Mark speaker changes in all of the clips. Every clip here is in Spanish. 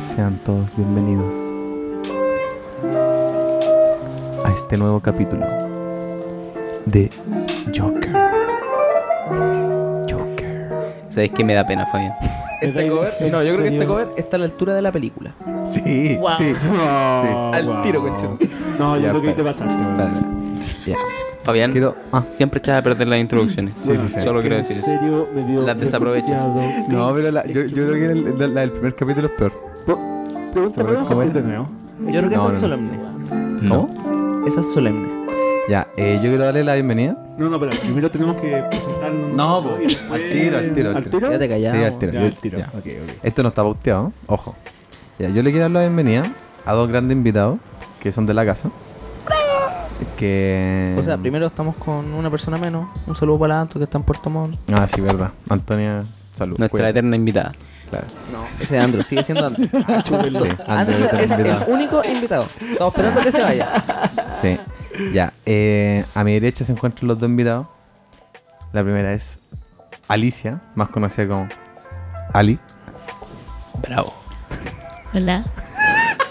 Speaker 1: Sean todos bienvenidos a este nuevo capítulo de Joker. Joker.
Speaker 2: Sabes que me da pena, Fabián.
Speaker 3: Este cover, no, yo creo que este cover está a la altura de la película.
Speaker 1: Sí,
Speaker 3: Wow.
Speaker 1: sí.
Speaker 4: No,
Speaker 3: Al
Speaker 4: wow.
Speaker 3: tiro, conchero.
Speaker 4: No,
Speaker 1: Ya,
Speaker 4: yo creo que ahí
Speaker 1: espera.
Speaker 4: te pasaste. weón.
Speaker 1: Vale, Ya.
Speaker 2: Fabián,
Speaker 1: Quiero. Ah,
Speaker 2: siempre echas a perder las introducciones.
Speaker 1: Sí, sí, sí.
Speaker 2: Solo quiero
Speaker 4: En
Speaker 2: decir eso.
Speaker 4: serio, me dio
Speaker 2: Las desaprovechas.
Speaker 4: demasiado
Speaker 1: no,
Speaker 4: cringe.
Speaker 1: pero la- yo, yo creo que el- la- la del primer capítulo es peor.
Speaker 4: Po-
Speaker 1: ¿Cómo
Speaker 4: Pregunta, ¿puedo
Speaker 1: era?
Speaker 4: repetir de nuevo?
Speaker 3: Yo creo que
Speaker 1: No,
Speaker 3: esa es
Speaker 1: no,
Speaker 3: solemne.
Speaker 2: No.
Speaker 3: Esa es solemne.
Speaker 1: Ya, eh, yo quiero darle la bienvenida.
Speaker 4: No, no, pero primero tenemos que presentarnos.
Speaker 1: No,
Speaker 4: nosotros
Speaker 1: po.
Speaker 4: y después-
Speaker 1: Al tiro, al tiro, al
Speaker 4: ¿Al
Speaker 1: tiro.
Speaker 4: tiro?
Speaker 3: Ya te callamos.
Speaker 1: sí, al tiro.
Speaker 4: Ya,
Speaker 1: Yo-
Speaker 4: al tiro.
Speaker 1: ya.
Speaker 4: Ok, ok.
Speaker 1: Esto no está pauteado, ¿eh? ojo. Ya, yo le quiero dar la bienvenida a dos grandes invitados que son de la casa. Que.
Speaker 3: O sea, primero estamos con una persona menos. Un saludo para la Anto que está en Puerto Montt.
Speaker 1: Ah, sí, verdad. Antonia, salud.
Speaker 2: Nuestra
Speaker 1: cuídate.
Speaker 2: eterna invitada.
Speaker 1: Claro.
Speaker 3: No, ese es Andrew, sigue siendo Andrew.
Speaker 1: Sí, Andrea,
Speaker 3: Andrew
Speaker 1: eterna
Speaker 3: es
Speaker 1: invitada.
Speaker 3: el único invitado. Estamos esperando que se vaya.
Speaker 1: Sí. Ya. eh, a mi derecha se encuentran los dos invitados. La primera es Alicia, más conocida como Ali.
Speaker 2: Bravo.
Speaker 5: Hola.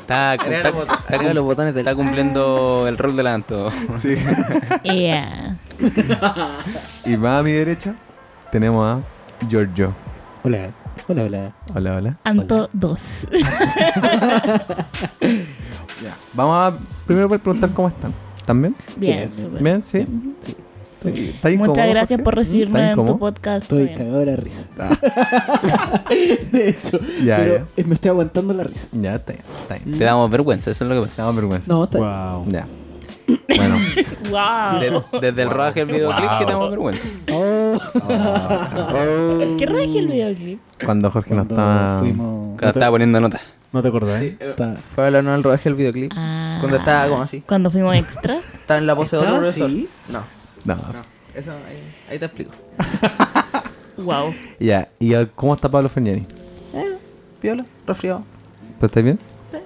Speaker 2: Está, cum- está- está
Speaker 3: Arriba los
Speaker 2: cum-
Speaker 3: botones del.
Speaker 2: está cumpliendo el rol de la Anto.
Speaker 1: Sí.
Speaker 5: Ea.
Speaker 1: y más a mi derecha tenemos a Giorgio.
Speaker 4: Hola. Hola, hola.
Speaker 1: Hola, hola.
Speaker 5: Anto 2.
Speaker 1: Vamos a primero por preguntar cómo están. ¿Están bien?
Speaker 5: Bien,
Speaker 4: Bien,
Speaker 5: súper.
Speaker 1: ¿Bien? Sí.
Speaker 5: Ujú.
Speaker 1: Sí, ¿Está
Speaker 5: Muchas
Speaker 1: incómodo,
Speaker 5: gracias
Speaker 1: Jorge?
Speaker 5: por recibirme
Speaker 1: ¿Está
Speaker 5: en tu
Speaker 1: incómodo?
Speaker 5: podcast. pues.
Speaker 6: Estoy
Speaker 5: Fabián.
Speaker 6: cagado de la risa. de hecho,
Speaker 1: Ya,
Speaker 6: pero
Speaker 1: ya.
Speaker 6: eh, me estoy aguantando la risa. Mm.
Speaker 1: Ya, está bien. Está bien.
Speaker 2: Te damos vergüenza, eso es lo que pasa.
Speaker 1: No, vergüenza.
Speaker 6: No, está
Speaker 4: Wow.
Speaker 1: Ya. Bueno.
Speaker 5: ¡Wow!
Speaker 2: De- desde el rodaje del videoclip que te damos vergüenza.
Speaker 6: Oh,
Speaker 1: Oh.
Speaker 5: ¿Qué raje el videoclip?
Speaker 1: Cuando Jorge no
Speaker 6: cuando
Speaker 1: estaba.
Speaker 6: fuimos.
Speaker 2: Cuando estaba poniendo nota.
Speaker 4: No te acordás. ¿eh?
Speaker 6: Está-
Speaker 3: Fue a la nueva del rodaje del videoclip.
Speaker 5: Ah,
Speaker 3: Cuando estaba como así.
Speaker 5: Cuando fuimos extra.
Speaker 3: Está en la pose de otro
Speaker 6: ¿Está
Speaker 3: profesor.
Speaker 6: así?
Speaker 3: No,
Speaker 1: No.
Speaker 3: no. Eso ahí, ahí te explico.
Speaker 5: ¡Wow!
Speaker 1: Ya. ¿Y a- cómo está Pablo Fernieri?
Speaker 3: Viola, resfriado.
Speaker 1: ¿Pero estáis bien? Sí.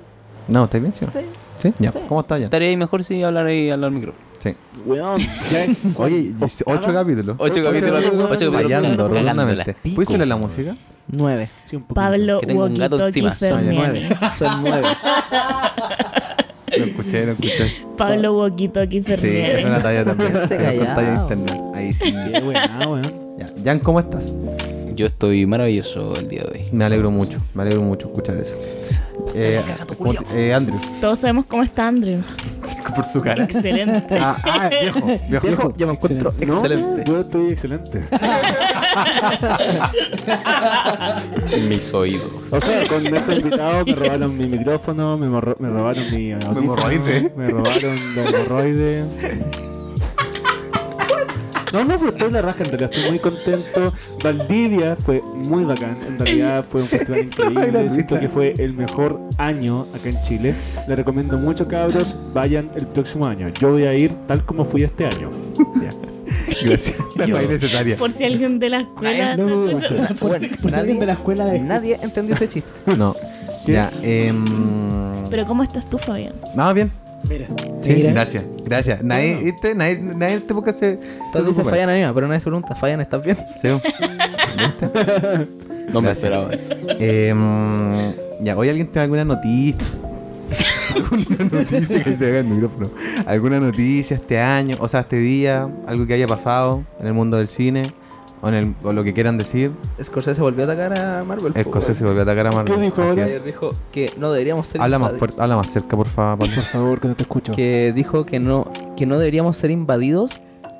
Speaker 1: No, ¿estáis bien? Sí. o no?
Speaker 3: Sí.
Speaker 1: ¿Sí? Ya. ¿Cómo está ya?
Speaker 2: Estaría ahí mejor si hablar ahí al micro.
Speaker 1: Sí.
Speaker 4: Weón. ya-
Speaker 1: Oye, ocho capítulos.
Speaker 2: Ocho capítulos. Ocho capítulos.
Speaker 1: Fallando,
Speaker 2: cagándola.
Speaker 1: rotundamente. ¿Puedes subirle la música?
Speaker 3: Nueve.
Speaker 4: Sí, un poquito.
Speaker 5: Pablo
Speaker 2: Que tengo un gato
Speaker 5: Walkie
Speaker 2: encima.
Speaker 5: Talkie
Speaker 2: Soy
Speaker 5: Ferniani.
Speaker 3: Nueve. Son nueve.
Speaker 1: Lo escuché, lo escuché.
Speaker 5: Pablo Walkie Talkie
Speaker 1: Sí,
Speaker 5: Ferniani.
Speaker 1: es una talla también. Sí,
Speaker 3: Se
Speaker 1: es una talla de
Speaker 3: callao.
Speaker 1: internet. Ahí sí.
Speaker 4: Qué buena, weón.
Speaker 1: Ya. Jan, ¿cómo estás?
Speaker 2: Yo estoy maravilloso el día de hoy.
Speaker 1: Me alegro mucho, me alegro mucho escuchar eso. Eh, ¿cómo te- eh, Andrew,
Speaker 5: Todos sabemos cómo está Andrew.
Speaker 1: por su cara.
Speaker 5: Excelente.
Speaker 1: Ah, ah, viejo, viejo.
Speaker 3: Viejo, yo me encuentro
Speaker 4: No,
Speaker 3: excelente.
Speaker 4: Yo estoy excelente.
Speaker 2: Mis oídos.
Speaker 4: O sea, con este invitado me robaron mi micrófono, me, morro- me robaron mi. audífono,
Speaker 1: hemorroide.
Speaker 4: Me robaron la hemorroide. No, no, pero estoy en la raja en realidad, estoy muy contento. Valdivia fue muy bacán, en realidad fue un festival increíble. Siento que fue el mejor año acá en Chile. Le recomiendo mucho, cabros, vayan el próximo año. Yo voy a ir tal como fui este año.
Speaker 1: Ya. Gracias. La más necesaria.
Speaker 5: Por si alguien de la escuela.
Speaker 6: No, no, no,
Speaker 5: Pero
Speaker 6: por,
Speaker 3: Bueno,
Speaker 6: por si Pues alguien de la escuela de
Speaker 3: Nadie entendió ese chiste.
Speaker 1: No.
Speaker 4: ¿Qué?
Speaker 1: Ya, em,
Speaker 5: ¿cómo estás tú, Fabián?
Speaker 1: No, bien.
Speaker 6: Mira,
Speaker 1: Sí,
Speaker 6: mira.
Speaker 1: gracias, gracias. Nadie, ¿viste? Nadie, nadie en este podcast se. se
Speaker 3: Todos dicen
Speaker 1: preocupa.
Speaker 3: fallan a mí, pero nadie se pregunta, fallan, ¿estás bien?
Speaker 1: Sí.
Speaker 2: No me
Speaker 1: Gracias.
Speaker 2: esperaba eso.
Speaker 1: Em, ya, hoy alguien tiene alguna noticia. alguna noticia que se haga el micrófono. Alguna noticia este año, o sea, este día, algo que haya pasado en el mundo del cine o, en el- o lo que quieran decir.
Speaker 3: Scorsese volvió a atacar a Marvel.
Speaker 1: El
Speaker 3: po,
Speaker 1: Scorsese se volvió a atacar a Marvel.
Speaker 4: ¿Qué dijo
Speaker 1: Así
Speaker 4: ahora?
Speaker 3: weón.
Speaker 1: es.
Speaker 3: Ayer dijo que no deberíamos ser
Speaker 1: Habla más
Speaker 3: invadi-
Speaker 1: fuerte, habla más cerca, por favor. Pablo.
Speaker 4: Por favor, que no te escucho.
Speaker 3: Que dijo que no, que no deberíamos ser invadidos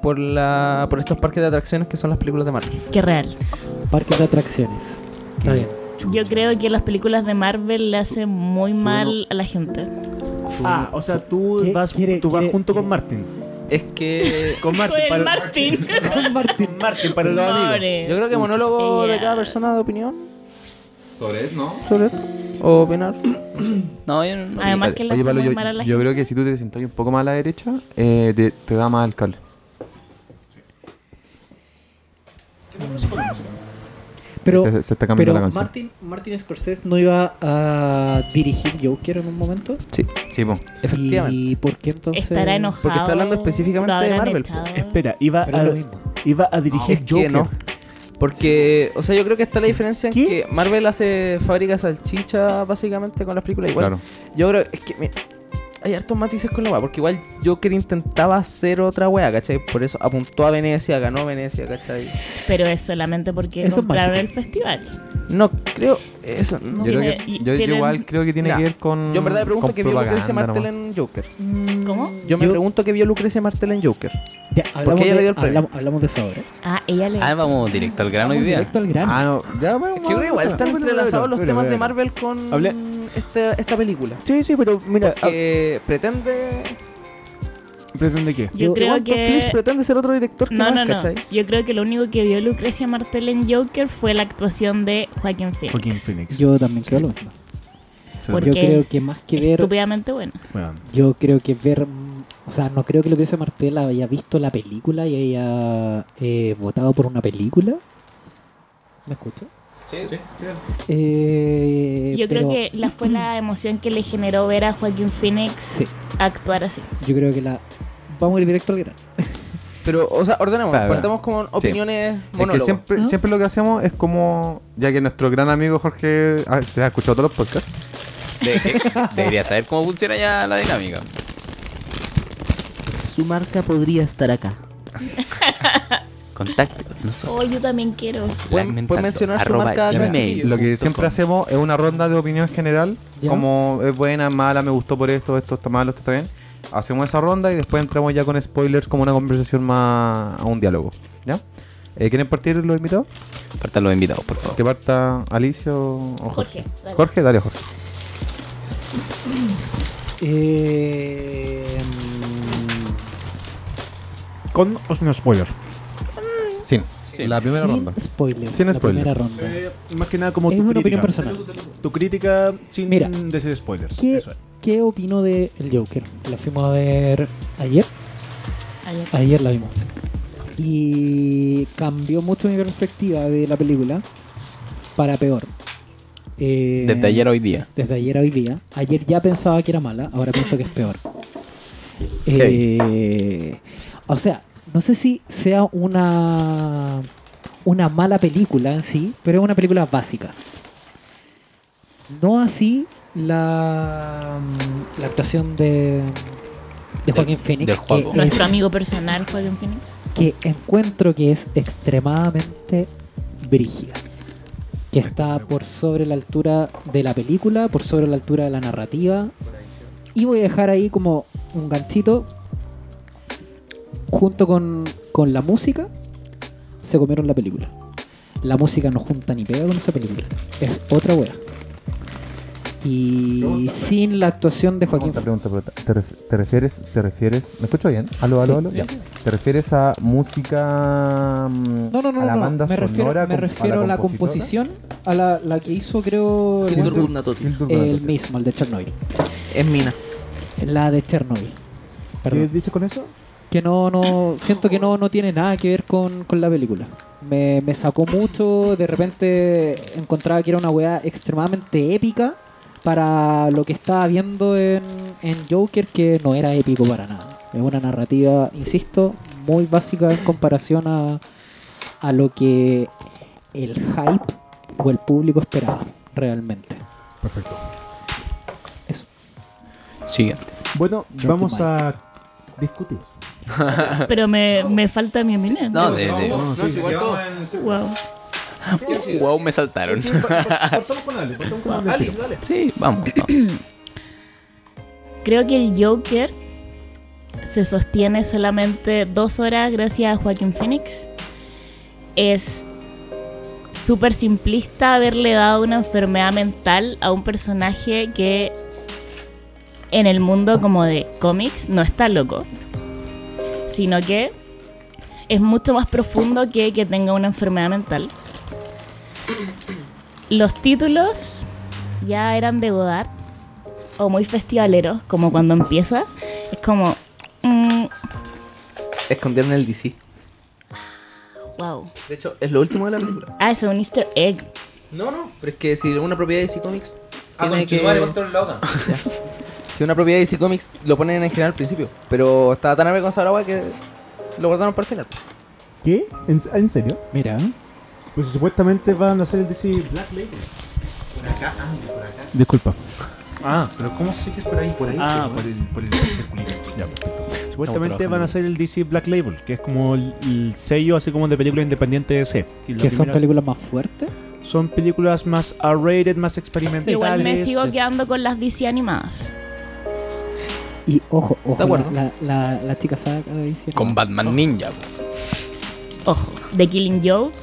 Speaker 3: por la por estos parques de atracciones que son las películas de Marvel.
Speaker 5: Qué real.
Speaker 6: parque de atracciones. Está bien.
Speaker 5: Yo creo que las películas de Marvel le hacen muy mal a la gente.
Speaker 7: Ah, o sea, tú
Speaker 6: ¿Qué
Speaker 7: vas,
Speaker 6: quiere-
Speaker 7: tú vas
Speaker 6: quiere-
Speaker 7: junto con
Speaker 6: quiere-
Speaker 7: Martin.
Speaker 3: Es que
Speaker 7: Con Martin,
Speaker 5: Con el
Speaker 7: para,
Speaker 5: Martín.
Speaker 6: Con Martín.
Speaker 7: con Martin, para los amigos.
Speaker 5: Pobre.
Speaker 3: yo creo que monólogo de
Speaker 5: Ya.
Speaker 3: cada persona de opinión
Speaker 1: Sobre no.
Speaker 3: sobre esto o opinar.
Speaker 2: No, yo no.
Speaker 5: Además que le
Speaker 1: Oye,
Speaker 5: hace
Speaker 1: Pablo,
Speaker 5: muy
Speaker 1: yo,
Speaker 5: mal a la
Speaker 1: yo creo que si tú te sentás un poco más a la derecha, eh, te, te da más el cable.
Speaker 6: Pero,
Speaker 1: se, se está cambiando
Speaker 6: pero
Speaker 1: la canción.
Speaker 6: Martin, Martin Scorsese no iba a dirigir Joker en un momento.
Speaker 1: Sí, po.
Speaker 3: Efectivamente.
Speaker 6: ¿Y por qué entonces?
Speaker 5: Estará enojado.
Speaker 3: Porque está hablando específicamente
Speaker 5: lo
Speaker 3: de
Speaker 5: habrán
Speaker 3: Marvel,
Speaker 5: echado.
Speaker 7: Espera, iba
Speaker 6: Pero es lo
Speaker 7: a,
Speaker 6: mismo.
Speaker 7: iba a dirigir
Speaker 3: Es que
Speaker 7: Joker.
Speaker 3: no. Porque, o sea, yo creo que está la diferencia en que Marvel hace fábrica de salchicha básicamente con las películas igual.
Speaker 1: Claro.
Speaker 3: Yo creo es que mira, hay hartos matices con la weá, porque igual yo que intentaba hacer otra weá, ¿cachai? Por eso apuntó a Venecia, ganó Venecia, ¿cachai?
Speaker 5: Pero es solamente porque
Speaker 6: Eso es
Speaker 5: compraron el
Speaker 6: marketing.
Speaker 5: festival.
Speaker 3: No, creo, eso, no.
Speaker 1: Yo, creo
Speaker 5: Tiene-
Speaker 1: que,
Speaker 5: y-
Speaker 1: yo, yo
Speaker 5: tienen-
Speaker 1: igual creo que tiene
Speaker 3: Mira,
Speaker 1: que ver con.
Speaker 3: Yo en verdad me pregunto
Speaker 1: con
Speaker 3: qué vio Lucrecia
Speaker 1: propaganda
Speaker 3: Martel
Speaker 1: nomás.
Speaker 3: en Joker.
Speaker 5: ¿Cómo?
Speaker 3: Yo me
Speaker 6: Yo-
Speaker 3: pregunto qué vio Lucrecia Martel en Joker.
Speaker 6: Ya, hablamos,
Speaker 3: ella
Speaker 6: de,
Speaker 3: le dio el premio?
Speaker 6: hablamos, hablamos de eso ahora.
Speaker 5: Ah, ella le.
Speaker 2: Ah, vamos directo al grano
Speaker 6: Vamos
Speaker 2: hoy día.
Speaker 6: directo al grano.
Speaker 1: Ah, no. Ya, bueno,
Speaker 3: Es que yo creo que igual están
Speaker 1: bueno,
Speaker 3: entrelazados
Speaker 1: bueno,
Speaker 3: los
Speaker 1: bueno,
Speaker 3: temas de
Speaker 1: bueno.
Speaker 3: Marvel con
Speaker 8: Hablé-
Speaker 3: esta, esta película.
Speaker 8: Sí, sí, pero mira,
Speaker 3: Que pretende
Speaker 8: ah, ¿pretende qué?
Speaker 5: Yo
Speaker 3: Igual
Speaker 5: creo
Speaker 3: Todd Phillips
Speaker 5: que.
Speaker 3: pretende ser otro director que
Speaker 5: No,
Speaker 3: más,
Speaker 5: no, no.
Speaker 3: ¿cachai?
Speaker 5: Yo creo que lo único que vio Lucrecia Martel en Joker fue la actuación de Joaquín Phoenix.
Speaker 4: Joaquín Phoenix.
Speaker 6: Yo también creo lo mismo.
Speaker 5: Porque
Speaker 6: Yo creo
Speaker 5: es
Speaker 6: que más que ver,
Speaker 5: Estúpidamente buena.
Speaker 4: Bueno,
Speaker 6: yo creo que ver, mm, o sea, no creo que Lucrecia Martel haya visto la película y haya eh, votado por una película. ¿Me escucho? Sí, Eh,
Speaker 5: Yo
Speaker 6: pero-
Speaker 5: creo que la fue la emoción que le generó ver a Joaquín Phoenix
Speaker 6: Sí,
Speaker 5: actuar así.
Speaker 6: yo creo que la... Vamos a ir directo al grano.
Speaker 3: Pero, o sea, ordenamos,
Speaker 1: Claro.
Speaker 3: partamos con opiniones
Speaker 1: Es que
Speaker 3: monólogos.
Speaker 1: siempre, siempre lo que hacemos es como. Ya que nuestro gran amigo Jorge ah, se ha escuchado todos los podcasts.
Speaker 2: De- eh, debería saber cómo funciona ya la dinámica.
Speaker 3: Su marca podría estar acá.
Speaker 2: Contacto con nosotros.
Speaker 5: Oh, yo también quiero.
Speaker 3: Pueden- pueden mencionar su
Speaker 2: Arroba
Speaker 3: marca acá,
Speaker 2: gmail.
Speaker 3: chiquillos.
Speaker 1: Lo que
Speaker 2: punto
Speaker 1: siempre
Speaker 2: com.
Speaker 1: hacemos es una ronda de opinión general.
Speaker 6: Ya.
Speaker 1: Como es buena, mala, me gustó por esto, esto está malo, esto está bien. Hacemos esa ronda y después entramos ya con spoilers como una conversación más a un diálogo. ¿Ya? Eh, ¿Quieren partir los invitados?
Speaker 2: Partan los invitados, por favor.
Speaker 1: Que parta Alicia o o Jorge.
Speaker 5: Jorge, dale.
Speaker 1: Jorge, dale Jorge.
Speaker 6: Eh, mm,
Speaker 8: Con o sin spoiler.
Speaker 1: Sin. La primera
Speaker 6: sin
Speaker 1: ronda.
Speaker 6: spoilers,
Speaker 1: Sin
Speaker 6: la
Speaker 1: spoiler.
Speaker 6: primera ronda.
Speaker 4: eh, más que nada como
Speaker 6: es
Speaker 4: tu
Speaker 6: una
Speaker 4: crítica.
Speaker 6: opinión personal.
Speaker 4: Tu crítica sin
Speaker 6: Mira.
Speaker 4: decir spoilers.
Speaker 6: ¿Qué,
Speaker 4: Eso es.
Speaker 6: ¿Qué opino de El Joker? La fuimos a ver ayer.
Speaker 5: Ayer.
Speaker 6: Ayer la vimos. Y cambió mucho mi perspectiva de la película para peor. Eh,
Speaker 2: Desde ayer a hoy día.
Speaker 6: Desde ayer a hoy día. Ayer ya pensaba que era mala, ahora pienso que es peor.
Speaker 2: Heavy.
Speaker 6: Eh, o sea, no sé si sea una, una mala película en sí, pero es una película básica. No así la, la actuación de, de Joaquín Phoenix,
Speaker 2: del
Speaker 6: que
Speaker 2: Joaco.
Speaker 5: Nuestro
Speaker 6: es-
Speaker 5: amigo personal, Joaquín Phoenix.
Speaker 6: que encuentro que es extremadamente brígida. Que está por sobre la altura de la película, por sobre la altura de la narrativa. Y voy a dejar ahí como un ganchito. Junto con, con la música, se comieron la película. La música no junta ni pega con esa película. Es otra wea. Y sin la actuación de Joaquín.
Speaker 1: Pregunta, pregunta, pregunta. ¿Te, ref- te refieres, te refieres, ¿me escucho bien? Aló, aló,
Speaker 6: Sí,
Speaker 1: aló.
Speaker 6: sí,
Speaker 1: Ya. ¿Te refieres a música mm,
Speaker 6: No, no, no,
Speaker 1: a la
Speaker 6: no,
Speaker 1: banda
Speaker 6: me refiero,
Speaker 1: sonora,
Speaker 6: me
Speaker 1: com-
Speaker 6: refiero a la, composición, a la, la que hizo creo el,
Speaker 3: Hildur
Speaker 6: buen-
Speaker 3: Guðnadóttir.
Speaker 1: compositora?
Speaker 6: el mismo, el de Chernobyl.
Speaker 3: Es mina.
Speaker 6: La de Chernobyl.
Speaker 8: ¿Qué
Speaker 6: Perdón.
Speaker 8: dices con eso?
Speaker 6: Que no, no, siento que no, no tiene nada que ver con, con la película. Me, me sacó mucho, de repente encontraba que era una weá extremadamente épica para lo que estaba viendo en, en Joker, que no era épico para nada. Es una narrativa, insisto, muy básica en comparación a, a lo que el hype o el público esperaba realmente.
Speaker 8: Perfecto.
Speaker 2: Siguiente.
Speaker 8: Bueno,
Speaker 6: Dirty
Speaker 8: vamos
Speaker 6: Mike.
Speaker 8: a discutir.
Speaker 5: Pero me, me falta mi opinión.
Speaker 2: No, sí, sí.
Speaker 5: Wow.
Speaker 2: Wow, me saltaron.
Speaker 4: Partamos con Ale. Partamos con Ale. al tiro.
Speaker 2: Sí, vamos. vamos.
Speaker 5: Creo que el Joker se sostiene solamente dos horas gracias a Joaquín Phoenix. Es súper simplista haberle dado una enfermedad mental a un personaje que en el mundo como de cómics no está loco, sino que es mucho más profundo que que tenga una enfermedad mental. Los títulos ya eran de Godard o muy festivaleros, como cuando empieza, es como, mm,
Speaker 3: Escondieron el DC.
Speaker 5: wow.
Speaker 3: De hecho, es lo último de la película.
Speaker 5: Ah, eso es un easter egg.
Speaker 3: No, no, pero es que si una propiedad de DC Comics. tiene que- Ya. Si una propiedad de DC Comics lo ponen en general al principio. Pero estaba tan avergonzado el agua que lo guardaron para el final.
Speaker 8: ¿Qué? ¿En, en serio?
Speaker 6: Mira,
Speaker 4: Pues supuestamente van a hacer el DC Black Label.
Speaker 9: Por acá, Andy, por acá.
Speaker 4: Disculpa. Ah, pero ¿cómo sé que es por ahí?
Speaker 9: Por ahí,
Speaker 4: Ah,
Speaker 9: sí,
Speaker 4: por el, por el circulito. Ya, perfecto. Supuestamente
Speaker 2: trabajando.
Speaker 4: van a hacer el DC Black Label, que es como el, el sello así como de películas independientes de DC. Y la
Speaker 10: Que son
Speaker 4: primera-
Speaker 10: películas más fuertes.
Speaker 4: son películas más R-rated, más experimentales.
Speaker 5: Igual me sigo quedando con las DC animadas.
Speaker 10: Y ojo, ojo,
Speaker 3: acuerdo.
Speaker 10: la, la, la, la chica saca de diciendo.
Speaker 2: Con Batman Ninja. po.
Speaker 5: Ojo, The Killing Joke.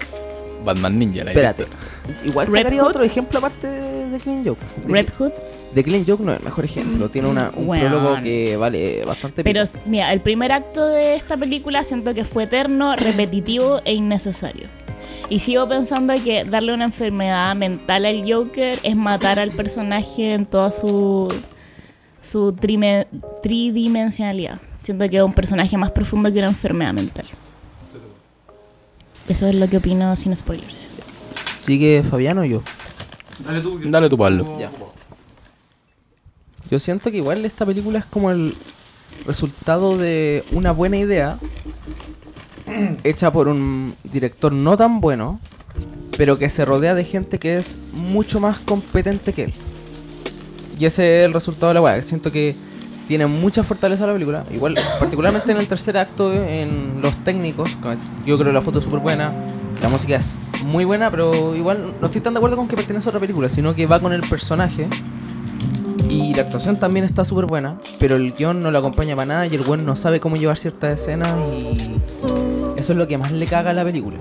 Speaker 2: Batman Ninja, la
Speaker 3: Espérate. Igual
Speaker 5: Red
Speaker 3: sacaría
Speaker 5: Hood.
Speaker 3: otro ejemplo aparte de, de Clean Joke. De,
Speaker 5: Red Hood.
Speaker 3: de Clean Joke no es el mejor ejemplo. Tiene una, un
Speaker 5: Weón.
Speaker 3: prólogo que vale bastante
Speaker 5: Pero
Speaker 3: pico.
Speaker 5: s- mira, el primer acto de esta película siento que fue eterno, repetitivo e innecesario. Y sigo pensando que darle una enfermedad mental al Joker es matar al personaje en toda su, su trime- tridimensionalidad. Siento que es un personaje más profundo que una enfermedad mental. Eso es lo que opino sin spoilers.
Speaker 3: ¿Sigue Fabiano o yo?
Speaker 9: Dale tú, yo-
Speaker 2: Dale tú, Pablo.
Speaker 3: Ya. Yo siento que igual esta película es como el resultado de una buena idea hecha por un director no tan bueno, pero que se rodea de gente que es mucho más competente que él. Y ese es el resultado de la weá. Siento que tiene mucha fortaleza la película. Igual, particularmente en el tercer acto, en los técnicos, con- yo creo que la foto es súper buena. La música es muy buena, pero igual no estoy tan de acuerdo con que pertenece a otra película, sino que va con el personaje. Y la actuación también está súper buena, pero el guión no lo acompaña para nada y el guión no sabe cómo llevar ciertas escenas y eso es lo que más le caga a la película.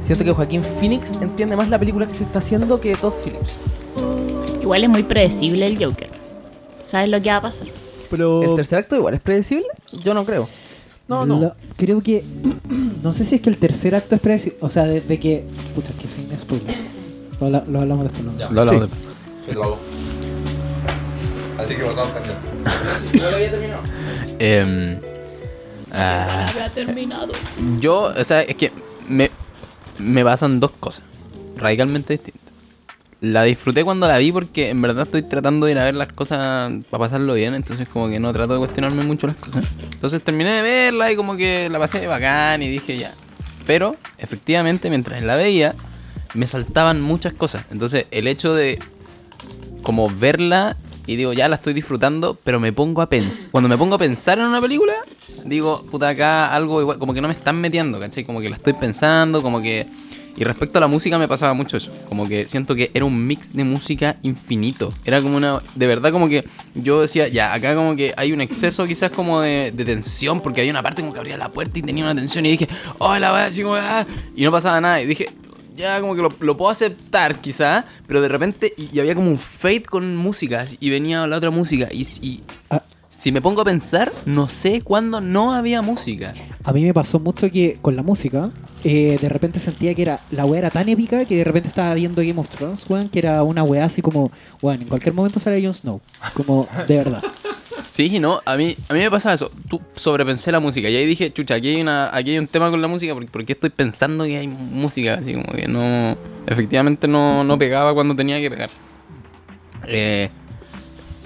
Speaker 3: Siento que Joaquín Phoenix entiende más la película que se está haciendo que Todd Phillips.
Speaker 5: Igual es muy predecible el Joker. ¿Sabes lo que va a pasar?
Speaker 4: Pero
Speaker 10: Oh.
Speaker 3: El tercer acto igual es predecible, yo no creo.
Speaker 4: No, no.
Speaker 10: Lo- creo que. No sé si es que el tercer acto es predecible. O sea, desde que. Puta, que sin spoiler. Lo, habla- lo hablamos después. ¿no?
Speaker 2: Lo hablamos
Speaker 4: Sí.
Speaker 2: después.
Speaker 9: Pero hago. Así que pasamos también.
Speaker 2: Em, ah,
Speaker 5: Ya ha terminado.
Speaker 2: yo, o sea, es que me, me pasan dos cosas radicalmente distintas. La disfruté cuando la vi porque en verdad estoy tratando de ir a ver las cosas para pasarlo bien, entonces como que no trato de cuestionarme mucho las cosas. Entonces terminé de verla y como que la pasé bacán y dije ya. Pero efectivamente mientras la veía me saltaban muchas cosas. Entonces el hecho de como verla y digo, ya la estoy disfrutando, pero me pongo a pensar. Cuando me pongo a pensar en una película, digo, puta, acá algo igual, como que no me están metiendo, ¿cachai? Como que la estoy pensando, como que. Y respecto a la música me pasaba mucho eso. Como que siento que era un mix de música infinito. Era como una. De verdad, como que yo decía, ya, acá como que hay un exceso quizás como de, de tensión, porque había una parte como que abría la puerta y tenía una tensión y dije, oh, la voy a decir, Y no pasaba nada. Y dije, ya como que lo, lo puedo aceptar quizá, pero de repente y, y había como un fade con música así, y venía la otra música y, si- y
Speaker 10: Ah.
Speaker 2: si me pongo a pensar, no sé cuándo no había música.
Speaker 10: A mí me pasó mucho que con la música, eh, de repente sentía que era la weá era tan épica que de repente estaba viendo Game of Thrones, weón, que era una weá así como, weón, en cualquier momento sale Jon Snow. Como, de verdad.
Speaker 2: Sí, no, a mí, a mí me pasaba eso. Tú sobrepensé la música. Y ahí dije, chucha, aquí hay, una, aquí hay un tema con la música. Porque, porque estoy pensando que hay música. Así como que no. Efectivamente no, no pegaba cuando tenía que pegar. Eh,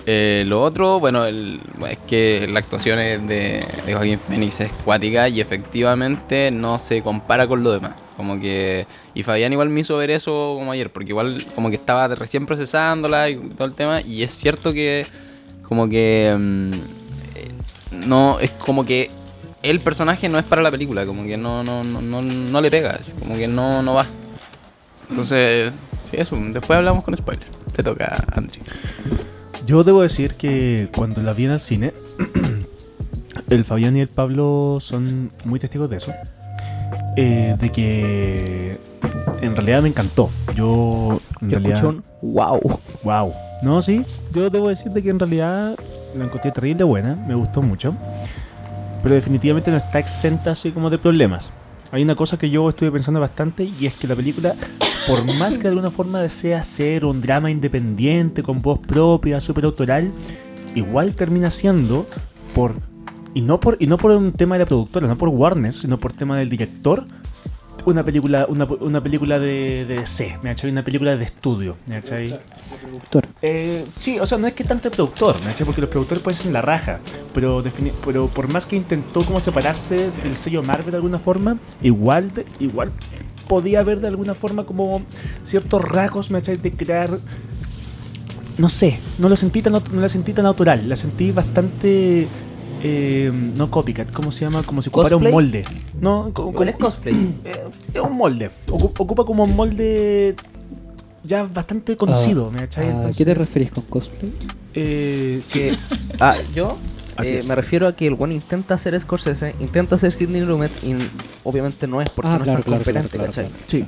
Speaker 2: eh, lo otro, bueno, el- es que la actuación es de, de Joaquín Phoenix es cuática y efectivamente no se compara con lo demás. Como que. Y Fabián igual me hizo ver eso como ayer. Porque igual como que estaba recién procesándola y todo el tema. Y es cierto que como que mm, eh, no es como que el personaje no es para la película como que no no no no, no le pega como que no no va entonces sí, eso después hablamos con spoiler te toca Andri
Speaker 4: yo debo decir que cuando la vi en el cine, el Fabián y el Pablo son muy testigos de eso. eh, de que en realidad me encantó. Yo en
Speaker 3: Yo
Speaker 4: realidad-
Speaker 3: escucho un wow.
Speaker 4: Wow. No, sí. Yo debo decirte que en realidad la encontré terrible buena, me gustó mucho. Pero definitivamente no está exenta así como de problemas. Hay una cosa que yo estuve pensando bastante y es que la película, por más que de alguna forma desea ser un drama independiente, con voz propia, súper autoral, igual termina siendo por... Y no, por, y no por un tema de la productora, no por Warner, sino por tema del director, una película, una, una película de, de DC, ¿me cachai? Una película de estudio, ¿me cachai?
Speaker 10: Productor.
Speaker 4: Eh, sí, o sea, no es que tanto el productor, ¿me cachai? Porque los productores pueden ser la raja, pero, defini- pero por más que intentó como separarse del sello Marvel de alguna forma, igual, de- igual podía ver de alguna forma como ciertos rasgos, me echáis de crear. No sé, no lo sentí tan, aut- no la sentí tan natural, la sentí bastante. eh, no copycat, ¿cómo se llama? Como si ocupara un
Speaker 3: ¿Cosplay?
Speaker 4: molde. No, co-
Speaker 3: ¿Cuál es
Speaker 4: co-
Speaker 3: cosplay?
Speaker 4: eh, es un molde. Ocu- Ocupa como un molde ya bastante conocido,
Speaker 3: Ah,
Speaker 4: ¿me cachai?
Speaker 10: ¿A
Speaker 4: Entonces,
Speaker 10: Ah, qué te referís con cosplay?
Speaker 4: eh, sí,
Speaker 3: Que, ah, yo
Speaker 4: Así
Speaker 3: eh,
Speaker 4: es.
Speaker 3: me refiero a que el one intenta hacer Scorsese, intenta hacer Sidney Lumet y obviamente no es porque
Speaker 10: Ah,
Speaker 3: no
Speaker 10: claro,
Speaker 3: es tan
Speaker 10: claro, claro,
Speaker 3: competente,
Speaker 10: claro,
Speaker 3: ¿cachai?
Speaker 10: claro.
Speaker 4: sí.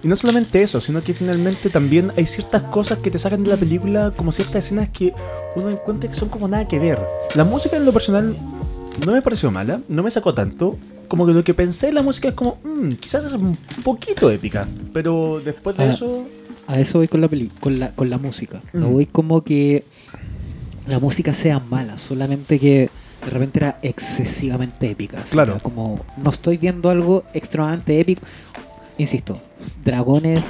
Speaker 4: Y no solamente eso, sino que finalmente también hay ciertas cosas que te sacan de la película, como ciertas escenas que uno encuentra que son como nada que ver. La música en lo personal no me pareció mala, no me sacó tanto. Como que lo que pensé, la música es como, "Mm, quizás es un poquito épica, pero después de
Speaker 10: Ah.
Speaker 4: eso...
Speaker 10: A eso voy con la, peli- con la, con la música. No
Speaker 4: Mm.
Speaker 10: voy como que la música sea mala, solamente que de repente era excesivamente épica. así
Speaker 4: Claro.
Speaker 10: era Como no estoy viendo algo extremadamente épico. Insisto, dragones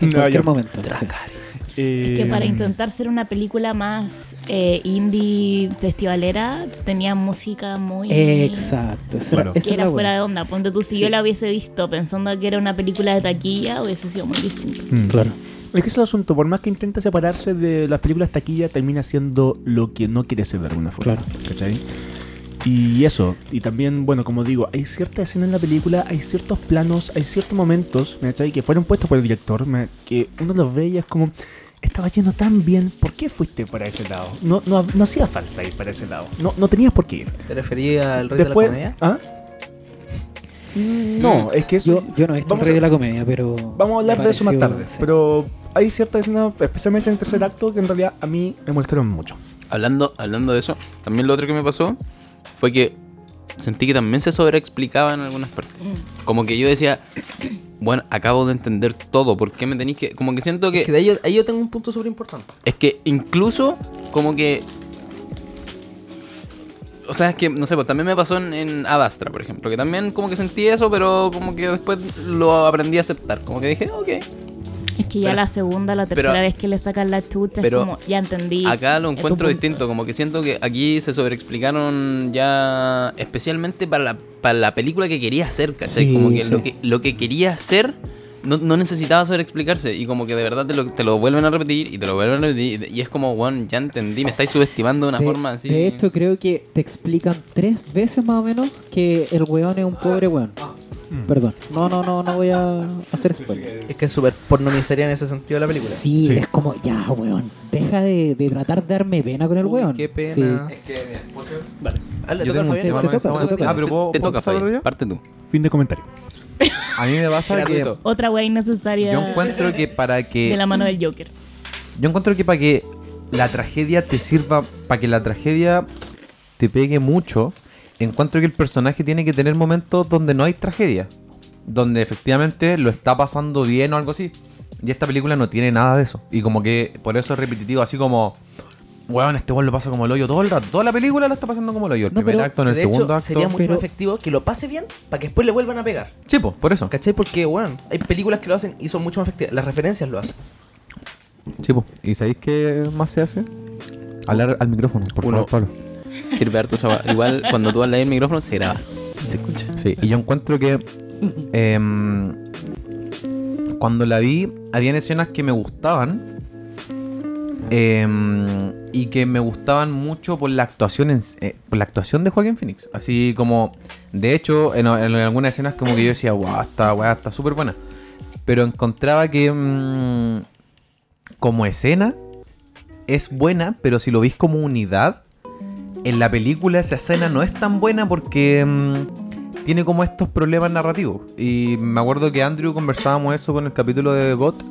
Speaker 10: en
Speaker 4: No, yo-
Speaker 10: cualquier momento. sí.
Speaker 5: Es que para
Speaker 4: eh,
Speaker 5: intentar ser una película más eh, indie festivalera, tenía música muy...
Speaker 10: Exacto. Esa
Speaker 4: Claro.
Speaker 10: era, esa
Speaker 5: que
Speaker 10: era
Speaker 5: era
Speaker 10: la
Speaker 5: fuera
Speaker 10: buena.
Speaker 5: de onda. Ponte tú, si
Speaker 10: Sí.
Speaker 5: yo la hubiese visto pensando que era una película de taquilla, hubiese sido muy distinto.
Speaker 4: mm.
Speaker 10: Claro.
Speaker 4: Es que es el asunto, por más que intenta separarse de las películas taquilla, termina siendo lo que no quiere ser de alguna forma.
Speaker 10: Claro.
Speaker 4: ¿Cachai? Y eso, y también, bueno, como digo, hay cierta escena en la película, hay ciertos planos, hay ciertos momentos, ¿me cachai? Que fueron puestos por el director, me- que uno los ve y es como, estaba yendo tan bien, ¿por qué fuiste para ese lado? No, no, no hacía falta ir para ese lado, no, no tenías por qué ir.
Speaker 3: ¿Te refería al rey
Speaker 4: Después,
Speaker 3: de la comedia?
Speaker 4: ¿Ah? No, es que eso...
Speaker 10: Yo, yo no he visto el
Speaker 4: Vamos
Speaker 10: Rey
Speaker 4: a-
Speaker 10: de la Comedia, pero.
Speaker 4: Vamos a hablar
Speaker 10: me
Speaker 4: de eso más
Speaker 10: pareció-
Speaker 4: tarde.
Speaker 10: sí.
Speaker 4: Pero hay ciertas escenas, especialmente en el tercer acto, que en realidad a mí me molestaron mucho.
Speaker 2: Hablando, hablando de eso, también lo otro que me pasó fue que sentí que también se sobreexplicaba en algunas partes. Como que yo decía, bueno, acabo de entender todo, ¿por qué me tenéis que...? Como que siento
Speaker 3: Es que de ahí, yo- ahí yo tengo un punto súper importante.
Speaker 2: Es que incluso como que... O sea, es que, no sé, pues también me pasó en, en Adastra, por ejemplo, que también como que sentí eso, pero como que después lo aprendí a aceptar. Como que dije, "Ah, ok,
Speaker 5: Es que ya
Speaker 2: Pero-
Speaker 5: la segunda, la tercera
Speaker 2: pero-
Speaker 5: vez que le sacan la chuta,
Speaker 2: pero
Speaker 5: es como, ya entendí.
Speaker 2: acá lo
Speaker 5: es tu
Speaker 2: encuentro
Speaker 5: punto.
Speaker 2: distinto, como que siento que aquí se sobreexplicaron ya especialmente para la, para la película que quería hacer, ¿cachai?
Speaker 10: Sí,
Speaker 2: como que
Speaker 10: sí.
Speaker 2: lo que lo que quería hacer no, no necesitaba sobreexplicarse y como que de verdad te lo, te lo vuelven a repetir y te lo vuelven a repetir y es como, bueno, ya entendí, me estáis subestimando de una
Speaker 10: de,
Speaker 2: forma así.
Speaker 10: de esto creo que te explican tres veces más o menos que el weón es un pobre weón.
Speaker 1: Mm.
Speaker 10: Perdón. No, no, no, no voy a hacer spoiler.
Speaker 3: Es que es súper pornomiseria en ese sentido la película.
Speaker 10: Sí,
Speaker 4: Sí.
Speaker 10: es como, ya, weón, deja de, de tratar de darme pena con el
Speaker 3: Uy,
Speaker 10: weón.
Speaker 3: qué pena.
Speaker 10: Sí.
Speaker 9: Es que mi esposo.
Speaker 3: Ah, le
Speaker 1: Yo
Speaker 3: toca
Speaker 1: tengo
Speaker 3: a
Speaker 1: un
Speaker 3: Fabián,
Speaker 1: tema con
Speaker 3: le toca,
Speaker 1: esa
Speaker 3: le
Speaker 1: weá.
Speaker 3: toca.
Speaker 1: Ah, pero puedo,
Speaker 2: te
Speaker 1: ¿puedo
Speaker 2: toca,
Speaker 1: pasarlo
Speaker 2: Fabi,
Speaker 1: yo?
Speaker 2: parte tú.
Speaker 4: Fin de comentario.
Speaker 1: A mí me pasa que
Speaker 3: Gratuito.
Speaker 5: Otra wea innecesaria
Speaker 1: yo encuentro que para
Speaker 2: eh,
Speaker 1: que
Speaker 5: de la mano del Joker.
Speaker 1: Yo encuentro que para que la tragedia te sirva, para que la tragedia te pegue mucho, encuentro que el personaje tiene que tener momentos donde no hay tragedia, donde efectivamente lo está pasando bien o algo así. Y esta película no tiene nada de eso. Y como que por eso es repetitivo, así como, weón, este weón lo pasa como el hoyo todo el rato. Toda la película lo está pasando como el hoyo. El
Speaker 10: No,
Speaker 1: primer
Speaker 10: pero
Speaker 1: acto, en el
Speaker 3: de
Speaker 1: segundo
Speaker 3: hecho,
Speaker 1: acto.
Speaker 3: sería mucho
Speaker 10: Pero-
Speaker 3: más efectivo que lo pase bien para que después le vuelvan a pegar.
Speaker 1: Sí, pues, por eso.
Speaker 3: ¿Cachai? Porque, bueno, hay películas que lo hacen y son mucho más efectivas. Las referencias lo hacen.
Speaker 1: Sí, pues. ¿Y sabéis qué más se hace? Hablar al micrófono, por
Speaker 2: Uno.
Speaker 1: favor, Pablo.
Speaker 2: Sirve harto esa va- Igual cuando tú hablas en el micrófono se graba. y Se escucha.
Speaker 1: Sí, y yo encuentro que em, cuando la vi, habían escenas que me gustaban em, y que me gustaban mucho por la actuación en s- eh, por la actuación de Joaquín Phoenix. Así como, de hecho, en, en algunas escenas como que yo decía, wow, esta weá está súper buena. Pero encontraba que mm, como escena es buena, pero si lo veis como unidad, en la película esa escena no es tan buena porque mm, tiene como estos problemas narrativos. Y me acuerdo que Andrew conversábamos eso con el capítulo de Bot,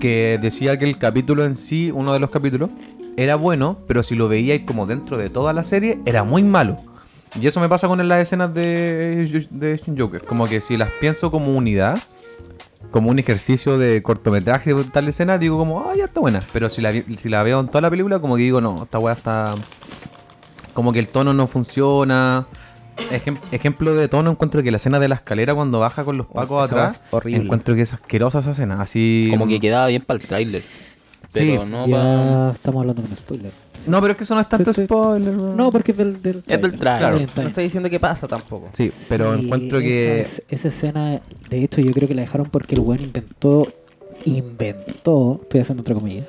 Speaker 1: que decía que el capítulo en sí, uno de los capítulos, era bueno, pero si lo veíais como dentro de toda la serie, era muy malo. Y eso me pasa con las escenas de, de Joker. Como que si las pienso como unidad, como un ejercicio de cortometraje o tal escena, digo como, ah, ya está buena. Pero si la, vi- si la veo en toda la película, como que digo, no, esta weá está... Como que el tono no funciona. Ejem- ejemplo de tono, encuentro que la escena de la escalera cuando baja con los
Speaker 3: Oh,
Speaker 1: pacos
Speaker 3: esa weá
Speaker 1: atrás,
Speaker 3: es horrible.
Speaker 1: encuentro que es asquerosa esa escena. Así...
Speaker 2: Como que quedaba bien para el trailer. Pero
Speaker 1: Sí.
Speaker 2: no para.
Speaker 6: ya estamos hablando con spoiler.
Speaker 1: No, pero es que eso no es tanto
Speaker 6: Sí, sí.
Speaker 1: spoiler. weón.
Speaker 6: No, porque es del, del
Speaker 2: Es del trailer.
Speaker 6: Está bien,
Speaker 1: Claro.
Speaker 6: está
Speaker 3: No
Speaker 6: bien.
Speaker 3: estoy diciendo que pasa tampoco.
Speaker 1: Sí, pero
Speaker 6: Sí,
Speaker 1: encuentro que.
Speaker 6: Esa, esa escena, de hecho, yo creo que la dejaron porque el weón inventó. Inventó, estoy haciendo otra comida,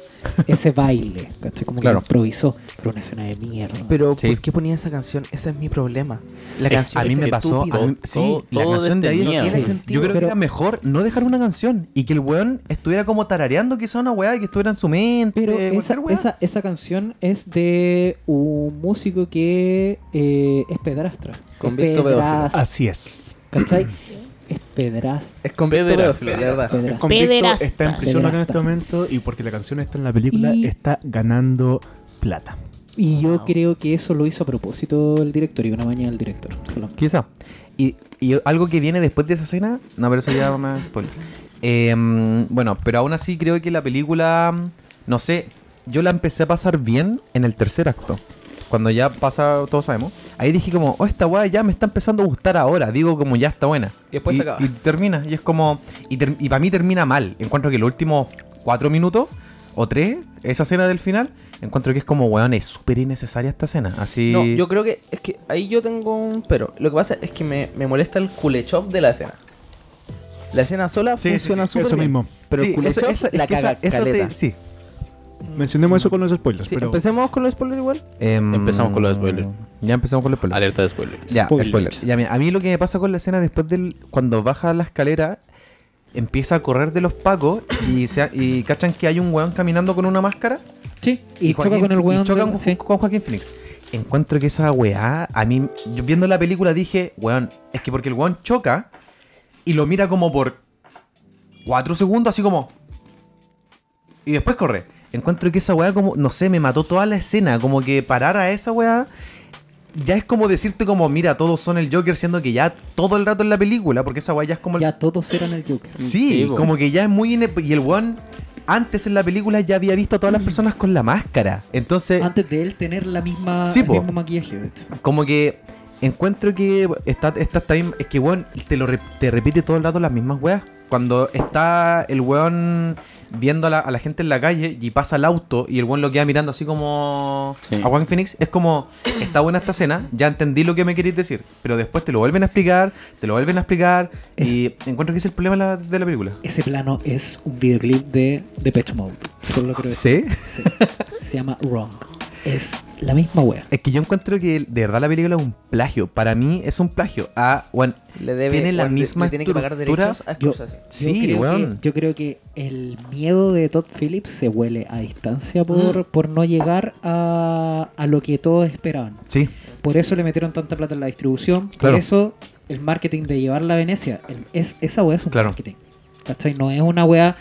Speaker 6: ese baile, ¿cachai? Como
Speaker 1: Claro.
Speaker 6: que improvisó, pero una escena de mierda.
Speaker 3: Pero
Speaker 1: Sí.
Speaker 3: ¿por qué ponía esa canción? Ese es mi problema. La
Speaker 2: Es-
Speaker 3: canción
Speaker 1: a mí
Speaker 3: es
Speaker 1: me pasó.
Speaker 3: estúpida. Oh,
Speaker 1: a mí-
Speaker 2: Todo-
Speaker 1: sí, la
Speaker 2: todo
Speaker 1: canción de ahí.
Speaker 2: detenía,
Speaker 1: no
Speaker 3: sí.
Speaker 1: tiene sentido. Yo creo que
Speaker 6: Pero-
Speaker 1: era mejor no dejar una canción y que el weón estuviera como tarareando quizá una weá y que estuviera en su mente.
Speaker 6: Pero esa,
Speaker 1: cualquier weá.
Speaker 6: esa, esa canción es de un músico que eh, es pedrastra.
Speaker 3: Convicto pedófilo.
Speaker 1: Ah,
Speaker 6: Pedrastra,
Speaker 4: Así es.
Speaker 6: ¿Cachai? Es pedrastra.
Speaker 3: Es con
Speaker 2: Pederasta.
Speaker 3: pedófilo, de verdad.
Speaker 4: El
Speaker 6: pedrastra.
Speaker 4: convicto
Speaker 5: Pederasta.
Speaker 4: está en prisión acá en este
Speaker 6: Pederasta.
Speaker 4: momento y porque la canción está en la película,
Speaker 6: Y-
Speaker 4: está ganando plata.
Speaker 6: Y yo
Speaker 3: Wow.
Speaker 6: creo que eso lo hizo a propósito el director y una mañana el director. solamente.
Speaker 1: Quizá. Y, y algo que viene después de esa escena. No, pero eso ya más spoiler. Eh, bueno, pero aún así creo que la película. No sé. Yo la empecé a pasar bien en el tercer acto. Cuando ya pasa, todos sabemos. Ahí dije como, oh, esta weá ya me está empezando a gustar ahora. Digo como, ya está buena.
Speaker 3: Y después se acaba.
Speaker 1: Y termina. Y es como. Y, ter- y para mí termina mal. Encuentro que los últimos cuatro minutos o tres, esa escena del final, encuentro que es como, weón, es súper innecesaria esta escena. Así.
Speaker 3: No, yo creo que es que ahí yo tengo un pero. Lo que pasa es que me, me molesta el Kuleshov de la escena. La escena sola
Speaker 1: Sí, sí,
Speaker 3: funciona
Speaker 1: sí,
Speaker 3: súper
Speaker 4: eso
Speaker 3: bien,
Speaker 4: mismo.
Speaker 3: Pero
Speaker 1: Sí,
Speaker 3: el Kuleshov
Speaker 1: esa- esa- es
Speaker 3: la
Speaker 1: que esa-
Speaker 3: caga
Speaker 1: eso te-
Speaker 3: caleta.
Speaker 1: sí.
Speaker 4: Mencionemos eso con los spoilers,
Speaker 3: Sí,
Speaker 4: pero
Speaker 3: Empecemos con los spoilers igual.
Speaker 1: Em,
Speaker 2: Empezamos con los spoilers.
Speaker 1: Ya empezamos con los spoilers.
Speaker 2: Alerta de spoiler.
Speaker 1: Ya,
Speaker 6: Spoilers.
Speaker 1: spoiler. Ya, mira, a mí lo que me pasa con la escena después del. Cuando baja la escalera, empieza a correr de los pacos y, se, y cachan que hay un weón caminando con una máscara.
Speaker 6: Sí, y, choca
Speaker 1: Joaquín-
Speaker 6: con el
Speaker 1: y
Speaker 6: weón.
Speaker 1: choca
Speaker 6: de-
Speaker 1: con,
Speaker 6: sí.
Speaker 1: con Joaquín Phoenix. Encuentro que esa weá, a mí, yo viendo la película dije, weón, es que porque el weón choca y lo mira como por cuatro segundos, así como. Y después corre. Encuentro que esa weá, como, no sé, me mató toda la escena. Como que parar a esa weá. Ya es como decirte como, mira, todos son el Joker, siendo que ya todo el rato en la película, porque esa weá ya es como el
Speaker 6: Ya todos eran el Joker.
Speaker 1: Sí,
Speaker 2: Sí, po.
Speaker 1: como que ya es muy... ine- Y el weón, antes en la película ya había visto a todas las personas con la máscara. Entonces,
Speaker 6: Antes de él tener la misma,
Speaker 1: Sí,
Speaker 6: el
Speaker 1: po.
Speaker 6: mismo maquillaje, de hecho.
Speaker 1: como que encuentro que está, está, está bien- Es que, weón, te, lo re- te repite todo el rato las mismas weas. Cuando está el weón viendo a la, a la gente en la calle y pasa el auto y el weón lo queda mirando así como
Speaker 2: Sí.
Speaker 1: a Juan Phoenix, es como, está buena esta escena, ya entendí lo que me queréis decir, pero después te lo vuelven a explicar, te lo vuelven a explicar y encuentro que ese es el problema de la, de la película.
Speaker 6: Ese plano es un videoclip de Depeche Mode. Solo lo creo
Speaker 1: Ah, Sí.
Speaker 6: Se llama Wrong. Es la misma wea.
Speaker 1: Es que yo encuentro que de verdad la película es un plagio. Para mí es un plagio. Ah, A Juan.
Speaker 3: Le debe,
Speaker 1: Tiene la
Speaker 3: o le- le
Speaker 1: misma
Speaker 3: tiene que pagar
Speaker 1: estructura.
Speaker 3: derechos a
Speaker 6: Yo-
Speaker 3: excusas.
Speaker 1: Sí,
Speaker 6: yo creo
Speaker 1: weón.
Speaker 6: Que, yo creo que el miedo de Todd Phillips se huele a distancia por, por no llegar a, a lo que todos esperaban.
Speaker 1: Sí,
Speaker 6: Por eso le metieron tanta plata en la distribución.
Speaker 1: Claro.
Speaker 6: Por eso el marketing de llevarla a Venecia. el- es, esa weá es un
Speaker 1: Claro.
Speaker 6: marketing. ¿Cachai? No es una weá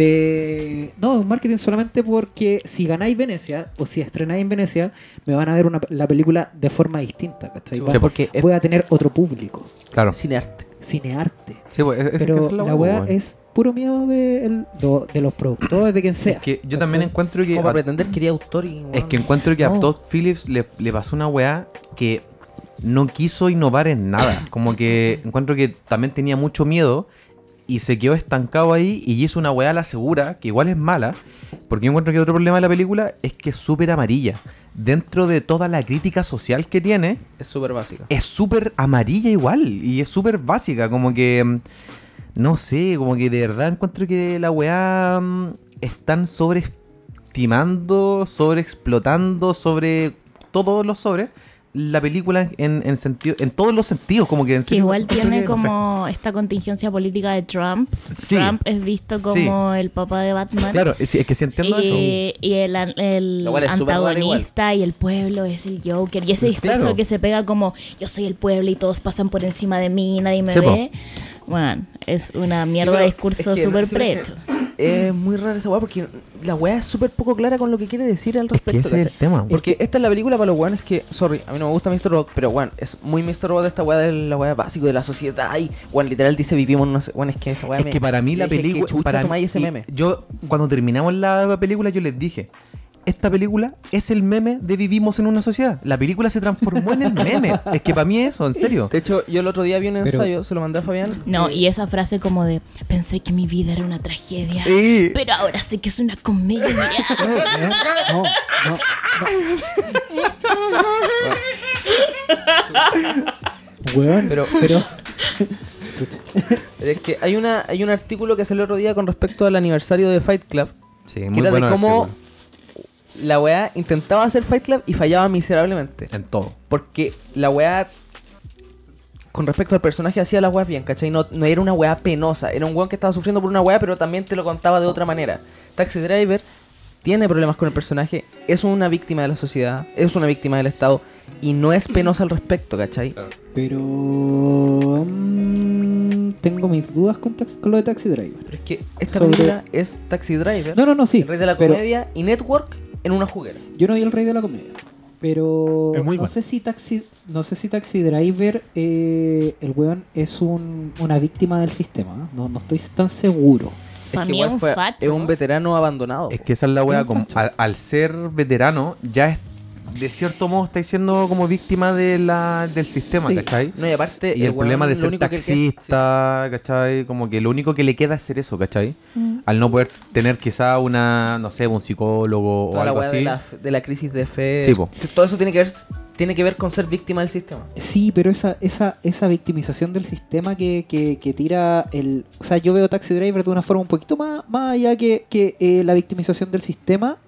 Speaker 6: de. No, es un marketing solamente porque si ganáis Venecia o si estrenáis en Venecia, me van a ver una- la película de forma distinta. ¿cachai? Va-
Speaker 1: Sí,
Speaker 3: porque es
Speaker 6: voy a tener otro público.
Speaker 1: claro.
Speaker 3: cinearte.
Speaker 6: Cinearte.
Speaker 1: Sí, pues, es, es que
Speaker 6: Pero
Speaker 1: esa es
Speaker 6: la,
Speaker 1: la
Speaker 6: weá
Speaker 1: weón.
Speaker 6: es puro miedo de, el- do- de los productores, de quien sea.
Speaker 1: Es que yo también
Speaker 6: ¿cachai?
Speaker 1: encuentro que.
Speaker 3: Como para
Speaker 1: a-
Speaker 3: pretender que era autor y...
Speaker 1: es
Speaker 3: bueno,
Speaker 1: que encuentro que a
Speaker 6: No.
Speaker 1: Todd Phillips le, le pasó una weá que no quiso innovar en nada. Como que encuentro que también tenía mucho miedo y se quedó estancado ahí y hizo una weá a la segura, que igual es mala. Porque yo encuentro que otro problema de la película es que es súper amarilla. Dentro de toda la crítica social que tiene,
Speaker 3: Es súper básica.
Speaker 1: es súper amarilla igual y es súper básica, como que mm, no sé, como que de verdad encuentro que la weá mm, están sobreestimando, sobreexplotando, sobre todos los sobres la película en, en sentido en todos los sentidos, como que en
Speaker 5: Que
Speaker 1: serio
Speaker 5: igual
Speaker 1: encuentro
Speaker 5: tiene
Speaker 1: que, no sé.
Speaker 5: como esta contingencia política de Trump.
Speaker 1: Sí.
Speaker 5: Trump es visto
Speaker 1: Sí.
Speaker 5: como el papá de Batman.
Speaker 1: Claro, es, es que si entiendo eso.
Speaker 5: y, y el, an- el
Speaker 3: Lo cual es súper raro igual.
Speaker 5: antagonista y el pueblo es el Joker. Y ese discurso
Speaker 1: Claro.
Speaker 5: que se pega como yo soy el pueblo y todos pasan por encima de mí y nadie me
Speaker 1: Sí, po.
Speaker 5: ve. Bueno, es una mierda
Speaker 3: Sí,
Speaker 5: de
Speaker 3: pero
Speaker 5: discurso
Speaker 3: es que no-
Speaker 5: súper
Speaker 3: sí, pero es
Speaker 5: preto.
Speaker 3: Es muy rara esa weá porque la weá es súper poco clara con lo que quiere decir al
Speaker 1: Es
Speaker 3: respecto.
Speaker 1: que ese es el
Speaker 3: ¿cachai?
Speaker 1: tema. weón.
Speaker 3: Porque esta es la película para los weones que, sorry, a mí no me gusta Mr. Robot, pero weón, es muy Mr. Robot esta weá de la weá básico de la sociedad y weón, literal dice vivimos en una... Weón, es que esa weá
Speaker 1: Es
Speaker 3: me-
Speaker 1: que para mí
Speaker 3: yo
Speaker 1: la
Speaker 3: dije, "¿Qué
Speaker 1: película.
Speaker 3: chucha
Speaker 1: para
Speaker 3: tomáis
Speaker 1: mí-
Speaker 3: ese meme?
Speaker 1: Yo, cuando terminamos la película, yo les dije: esta película es el meme de Vivimos en una sociedad. La película se transformó en el meme. Es que para mí eso, en serio.
Speaker 3: De hecho, yo el otro día vi un
Speaker 1: Pero-
Speaker 3: ensayo, se lo mandé a Fabián.
Speaker 5: No, y esa frase como de pensé que mi vida era una tragedia.
Speaker 1: Sí.
Speaker 5: Pero ahora sé que es una comedia. mira".
Speaker 6: No, no. Weón, pero, pero
Speaker 3: Es que hay una hay un artículo que salió el otro día con respecto al aniversario de Fight Club,
Speaker 1: Sí,
Speaker 3: que
Speaker 1: muy
Speaker 3: era
Speaker 1: bueno
Speaker 3: de cómo
Speaker 1: artículo.
Speaker 3: la weá intentaba hacer Fight Club y fallaba miserablemente.
Speaker 1: En todo.
Speaker 3: Porque la weá, con respecto al personaje, hacía las weas bien, ¿cachai? No, no era una weá penosa. Era un weón que estaba sufriendo por una weá, pero también te lo contaba de otra manera. Taxi Driver tiene problemas con el personaje, es una víctima de la sociedad, es una víctima del Estado, y no es penosa al respecto, ¿cachai?
Speaker 6: Pero. mm, tengo mis dudas con, tax- con lo de Taxi Driver.
Speaker 3: Pero es que esta
Speaker 6: Sobre-
Speaker 3: película es Taxi Driver,
Speaker 6: No, no, no, sí.
Speaker 3: el rey de la
Speaker 6: pero
Speaker 3: comedia y Network en una juguera.
Speaker 6: Yo no vi el rey de la comedia. Pero.
Speaker 4: Es muy
Speaker 6: no,
Speaker 4: bueno.
Speaker 6: sé si taxi, no sé si Taxi Driver, eh, el weón, es un, una víctima del sistema. ¿eh? No, no estoy tan seguro.
Speaker 5: Pa' mí es un facho.
Speaker 3: es un veterano abandonado.
Speaker 1: Es que esa es la
Speaker 3: Mm,
Speaker 1: wea,
Speaker 6: Un
Speaker 1: como-
Speaker 6: facho.
Speaker 1: al, al ser veterano, ya es, de cierto modo estáis siendo como víctima de la, del sistema,
Speaker 6: Sí.
Speaker 1: ¿cachai?
Speaker 3: No, y aparte,
Speaker 1: Y el,
Speaker 3: weón,
Speaker 1: problema de
Speaker 3: lo
Speaker 1: ser
Speaker 3: único que él quiere-
Speaker 1: taxista, ¿cachai? Como que lo único que le queda es ser eso, ¿cachai?
Speaker 6: Mm.
Speaker 1: Al no poder tener quizá una, no sé, un psicólogo
Speaker 3: Toda
Speaker 1: o
Speaker 3: la
Speaker 1: algo
Speaker 3: weá de
Speaker 1: así.
Speaker 3: la, de la crisis de fe.
Speaker 1: Sí, po.
Speaker 3: Todo eso tiene que ver tiene que ver con ser víctima del sistema.
Speaker 6: Sí, pero esa, esa, esa victimización del sistema que, que, que tira el... O sea, yo veo Taxi Driver de una forma un poquito más, más allá que, que, eh, la victimización del sistema.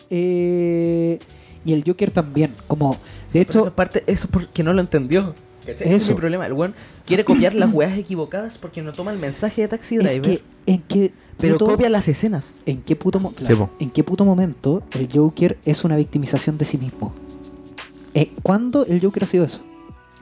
Speaker 6: eh, y el Joker también. Como, de
Speaker 3: Pero
Speaker 6: hecho,
Speaker 3: esa parte, eso es porque no lo entendió. ¿Cachai? Ese es
Speaker 6: Eso.
Speaker 3: mi problema. El weón quiere copiar las weas equivocadas porque no toma el mensaje de Taxi
Speaker 6: es
Speaker 3: Driver.
Speaker 6: que... ¿En qué
Speaker 3: pero
Speaker 6: puto-
Speaker 3: copia las escenas.
Speaker 6: ¿En qué puto, mo-
Speaker 1: Sí, po.
Speaker 6: ¿En qué puto momento el Joker es una victimización de sí mismo? Eh, ¿Cuándo el Joker ha sido eso?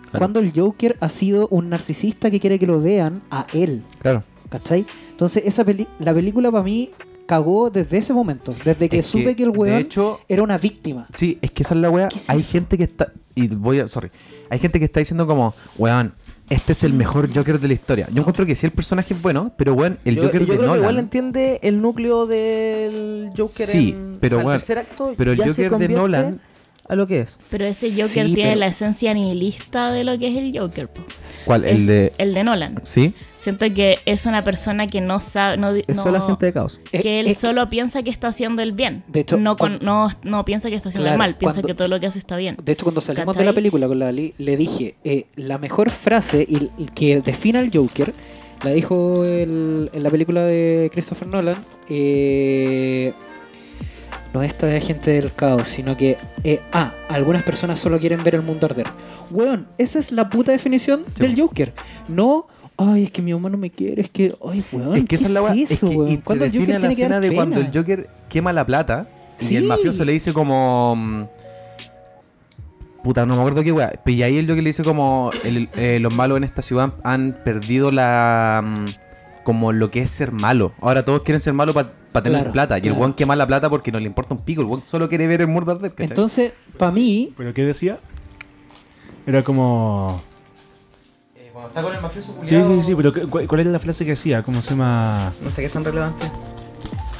Speaker 2: Claro.
Speaker 6: ¿Cuándo el Joker ha sido un narcisista que quiere que lo vean a él?
Speaker 1: Claro.
Speaker 6: ¿Cachai? Entonces, esa peli- la película para mí cagó desde ese momento. Desde que
Speaker 1: Es
Speaker 6: supe que el
Speaker 1: De
Speaker 6: weón
Speaker 1: hecho,
Speaker 6: era una víctima.
Speaker 1: Sí, es que esa es la weá.
Speaker 6: ¿Qué es
Speaker 1: Hay
Speaker 6: eso?
Speaker 1: gente que está. Y voy a. Sorry. Hay gente que está diciendo como, weón, este es el mejor Joker de la historia. Yo encuentro que sí, el personaje es bueno, pero weón, el
Speaker 3: yo
Speaker 1: Joker de
Speaker 3: yo creo que igual
Speaker 1: Nolan.
Speaker 3: entiende el núcleo del Joker
Speaker 1: Sí,
Speaker 3: en-
Speaker 1: pero
Speaker 3: al
Speaker 1: weón,
Speaker 3: tercer acto
Speaker 1: Pero el
Speaker 3: ya se
Speaker 1: Joker de
Speaker 3: convierte
Speaker 1: Nolan.
Speaker 3: a lo que es.
Speaker 5: Pero ese Joker
Speaker 6: Sí,
Speaker 5: tiene
Speaker 6: pero-
Speaker 5: la esencia nihilista de lo que es el Joker. po.
Speaker 1: ¿Cuál? El
Speaker 5: Es
Speaker 1: de.
Speaker 5: el de Nolan.
Speaker 1: Sí.
Speaker 5: Siento que es una persona que no sabe. No,
Speaker 3: Es
Speaker 5: no-
Speaker 3: solo gente de caos.
Speaker 6: Eh,
Speaker 5: que él
Speaker 6: eh,
Speaker 5: solo piensa que está haciendo el bien.
Speaker 6: De hecho,
Speaker 5: no, con-
Speaker 6: cuan-
Speaker 5: no, no piensa que está haciendo el
Speaker 6: Claro,
Speaker 5: mal, piensa
Speaker 6: cuando-
Speaker 5: que todo lo que hace está bien.
Speaker 6: De hecho, cuando salimos de
Speaker 5: ¿Cachai?
Speaker 6: la película con la Lali, le dije, eh, la mejor frase y, y que define al Joker, la dijo el- en la película de Christopher Nolan, eh, no esta de Agente del Caos, sino que, eh, ah, algunas personas solo quieren ver el mundo arder. Weón, esa es la puta definición del Joker. No... Ay, es que mi mamá no me quiere, es que. Ay, weón.
Speaker 1: es que
Speaker 6: ¿qué
Speaker 1: esa es la weá. Es
Speaker 6: eso,
Speaker 1: que
Speaker 6: weón?
Speaker 1: y se
Speaker 6: ¿Cuándo el
Speaker 1: define
Speaker 6: Joker
Speaker 1: la
Speaker 6: tiene que dar
Speaker 1: escena de cuando el
Speaker 6: pena?
Speaker 1: Joker quema la plata y el
Speaker 6: Sí.
Speaker 1: mafioso le dice como. mm, Puta, no me acuerdo qué weá. Y ahí el Joker le dice como. el- eh, los malos en esta ciudad han perdido la. mm, como lo que es ser malo. Ahora todos quieren ser malos para tener
Speaker 6: Claro,
Speaker 1: plata. Y el
Speaker 6: claro.
Speaker 1: weón quema la plata porque no le importa un pico. El weón solo quiere ver el mundo arder. ¿cachai?
Speaker 6: Entonces, para mí,
Speaker 4: ¿Pero qué decía? Era como...
Speaker 2: Eh, Cuando está con el mafioso
Speaker 4: Sí, sí, sí, pero ¿cu- ¿cuál era la frase que decía? ¿Cómo se llama?
Speaker 3: No sé qué es tan relevante.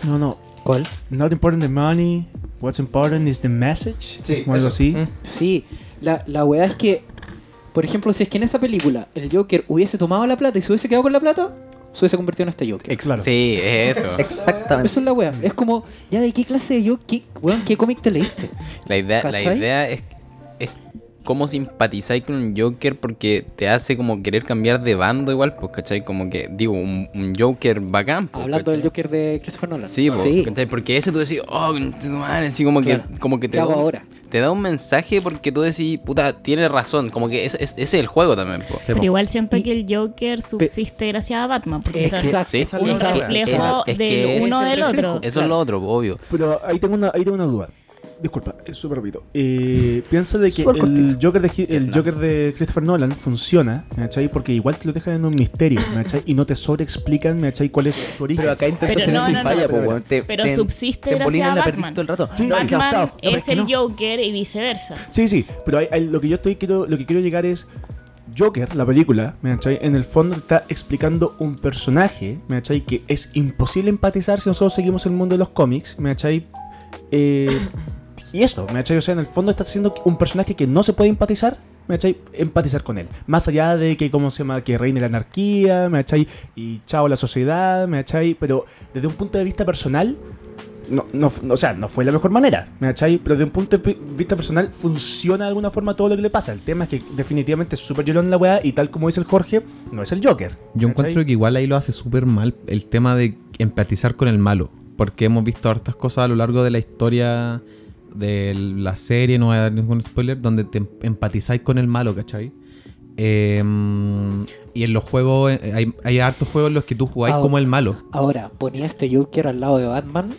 Speaker 4: No, no.
Speaker 6: ¿Cuál?
Speaker 4: Not important the money, what's important is the message.
Speaker 11: Sí,
Speaker 4: O algo
Speaker 11: eso.
Speaker 4: así.
Speaker 3: Mm.
Speaker 6: Sí, la, la weá es que, por ejemplo, si es que en esa película el Joker hubiese tomado la plata y se hubiese quedado con la plata, se hubiese convertido en este Joker.
Speaker 4: Claro.
Speaker 2: Sí, es eso.
Speaker 3: Exactamente.
Speaker 6: Eso es la weá. Es como, ya de qué clase de Joker, qué, weón, qué cómic te leíste.
Speaker 2: La idea, la
Speaker 6: ¿Cachai?
Speaker 2: idea es, es cómo simpatizáis con un Joker porque te hace como querer cambiar de bando igual, pues, ¿cachai? Como que, digo, un, un Joker bacán. pues,
Speaker 6: Hablando del
Speaker 2: ¿cachai?
Speaker 6: Joker de Christopher Nolan.
Speaker 2: Sí, pues, ¿cachai? porque ese tú decís, oh, concha tu madre, así como que,
Speaker 6: Claro.
Speaker 2: como que te,
Speaker 6: ¿Qué hago
Speaker 2: da un,
Speaker 6: ahora?
Speaker 2: te da un mensaje porque tú decís, puta, tiene razón, como que ese es, ese es el juego también, pues.
Speaker 1: Sí, po.
Speaker 5: Pero igual siento
Speaker 6: Y-
Speaker 5: que el Joker subsiste gracias a Batman, porque son-
Speaker 6: Exacto.
Speaker 2: Sí,
Speaker 5: es
Speaker 1: Esa
Speaker 5: el
Speaker 1: es la
Speaker 5: reflejo
Speaker 2: es- es
Speaker 5: del
Speaker 2: que es-
Speaker 5: uno
Speaker 6: es el
Speaker 5: del otro.
Speaker 2: Eso es lo otro, pues, obvio.
Speaker 4: Pero ahí tengo una, ahí tengo una duda. Disculpa, es súper rápido. Eh, pienso de que
Speaker 3: Súper
Speaker 4: el Joker, de, Hi- el Joker de Christopher Nolan funciona, ¿cachai? Porque igual te lo dejan en un misterio, ¿cachai? Y no te sobreexplican, ¿cachai? ¿Cuál es su origen?
Speaker 3: Pero acá intentas
Speaker 5: Pero
Speaker 3: hacer
Speaker 5: no,
Speaker 3: eso y
Speaker 5: no, no.
Speaker 3: falla, po, weón. Te-
Speaker 5: Pero
Speaker 3: te- te
Speaker 5: subsiste gracias
Speaker 3: embolinan
Speaker 5: a
Speaker 3: la
Speaker 5: Batman.
Speaker 3: perdiste todo el rato.
Speaker 4: Sí,
Speaker 5: Batman
Speaker 4: captado. No, pero es
Speaker 5: es
Speaker 4: que
Speaker 5: el
Speaker 4: no.
Speaker 5: Joker y viceversa.
Speaker 4: Sí, sí, pero ahí- ahí lo que yo estoy quiero, lo que quiero llegar es Joker, la película, ¿me cachai? En el fondo te está explicando un personaje, ¿me cachai? Que es imposible empatizar si nosotros seguimos el mundo de los cómics, ¿me cachai? Eh, Y eso, ¿me cachai? O sea, en el fondo estás haciendo que un personaje que no se puede empatizar, ¿me cachai? Empatizar con él. Más allá de que, ¿cómo se llama? Que reine la anarquía, ¿me cachai? Y chao la sociedad, ¿me cachai? Pero desde un punto de vista personal, no, no, no- o sea, no fue la mejor manera, ¿me cachai? Pero desde un punto de pi- vista personal, funciona de alguna forma todo lo que le pasa. El tema es que definitivamente es súper llorón la weá y tal como dice el Jorge, no es el Joker.
Speaker 1: Yo
Speaker 4: ¿me cachai?
Speaker 1: encuentro que igual ahí lo hace súper mal el tema de empatizar con el malo. Porque hemos visto hartas cosas a lo largo de la historia de la serie, no voy a dar ningún spoiler, donde te em- empatizáis con el malo, ¿cachai? Eh, y en los juegos, eh, hay, hay hartos juegos en los que tú jugáis
Speaker 10: Ah,
Speaker 1: como el malo.
Speaker 10: Ahora, ponía a este Joker al lado de Batman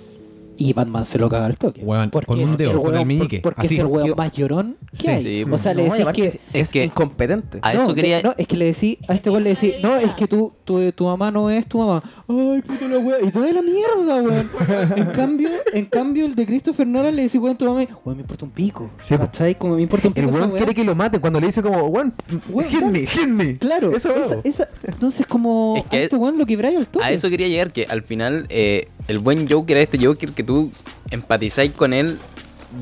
Speaker 10: y Batman se lo caga al toque.
Speaker 1: Weón,
Speaker 10: Porque
Speaker 1: con un
Speaker 10: es
Speaker 1: dedo,
Speaker 10: el
Speaker 1: con
Speaker 10: weón-
Speaker 1: el meñique,
Speaker 10: por- Porque
Speaker 1: así.
Speaker 10: es el weón más llorón que
Speaker 1: Sí,
Speaker 10: hay.
Speaker 2: sí,
Speaker 10: o sea, le
Speaker 3: No,
Speaker 10: decís
Speaker 3: además
Speaker 10: que...
Speaker 3: es
Speaker 2: es que-
Speaker 3: incompetente.
Speaker 2: A
Speaker 10: no,
Speaker 2: eso
Speaker 10: le-
Speaker 2: quería.
Speaker 10: no, es que le decís, a este weón le decís, no, es que tú, tu, tu mamá no es tu mamá. Ay, puta la weón, y toda la mierda, weón. En cambio, en cambio, el de Christopher Nolan le decís, weón, tu mamá, es- weón, me importa un pico.
Speaker 1: Sí, po.
Speaker 10: ¿Cachai? Como me importa un pico.
Speaker 1: El
Speaker 10: esa
Speaker 1: weón
Speaker 10: weá.
Speaker 1: quiere que lo maten cuando le dice como, weón,
Speaker 10: Weón,
Speaker 1: hit me, hit me.
Speaker 10: Claro,
Speaker 1: Eso
Speaker 10: esa-
Speaker 1: hago.
Speaker 10: esa- entonces como
Speaker 2: Es que
Speaker 10: a este weón lo quebráis al toque.
Speaker 2: A eso quería llegar, que al final eh, el buen Joker es este Joker que tú empatizáis con él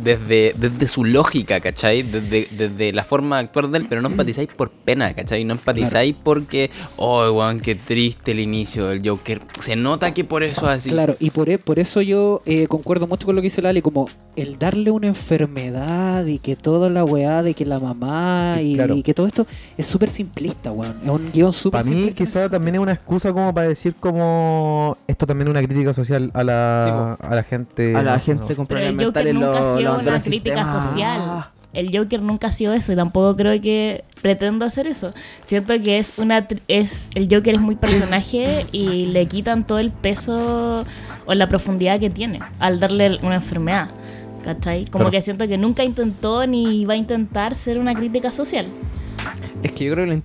Speaker 2: desde, desde su lógica, ¿cachai? Desde, desde la forma de actuar de él, pero no empatizáis por pena, ¿cachai? No empatizáis porque, oh, weón, qué triste el inicio del Joker. Se nota que por eso es así.
Speaker 10: Claro, y por, e- por eso yo eh, concuerdo mucho con lo que dice Lali, como el darle una enfermedad y que toda la weá de que la mamá y,
Speaker 1: Claro.
Speaker 10: y que todo esto es súper simplista, weón. Es un guión súper
Speaker 1: Para mí
Speaker 10: simplista.
Speaker 1: quizá también es una excusa como para decir como esto también es una crítica social a la, a la gente.
Speaker 3: a la
Speaker 1: no,
Speaker 3: gente
Speaker 1: no.
Speaker 3: con
Speaker 5: Pero
Speaker 3: problemas
Speaker 5: el Joker
Speaker 3: mentales lo,
Speaker 5: nunca ha
Speaker 3: lo
Speaker 5: sido
Speaker 3: abandona
Speaker 5: una
Speaker 3: el
Speaker 5: crítica
Speaker 3: sistema.
Speaker 5: social. El Joker nunca ha sido eso y tampoco creo que pretenda hacer eso. Siento que es una tri- es el Joker es muy personaje y le quitan todo el peso o la profundidad que tiene al darle una enfermedad. ¿Cachai? Como
Speaker 1: Claro.
Speaker 5: que siento que nunca intentó ni va a intentar ser una crítica social.
Speaker 3: Es que yo creo que lo in-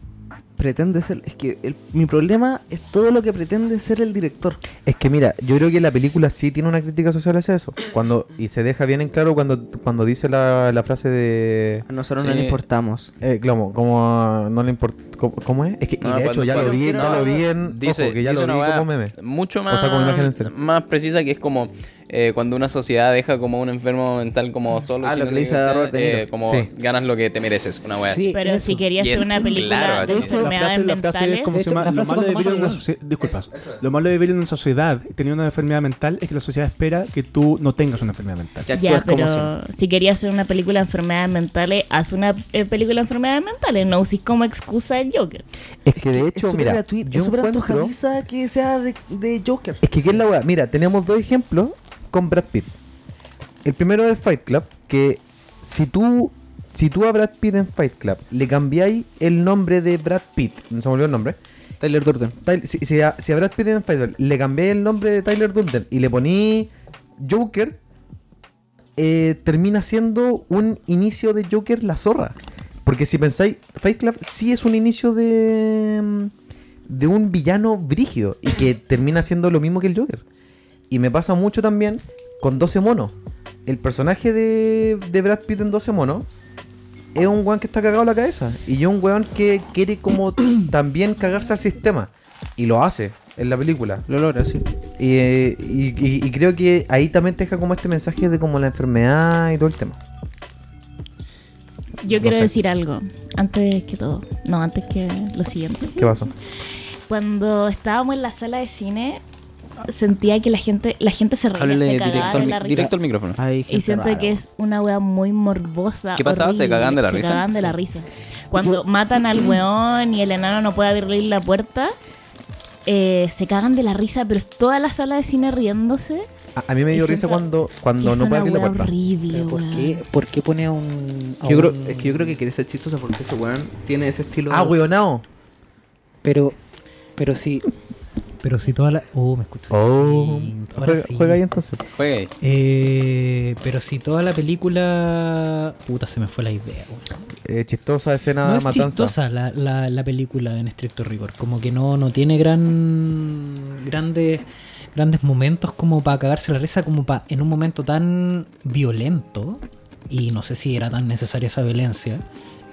Speaker 3: pretende ser. Es que el- mi problema es todo lo que pretende ser el director.
Speaker 1: Es que mira, yo creo que la película sí tiene una crítica social hacia eso. Cuando, y se deja bien en claro cuando, cuando dice la, la frase de
Speaker 3: A nosotros no
Speaker 2: Sí.
Speaker 3: le importamos.
Speaker 1: eh, como, como no le importa ¿cómo, cómo es? Es que y
Speaker 2: No, pues,
Speaker 1: de hecho
Speaker 2: cuando-
Speaker 1: ya lo
Speaker 2: cuando-
Speaker 1: vi, ya
Speaker 2: no,
Speaker 1: lo vi en
Speaker 2: Dice,
Speaker 1: ojo, que ya lo
Speaker 2: dice
Speaker 1: vi
Speaker 2: una weá
Speaker 1: como meme.
Speaker 2: Mucho
Speaker 1: O
Speaker 2: más,
Speaker 1: sea, como imagen en serio.
Speaker 2: más precisa que es como eh, cuando una sociedad deja como un enfermo mental como solo.
Speaker 3: Ah,
Speaker 2: si
Speaker 3: lo
Speaker 2: no
Speaker 3: que
Speaker 2: te
Speaker 3: le dice
Speaker 2: gusta,
Speaker 3: a Robert De Niro.
Speaker 2: eh, Como
Speaker 1: Sí.
Speaker 2: ganas lo que te mereces, una wea
Speaker 10: Sí,
Speaker 2: así.
Speaker 5: Pero si
Speaker 10: eso.
Speaker 5: quería
Speaker 2: Y
Speaker 5: hacer
Speaker 2: es
Speaker 5: una película
Speaker 2: claro,
Speaker 5: de
Speaker 2: así.
Speaker 4: La frase,
Speaker 5: enfermedades
Speaker 4: la frase es
Speaker 5: mentales,
Speaker 4: como
Speaker 10: De
Speaker 4: se
Speaker 10: hecho,
Speaker 4: llama.
Speaker 10: la
Speaker 4: Lo
Speaker 10: frase
Speaker 4: malo de
Speaker 10: cuando
Speaker 4: vivir en una
Speaker 10: más-
Speaker 4: sociedad. Disculpas. Lo malo de vivir en una sociedad teniendo una enfermedad mental es que la sociedad espera que tú no tengas una enfermedad mental.
Speaker 3: Que actúas
Speaker 5: Ya,
Speaker 3: como siempre.
Speaker 5: pero si querías hacer una película de enfermedades mentales, haz una eh, película de enfermedades mentales, no uses como excusa el Joker.
Speaker 1: Es que de hecho,
Speaker 3: es súper
Speaker 1: mira,
Speaker 3: gratuito,
Speaker 1: yo
Speaker 3: es súper
Speaker 1: encuentro
Speaker 3: antojadiza que sea de, de Joker.
Speaker 1: Es que qué es la weá. Mira, tenemos dos ejemplos con Brad Pitt. El primero es Fight Club, que si tú, si tú a Brad Pitt en Fight Club le cambiáis el nombre de Brad Pitt, no se me olvidó el nombre.
Speaker 3: Tyler Durden.
Speaker 1: Tyl- si, si a, si a Brad Pitt en Fight Club le cambiáis el nombre de Tyler Durden y le poní Joker, eh, termina siendo un inicio de Joker la zorra. Porque si pensáis, Fight Club sí es un inicio de. mm, de un villano brígido y que termina siendo lo mismo que el Joker. Y me pasa mucho también con 12 monos. El personaje de, de Brad Pitt en 12 monos es un weón que está cagado en la cabeza. Y yo un weón que quiere como también cagarse al sistema. Y lo hace en la película.
Speaker 3: Lo logra, sí.
Speaker 1: Y, eh, y- y- y creo que ahí también te deja como este mensaje de como la enfermedad y todo el tema.
Speaker 5: Yo
Speaker 1: No
Speaker 5: quiero
Speaker 1: sé.
Speaker 5: decir algo, antes que todo, no, antes que lo siguiente.
Speaker 1: ¿Qué pasó?
Speaker 5: Cuando estábamos en la sala de cine, sentía que la gente, la gente se reía,
Speaker 2: Hable
Speaker 5: se
Speaker 2: directo,
Speaker 5: cagaba de
Speaker 2: al mi-
Speaker 5: la risa.
Speaker 2: directo al micrófono.
Speaker 3: Hay
Speaker 5: Y
Speaker 3: gente
Speaker 5: siento
Speaker 3: rara.
Speaker 5: que es una wea muy morbosa.
Speaker 2: ¿Qué pasaba? ¿Se
Speaker 5: horrible,
Speaker 2: cagaban de la risa?
Speaker 5: Se cagaban de la risa. Cuando matan al weón y el enano no puede abrir la puerta, eh, se cagan de la risa, pero es toda la sala de cine riéndose.
Speaker 1: A, a mí me
Speaker 5: Y
Speaker 1: dio risa
Speaker 5: siento
Speaker 1: cuando, cuando
Speaker 5: es
Speaker 1: no
Speaker 5: una
Speaker 1: puede abrir la
Speaker 5: wea
Speaker 1: puerta.
Speaker 5: horrible,
Speaker 10: Pero ¿por,
Speaker 5: weón.
Speaker 10: qué, ¿Por qué pone a un...? a
Speaker 3: Yo creo,
Speaker 10: un-
Speaker 3: es que yo creo que quiere ser chistosa porque ese weón tiene ese estilo.
Speaker 1: Ah, weonao.
Speaker 10: Pero, pero sí,
Speaker 6: Pero si toda la... Uh, me escucho.
Speaker 1: Oh.
Speaker 6: Sí, ahora
Speaker 1: Juega,
Speaker 6: sí.
Speaker 1: juega ahí entonces.
Speaker 2: Juega ahí.
Speaker 6: Eh, pero si toda la película... Puta, se me fue la idea. güey.
Speaker 1: Eh, chistosa escena
Speaker 6: no es
Speaker 1: matanza.
Speaker 6: chistosa la, la- la película en estricto rigor. Como que no, no tiene gran grandes grandes momentos como para cagarse la risa, como para en un momento tan violento, y no sé si era tan necesaria esa violencia,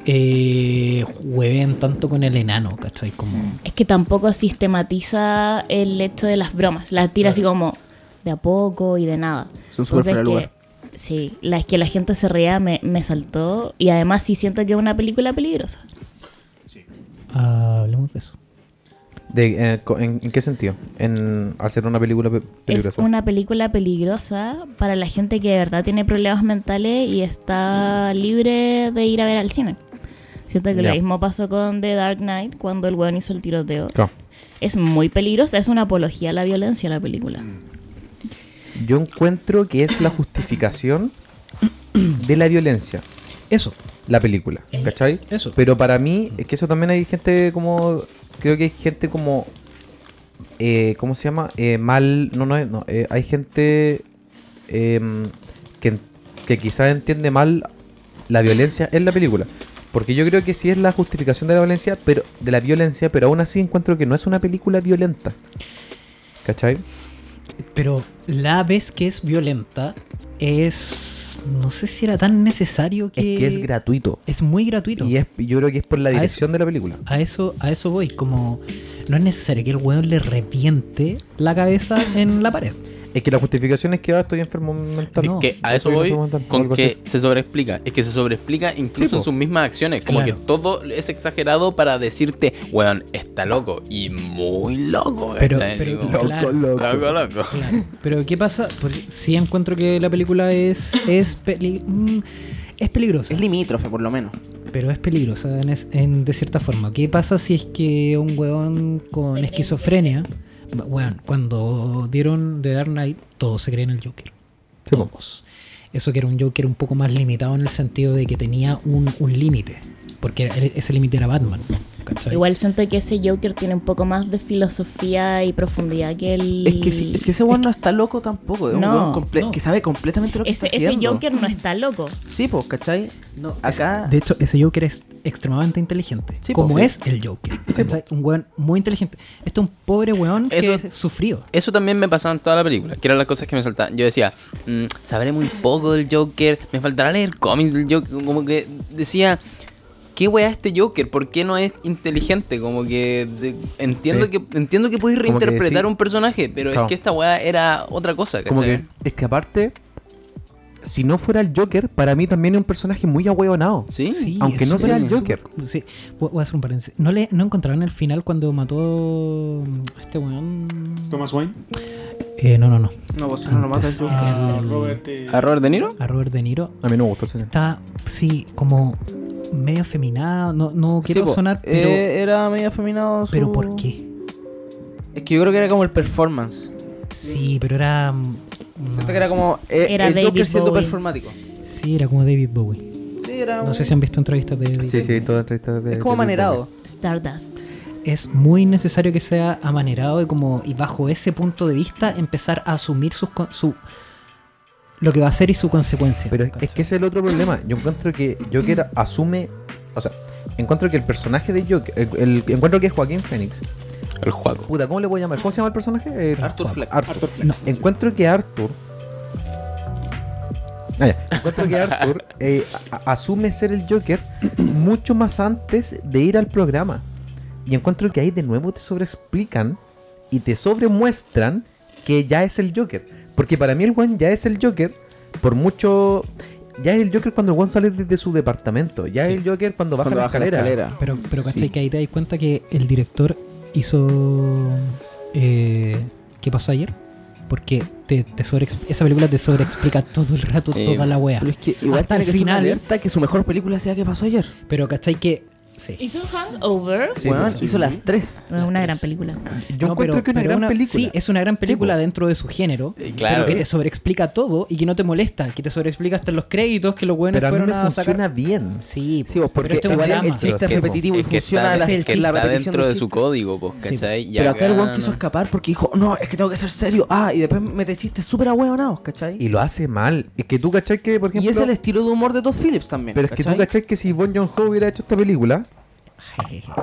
Speaker 6: eh, hueven tanto con el enano, ¿cachai?
Speaker 1: Mm.
Speaker 6: Como...
Speaker 5: Es que tampoco sistematiza el hecho de las bromas. Las tira así como de a poco y de nada.
Speaker 3: Son súper
Speaker 5: Entonces
Speaker 3: fuera de
Speaker 5: que
Speaker 3: lugar.
Speaker 5: Sí, la, es que la gente se ría me, me saltó y además sí siento que es una película peligrosa.
Speaker 6: Ah, hablemos de eso.
Speaker 1: De, eh, co- en, en qué sentido? ¿En hacer una película pe- peligrosa?
Speaker 5: Es una película peligrosa para la gente que de verdad tiene problemas mentales y está libre de ir a ver al cine. Siento que
Speaker 1: Ya.
Speaker 5: lo mismo pasó con The Dark Knight cuando el weón hizo el tiroteo.
Speaker 1: Claro.
Speaker 5: Es muy peligrosa, es una apología a la violencia la película.
Speaker 1: Mm. Yo encuentro que es la justificación de la violencia,
Speaker 6: Eso, Eh,
Speaker 1: la película, ¿cachai?
Speaker 6: eso.
Speaker 1: Pero para mí, es que eso también hay gente como. Creo que hay gente como. eh, ¿Cómo se llama? Eh, mal. No, no, no. eh, hay gente. em, que, que quizás entiende mal la violencia en la película. Porque yo creo que sí es la justificación de la violencia, pero de la violencia, pero aún así encuentro que no es una película violenta. ¿Cachai?
Speaker 6: Pero la vez que es violenta es. No sé si era tan necesario que.
Speaker 1: Es que es gratuito.
Speaker 6: es muy gratuito.
Speaker 1: Y es, yo creo que es por la
Speaker 6: eso-
Speaker 1: dirección de la película.
Speaker 6: A eso, a eso voy, como no es necesario que el weón le reviente la cabeza en la pared.
Speaker 1: Es que la justificación es que ah, estoy enfermo mental.
Speaker 6: No,
Speaker 2: que a eso
Speaker 1: estoy
Speaker 2: voy
Speaker 1: enfermo mental,
Speaker 2: con
Speaker 1: algo así.
Speaker 2: que se sobreexplica. Es que se sobreexplica
Speaker 1: Sí,
Speaker 2: incluso
Speaker 1: po.
Speaker 2: en sus mismas acciones. Como
Speaker 6: Claro.
Speaker 2: que todo es exagerado para decirte, weón, está loco. Y muy loco,
Speaker 6: Pero-
Speaker 2: ¿cachai?
Speaker 6: pero-
Speaker 2: Digo,
Speaker 6: Claro.
Speaker 2: loco, loco.
Speaker 6: Claro. Pero ¿qué pasa? Porque sí encuentro que la película es es peli- mm, es peligrosa,
Speaker 3: Es limítrofe, por lo menos.
Speaker 6: pero es peligrosa en es- en- de cierta forma. ¿Qué pasa si es que un weón con esquizofrenia, weón, cuando dieron The Dark Knight, todos se creen el Joker.
Speaker 1: Sí, po.
Speaker 6: todos. Eso que era un Joker un poco más limitado en el sentido de que tenía un, un límite. Porque era- ese límite era Batman. ¿cachai?
Speaker 5: Igual siento que ese Joker tiene un poco más de filosofía y profundidad que el...
Speaker 3: Es que, sí, es que ese weón no está loco tampoco. Es un
Speaker 5: No,
Speaker 3: weón comple-
Speaker 6: no.
Speaker 3: que sabe completamente lo que
Speaker 5: Ese,
Speaker 3: está
Speaker 5: ese
Speaker 3: haciendo.
Speaker 5: Joker no está loco.
Speaker 3: Sí, pues, ¿cachai? No, acá.
Speaker 6: De hecho, ese Joker es extremadamente inteligente.
Speaker 3: Sí, po.
Speaker 6: como
Speaker 3: Sí.
Speaker 6: es el Joker. ¿cachai? Un weón muy inteligente. Este es un pobre weón
Speaker 2: Eso-
Speaker 6: que sufrió.
Speaker 2: Eso también me pasaba en toda la película, que eran las cosas que me saltaban. Yo decía, "Mm, sabré muy poco del Joker, me faltará leer cómics del Joker. Como que decía, ¿qué weá este Joker? ¿Por qué no es inteligente? Como que de- entiendo
Speaker 1: Sí.
Speaker 2: que entiendo que puedes
Speaker 1: Como que
Speaker 2: reinterpretar
Speaker 1: sí.
Speaker 2: un personaje, pero
Speaker 1: Claro.
Speaker 2: es que esta weá era otra cosa,
Speaker 1: Como
Speaker 2: ¿cachai?
Speaker 1: que es que aparte, si no fuera el Joker, para mí también es un personaje muy ahueonado.
Speaker 2: Sí,
Speaker 6: Sí,
Speaker 1: Aunque
Speaker 6: es
Speaker 1: no sea
Speaker 6: súper-
Speaker 1: el Joker.
Speaker 6: súper- sí. Voy voy a hacer un paréntesis. ¿No, le, ¿No encontraron el final cuando mató a este weón?
Speaker 4: Thomas Wayne.
Speaker 6: Eh, no, no, no.
Speaker 3: No, vos no lo matas.
Speaker 6: Antes.
Speaker 3: yo-
Speaker 12: Ah,
Speaker 4: A
Speaker 6: El-
Speaker 4: Robert. eh,
Speaker 1: Ah,
Speaker 2: ¿A Robert De Niro?
Speaker 6: A Robert De Niro.
Speaker 1: A mí no me gustó ese.
Speaker 6: Está, sí, como medio afeminado. No, no
Speaker 3: Sí,
Speaker 6: quiero
Speaker 3: po.
Speaker 6: sonar, pero,
Speaker 3: Eh, era medio afeminado. su-
Speaker 6: pero ¿por qué?
Speaker 3: Es que yo creo que era como el performance.
Speaker 6: Sí, pero era. mm,
Speaker 3: Siento
Speaker 6: no.
Speaker 3: que era como eh,
Speaker 5: Era
Speaker 3: el Joker
Speaker 5: David
Speaker 3: siendo
Speaker 5: Bowie.
Speaker 3: performático.
Speaker 6: Sí, era como David Bowie.
Speaker 3: Sí, era.
Speaker 6: No
Speaker 3: un-
Speaker 6: sé si han visto entrevistas de David
Speaker 1: Sí, sí,
Speaker 6: Bowie.
Speaker 1: toda entrevista de.
Speaker 3: Es como manerado.
Speaker 5: Stardust.
Speaker 6: Es muy necesario que sea amanerado y como y bajo ese punto de vista empezar a asumir sus con- su lo que va a ser y su consecuencia.
Speaker 1: Pero es,
Speaker 6: ¿cachai?
Speaker 1: es que ese es el otro problema. Yo encuentro que Joker asume. O sea, encuentro que el personaje de Joker. el- el- encuentro que es Joaquín Phoenix.
Speaker 2: El Juaco.
Speaker 1: Puta, ¿cómo le voy a llamar? ¿Cómo se llama el personaje? Eh,
Speaker 3: Arthur Fleck.
Speaker 1: Arthur.
Speaker 4: Arthur Fleck.
Speaker 6: No.
Speaker 1: Encuentro que Arthur. Ah, ya. Encuentro que Arthur eh, a- asume ser el Joker mucho más antes de ir al programa. Y encuentro que ahí de nuevo te sobreexplican y te sobremuestran que ya es el Joker. Porque para mí el Juan ya es el Joker por mucho. Ya es el Joker cuando el Juan sale de, de su departamento. Ya es el Joker cuando baja,
Speaker 3: Cuando
Speaker 1: la,
Speaker 3: baja
Speaker 1: escalera.
Speaker 6: Pero, pero ¿cachai?
Speaker 1: Sí.
Speaker 6: Que ahí te das cuenta que el director hizo. Eh, ¿Qué pasó ayer? Porque te, te sobreex- esa película te sobreexplica todo el rato
Speaker 2: Sí.
Speaker 6: toda la wea.
Speaker 3: Pero es que igual
Speaker 6: Hasta
Speaker 3: tiene
Speaker 6: el
Speaker 3: que ser una
Speaker 6: final.
Speaker 3: alerta que su mejor película sea que pasó ayer.
Speaker 6: Pero ¿cachai? Que. Sí.
Speaker 5: ¿Hizo Hangover?
Speaker 3: Weón,
Speaker 4: sí.
Speaker 3: hizo las tres.
Speaker 5: Una gran película.
Speaker 1: Yo
Speaker 6: No,
Speaker 1: encuentro que es una
Speaker 6: pero
Speaker 1: gran película.
Speaker 6: Sí, es una gran película
Speaker 1: po.
Speaker 6: dentro de su género.
Speaker 2: Eh, claro.
Speaker 6: Pero que te sobreexplica todo y que no te molesta. Que te sobreexplica hasta los créditos que los buenos
Speaker 1: pero a mí
Speaker 6: fueron
Speaker 1: me
Speaker 6: a
Speaker 1: funciona
Speaker 6: sacar.
Speaker 1: bien.
Speaker 6: Sí,
Speaker 3: Sí, vos, porque
Speaker 6: pero este es un
Speaker 3: igual
Speaker 6: drama.
Speaker 3: el chiste es
Speaker 1: Sí, po.
Speaker 3: repetitivo y
Speaker 2: Es que
Speaker 3: funciona
Speaker 2: está,
Speaker 3: la,
Speaker 6: es
Speaker 2: que
Speaker 6: la
Speaker 2: está
Speaker 3: repetición
Speaker 2: dentro
Speaker 3: del
Speaker 2: de su
Speaker 3: chiste.
Speaker 2: código, pues,
Speaker 6: Sí,
Speaker 2: ¿cachai? Y
Speaker 3: Pero acá el weón
Speaker 2: no.
Speaker 3: quiso escapar porque dijo, no, es que tengo que ser serio. Ah, y después mete chistes súper ahueonados, ¿cachai?
Speaker 1: Y lo hace mal. Es que tú, ¿cachai? Que, por
Speaker 3: Y
Speaker 1: ejemplo.
Speaker 3: es el estilo de humor de Todd Phillips también.
Speaker 1: Pero es que tú
Speaker 3: ¿cachai?
Speaker 1: cachai que si Bon Joon Ho hubiera hecho esta película,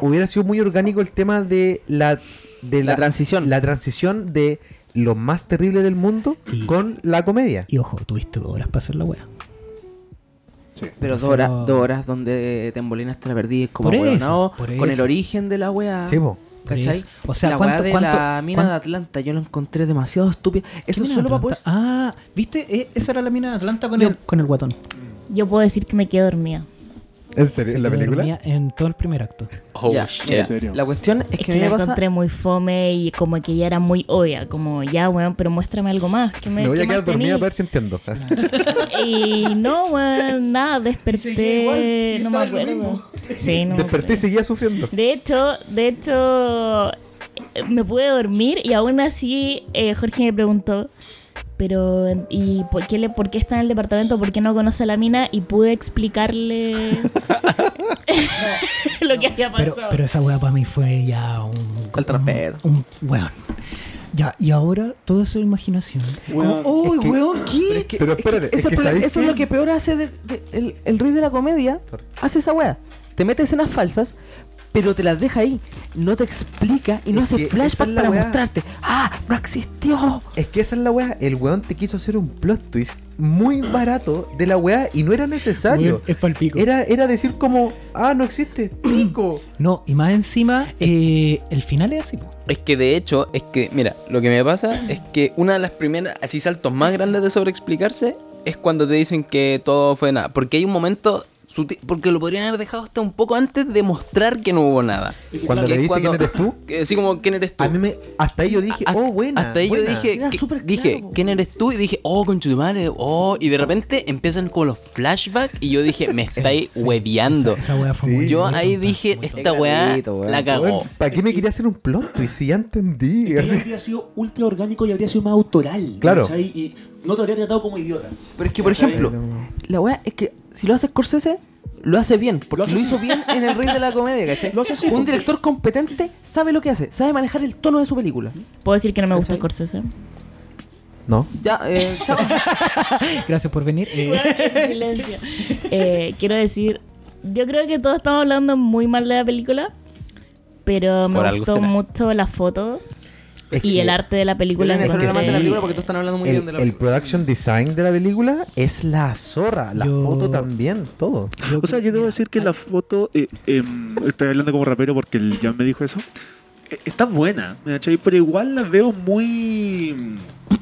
Speaker 1: hubiera sido muy orgánico el tema de la de
Speaker 3: La transición.
Speaker 1: la transición de lo más terrible del mundo
Speaker 6: Y-
Speaker 1: con la comedia.
Speaker 6: Y ojo, tuviste dos horas para hacer la wea.
Speaker 3: Pero dos
Speaker 6: Pero-
Speaker 3: horas, dos horas donde te embolinas te la perdí como
Speaker 6: Por eso,
Speaker 3: ahueonado
Speaker 6: por
Speaker 3: con el
Speaker 6: eso.
Speaker 3: origen de la wea.
Speaker 1: Sí, po.
Speaker 6: Por
Speaker 3: ¿Cachai?
Speaker 6: eso. O sea,
Speaker 3: la
Speaker 6: ¿cuánto-
Speaker 3: weá de
Speaker 6: cuánto-
Speaker 3: la mina
Speaker 6: cuán-
Speaker 3: de Atlanta, yo la encontré demasiado estúpida.
Speaker 6: ¿Qué
Speaker 3: Eso
Speaker 6: mina
Speaker 3: es
Speaker 6: de
Speaker 3: solo para poder.
Speaker 6: Atlanta? Ah, ¿viste? Eh, esa era la mina de Atlanta con,
Speaker 3: Yo-
Speaker 6: el, con el guatón.
Speaker 5: Yo puedo decir que me quedé dormida.
Speaker 1: ¿En serio?
Speaker 6: Se
Speaker 1: ¿En la
Speaker 6: quedó
Speaker 1: película?
Speaker 6: dormida En todo el primer acto.
Speaker 2: Oh,
Speaker 3: Ya,
Speaker 2: shit.
Speaker 3: mira,
Speaker 12: En serio.
Speaker 3: La cuestión es,
Speaker 5: Es
Speaker 3: que,
Speaker 5: que,
Speaker 3: a mí
Speaker 5: la
Speaker 3: me pasa.
Speaker 5: encontré muy fome y como que ella era muy obvia, como ya, weón, pero muéstrame algo más. ¿qué me, este
Speaker 1: Me voy
Speaker 5: qué
Speaker 1: a quedar
Speaker 5: más tení?"
Speaker 1: dormida para ver si entiendo.
Speaker 5: Y no, weón, nada,
Speaker 6: seguía
Speaker 5: desperté,
Speaker 6: igual, y
Speaker 5: no me
Speaker 6: estaba en lo
Speaker 5: acuerdo. Sí, no me
Speaker 1: Desperté y
Speaker 5: acuerdo.
Speaker 1: seguía sufriendo.
Speaker 5: De hecho, de hecho, eh, me pude dormir y aún así eh, Jorge me preguntó, pero ¿y por qué, le, por qué está en el departamento? ¿Por qué no conoce a la mina? Y pude explicarle lo que había
Speaker 6: Pero,
Speaker 5: pasado.
Speaker 6: pero esa weá para mí fue ya un.
Speaker 3: Al trapero.
Speaker 6: Un, un- weón. Ya, y ahora todo eso es imaginación. Oh,
Speaker 12: Weón,
Speaker 6: Como, ¡Uy,
Speaker 1: es que-
Speaker 6: weón!
Speaker 1: Pero,
Speaker 6: ¿Qué?
Speaker 1: espérate,
Speaker 3: Ese
Speaker 1: es que
Speaker 3: problema-
Speaker 1: sabéis
Speaker 3: eso
Speaker 1: qué?
Speaker 3: es lo que peor hace de- de- el, el rey de la comedia.
Speaker 1: Sorry.
Speaker 3: Hace esa weá. Te mete escenas falsas, pero te las deja ahí. No te explica y no
Speaker 1: Es que
Speaker 3: hace
Speaker 1: esa
Speaker 3: flashback
Speaker 1: es la
Speaker 3: para
Speaker 1: weá.
Speaker 3: mostrarte. ¡Ah! ¡No existió!
Speaker 1: Es que esa es la weá. El weón te quiso hacer un plot twist muy barato de la weá y no era necesario.
Speaker 6: Weón, es palpico.
Speaker 1: Era, era decir como, ah, no existe. Pico.
Speaker 6: No, y más encima, eh, el final es así. po.
Speaker 2: Es que de hecho, es que, mira, lo que me pasa es que una de las primeras, así saltos más grandes de sobreexplicarse es cuando te dicen que todo fue nada. Porque hay un momento sutil, porque lo podrían haber dejado hasta un poco antes de mostrar que no hubo nada.
Speaker 1: Cuando le
Speaker 2: Que
Speaker 1: dice
Speaker 2: cuando-
Speaker 1: quién eres tú,
Speaker 2: Que Así como, ¿quién eres tú?
Speaker 1: a mí me, hasta ahí yo dije,
Speaker 2: A-
Speaker 1: oh, buena.
Speaker 2: Hasta ahí yo
Speaker 1: buena.
Speaker 2: dije,
Speaker 3: Era
Speaker 2: que-
Speaker 3: súper
Speaker 2: dije
Speaker 3: claro.
Speaker 2: ¿quién eres tú? Y dije, oh, con oh. Y de repente empiezan con los flashbacks y yo dije, me estáis
Speaker 6: Sí,
Speaker 2: hueveando.
Speaker 6: Esa, esa weá fue
Speaker 1: Sí.
Speaker 6: muy
Speaker 2: Yo
Speaker 6: muy
Speaker 2: ahí
Speaker 6: tonta,
Speaker 2: dije,
Speaker 6: muy tonta.
Speaker 2: esta weá
Speaker 3: clarito, weón.
Speaker 2: la cagó.
Speaker 1: Weón, ¿Para qué me quería hacer un plot twist? Si ya entendí.
Speaker 12: Él
Speaker 1: Así-
Speaker 12: habría sido ultra orgánico y habría sido más autoral.
Speaker 1: Claro.
Speaker 12: ¿cachai? Y no te habría tratado como idiota.
Speaker 3: Pero es que, por ejemplo, la weá es que si lo hace Scorsese, lo hace bien. Porque lo, hizo bien en el rey de la comedia, ¿cachai?
Speaker 12: Lo hace así,
Speaker 3: Un
Speaker 12: porque-
Speaker 3: director competente sabe lo que hace, sabe manejar el tono de su película.
Speaker 5: Puedo decir que no me gusta
Speaker 3: ¿Cachai?
Speaker 5: Scorsese.
Speaker 1: No.
Speaker 3: Ya, eh, chao.
Speaker 6: Gracias por venir. Eh,
Speaker 5: Silencio. Eh, quiero decir, yo creo que todos estamos hablando muy mal de la película, pero me
Speaker 2: Por algo
Speaker 5: gustó
Speaker 2: será.
Speaker 5: mucho la foto
Speaker 1: Es
Speaker 5: y
Speaker 1: que
Speaker 5: el arte de la película.
Speaker 3: Yo creo que
Speaker 1: es
Speaker 3: no
Speaker 5: encontré-
Speaker 3: hablan más de la
Speaker 1: sí.
Speaker 3: película porque todos están hablando muy bien
Speaker 1: El,
Speaker 3: de la
Speaker 1: el
Speaker 3: película.
Speaker 1: production design de la película es la zorra. La
Speaker 6: Yo-
Speaker 1: foto también, todo.
Speaker 6: yo-
Speaker 12: O sea, yo debo
Speaker 6: mira, ah.
Speaker 12: decir que la foto. eh, em, estoy hablando como rapero porque el Jan me dijo eso. Eh, Está buena, ¿me cachai? pero igual la veo muy. mm,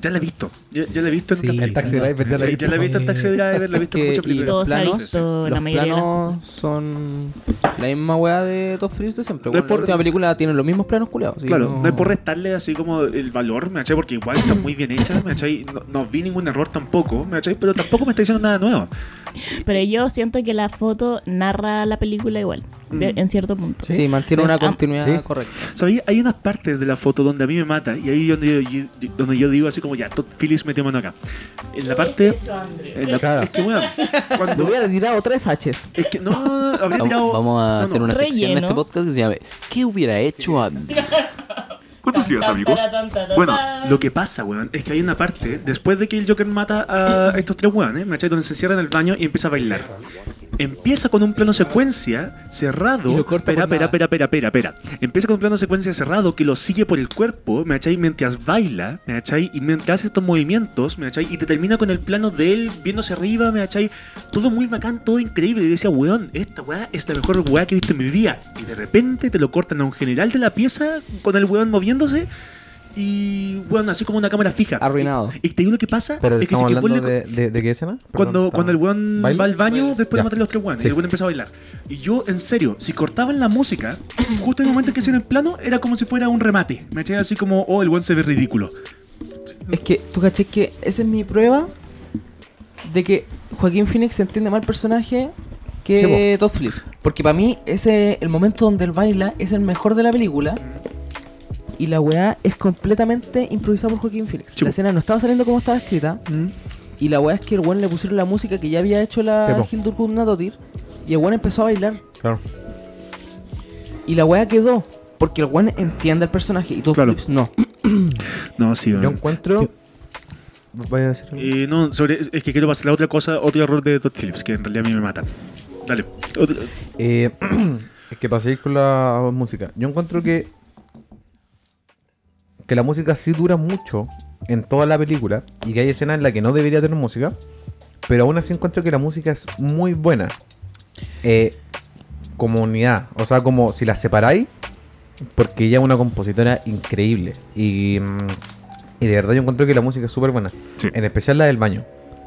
Speaker 12: Ya la he visto. Ya, ya la he visto en
Speaker 6: Sí,
Speaker 12: otras
Speaker 6: el Taxi
Speaker 12: películas.
Speaker 1: Driver ya la he
Speaker 12: Ya la he visto en Taxi Driver, la he visto en
Speaker 3: Es que-
Speaker 12: muchas
Speaker 3: y
Speaker 12: películas.
Speaker 5: todo se ha
Speaker 3: planos,
Speaker 5: visto en la
Speaker 3: Los
Speaker 5: mayoría de las cosas.
Speaker 3: planos son la misma weá de Top Furious de siempre.
Speaker 12: No es
Speaker 3: weón.
Speaker 12: por-
Speaker 3: La última película tiene los mismos planos culiados.
Speaker 12: Claro, no es por restarle así como el valor, ¿me cachai? Porque igual está muy bien hecha, ¿me cachai? No, no vi ningún error tampoco, ¿me cachai? Pero tampoco me está diciendo nada nuevo.
Speaker 5: Pero yo siento que la foto narra la película igual, de-
Speaker 12: Mm.
Speaker 5: en cierto punto.
Speaker 3: Sí, mantiene
Speaker 5: Sí.
Speaker 3: una
Speaker 5: Ah,
Speaker 3: continuidad
Speaker 1: sí.
Speaker 3: correcta.
Speaker 12: ¿Sabéis? Hay unas partes de la foto donde a mí me mata y ahí donde yo, yo- donde yo digo así como ya, Todd Phillips metió mano acá. En la parte... en la-
Speaker 1: Claro.
Speaker 12: Es que, weón,
Speaker 3: Le
Speaker 12: cuando...
Speaker 3: hubiera tirado tres H's.
Speaker 12: Es que no, no, no, habría
Speaker 2: Vamos,
Speaker 12: tirado...
Speaker 2: vamos a
Speaker 12: no, no.
Speaker 2: hacer una sección en
Speaker 5: Relleno.
Speaker 2: este podcast que se llame ¿Qué hubiera hecho a
Speaker 12: ¿Cuántos días, amigos? Bueno, lo que pasa, weón, es que hay una parte, después de que el Joker mata a estos tres weones, ¿me cachai? Donde se encierra en el baño y empieza a bailar. Empieza con un plano secuencia cerrado.
Speaker 3: Y lo corta
Speaker 12: Espera,
Speaker 3: por nada.
Speaker 12: espera, espera, espera, espera, espera. Empieza con un plano secuencia cerrado que lo sigue por el cuerpo, ¿me cachai? Mientras baila, ¿me cachai? Y mientras hace estos movimientos, ¿me cachai? Y te termina con el plano de él viéndose arriba, ¿me cachai? Todo muy bacán, todo increíble. Y decía, weón, esta weá es la mejor weá que he visto en mi vida. Y de repente te lo cortan a un general de la pieza con el weón moviéndose. Y bueno, así como una cámara fija.
Speaker 3: Arruinado.
Speaker 12: Y, y te digo lo que pasa,
Speaker 1: Pero
Speaker 12: es que si
Speaker 1: estamos
Speaker 12: que
Speaker 1: hablando
Speaker 12: ponle-
Speaker 1: de, de, de qué escena? Perdón,
Speaker 12: cuando,
Speaker 1: estamos-
Speaker 12: cuando el weón
Speaker 1: ¿Baile?
Speaker 12: va al baño después
Speaker 1: Ya.
Speaker 12: de matar a los tres weones,
Speaker 1: Sí.
Speaker 12: y el weón empezó a bailar. Y yo, en serio, si cortaban la música, justo en el momento en que hacían el plano, era como si fuera un remate. Me eché así como, oh, el weón se ve ridículo.
Speaker 3: Es que, tú caché que esa es mi prueba de que Joaquín Phoenix entiende mal personaje que
Speaker 1: Sí, po.
Speaker 3: Todd Phillips. Porque para mí, ese el momento donde él baila es el mejor de la película. Y la weá es completamente improvisada por Joaquín Phoenix.
Speaker 12: Sí, po.
Speaker 3: La escena no estaba saliendo como estaba escrita. Y la weá es que el weón le pusieron la música que ya había hecho
Speaker 1: Sí,
Speaker 3: la
Speaker 1: po.
Speaker 3: Hildur Gudnadóttir. Y el weón empezó a bailar.
Speaker 1: Claro.
Speaker 3: Y la weá quedó. Porque el weón entiende al personaje. Y Todd
Speaker 12: Claro.
Speaker 3: Phillips no.
Speaker 12: No, sí,
Speaker 1: Yo
Speaker 12: weón.
Speaker 1: encuentro. Voy a decir algo.
Speaker 12: Eh, no, sobre, es que quiero pasar a otra cosa, otro error de Todd Phillips, que en realidad a mí me mata. Dale. Otro-
Speaker 1: Eh, es que para seguir con la música, yo encuentro que que la música sí dura mucho en toda la película y que hay escenas en las que no debería tener música, pero aún así encuentro que la música es muy buena. Eh, como unidad, o sea, como si la separáis, porque ella es una compositora increíble. Y, mm, y de verdad yo encuentro que la música es súper buena.
Speaker 4: Sí.
Speaker 1: En especial la del baño.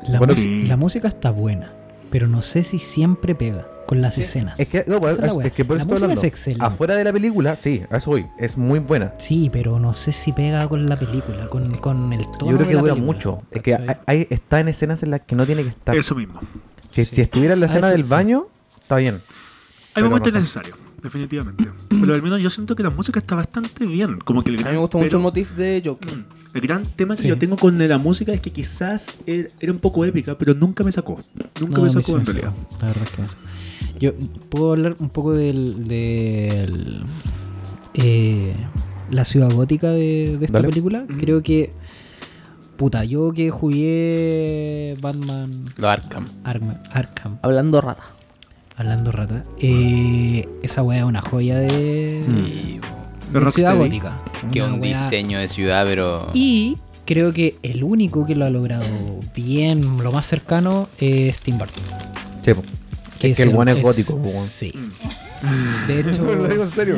Speaker 6: La,
Speaker 1: Bueno,
Speaker 6: mus- la música está buena, pero no sé si siempre pega con las escenas.
Speaker 1: Es que, no, pues,
Speaker 6: Esa es la
Speaker 1: es-
Speaker 6: wea.
Speaker 1: es que por
Speaker 6: La
Speaker 1: eso estoy
Speaker 6: música
Speaker 1: hablando.
Speaker 6: es excelente.
Speaker 1: Afuera de la película, sí, a eso voy. Es muy buena.
Speaker 6: Sí, pero no sé si pega con la película, con, con el tono.
Speaker 1: Yo creo
Speaker 6: de
Speaker 1: que
Speaker 6: la
Speaker 1: dura
Speaker 6: película,
Speaker 1: mucho. Es que
Speaker 6: ¿cachai?
Speaker 1: hay- hay- está en escenas en las que no tiene que estar.
Speaker 4: Eso mismo.
Speaker 1: Si,
Speaker 6: sí.
Speaker 1: si estuviera en la
Speaker 6: Ah,
Speaker 1: escena
Speaker 6: eso
Speaker 1: del
Speaker 6: sí.
Speaker 1: baño, está bien.
Speaker 4: Hay
Speaker 1: Pero
Speaker 4: momentos
Speaker 1: no sé.
Speaker 4: necesarios, definitivamente. Pero al menos yo siento que la música está bastante bien. Como que el
Speaker 3: A
Speaker 4: gran
Speaker 3: mí me gusta
Speaker 4: pero-
Speaker 3: mucho el motif de Joker.
Speaker 4: Mm, El gran tema que
Speaker 6: Sí.
Speaker 4: yo tengo con la música es que quizás er- era un poco épica, pero nunca me sacó. Nunca
Speaker 6: No,
Speaker 4: me
Speaker 6: a mí
Speaker 4: sacó
Speaker 6: sí
Speaker 4: en
Speaker 6: me
Speaker 4: realidad.
Speaker 6: sacó, La verdad es que me sacó. Yo puedo hablar un poco del. del, eh, la ciudad gótica de, de esta
Speaker 1: Dale.
Speaker 6: película.
Speaker 4: Ujú.
Speaker 6: Creo que. Puta, yo que jugué Batman
Speaker 2: Lo Arkham.
Speaker 6: Arkham, Arkham
Speaker 3: Hablando rata.
Speaker 6: hablando rata, eh, esa weá es una joya de,
Speaker 2: Sí,
Speaker 4: De
Speaker 6: de ciudad
Speaker 4: Rocksteady.
Speaker 6: gótica.
Speaker 2: que
Speaker 6: Una
Speaker 2: un
Speaker 6: weá-
Speaker 2: diseño de ciudad, pero.
Speaker 6: Y creo que el único que lo ha logrado bien, lo más cercano, es Tim Burton.
Speaker 1: Sí, po. es que el
Speaker 6: buen
Speaker 1: buen es gótico. po, weón.
Speaker 6: Sí. De hecho,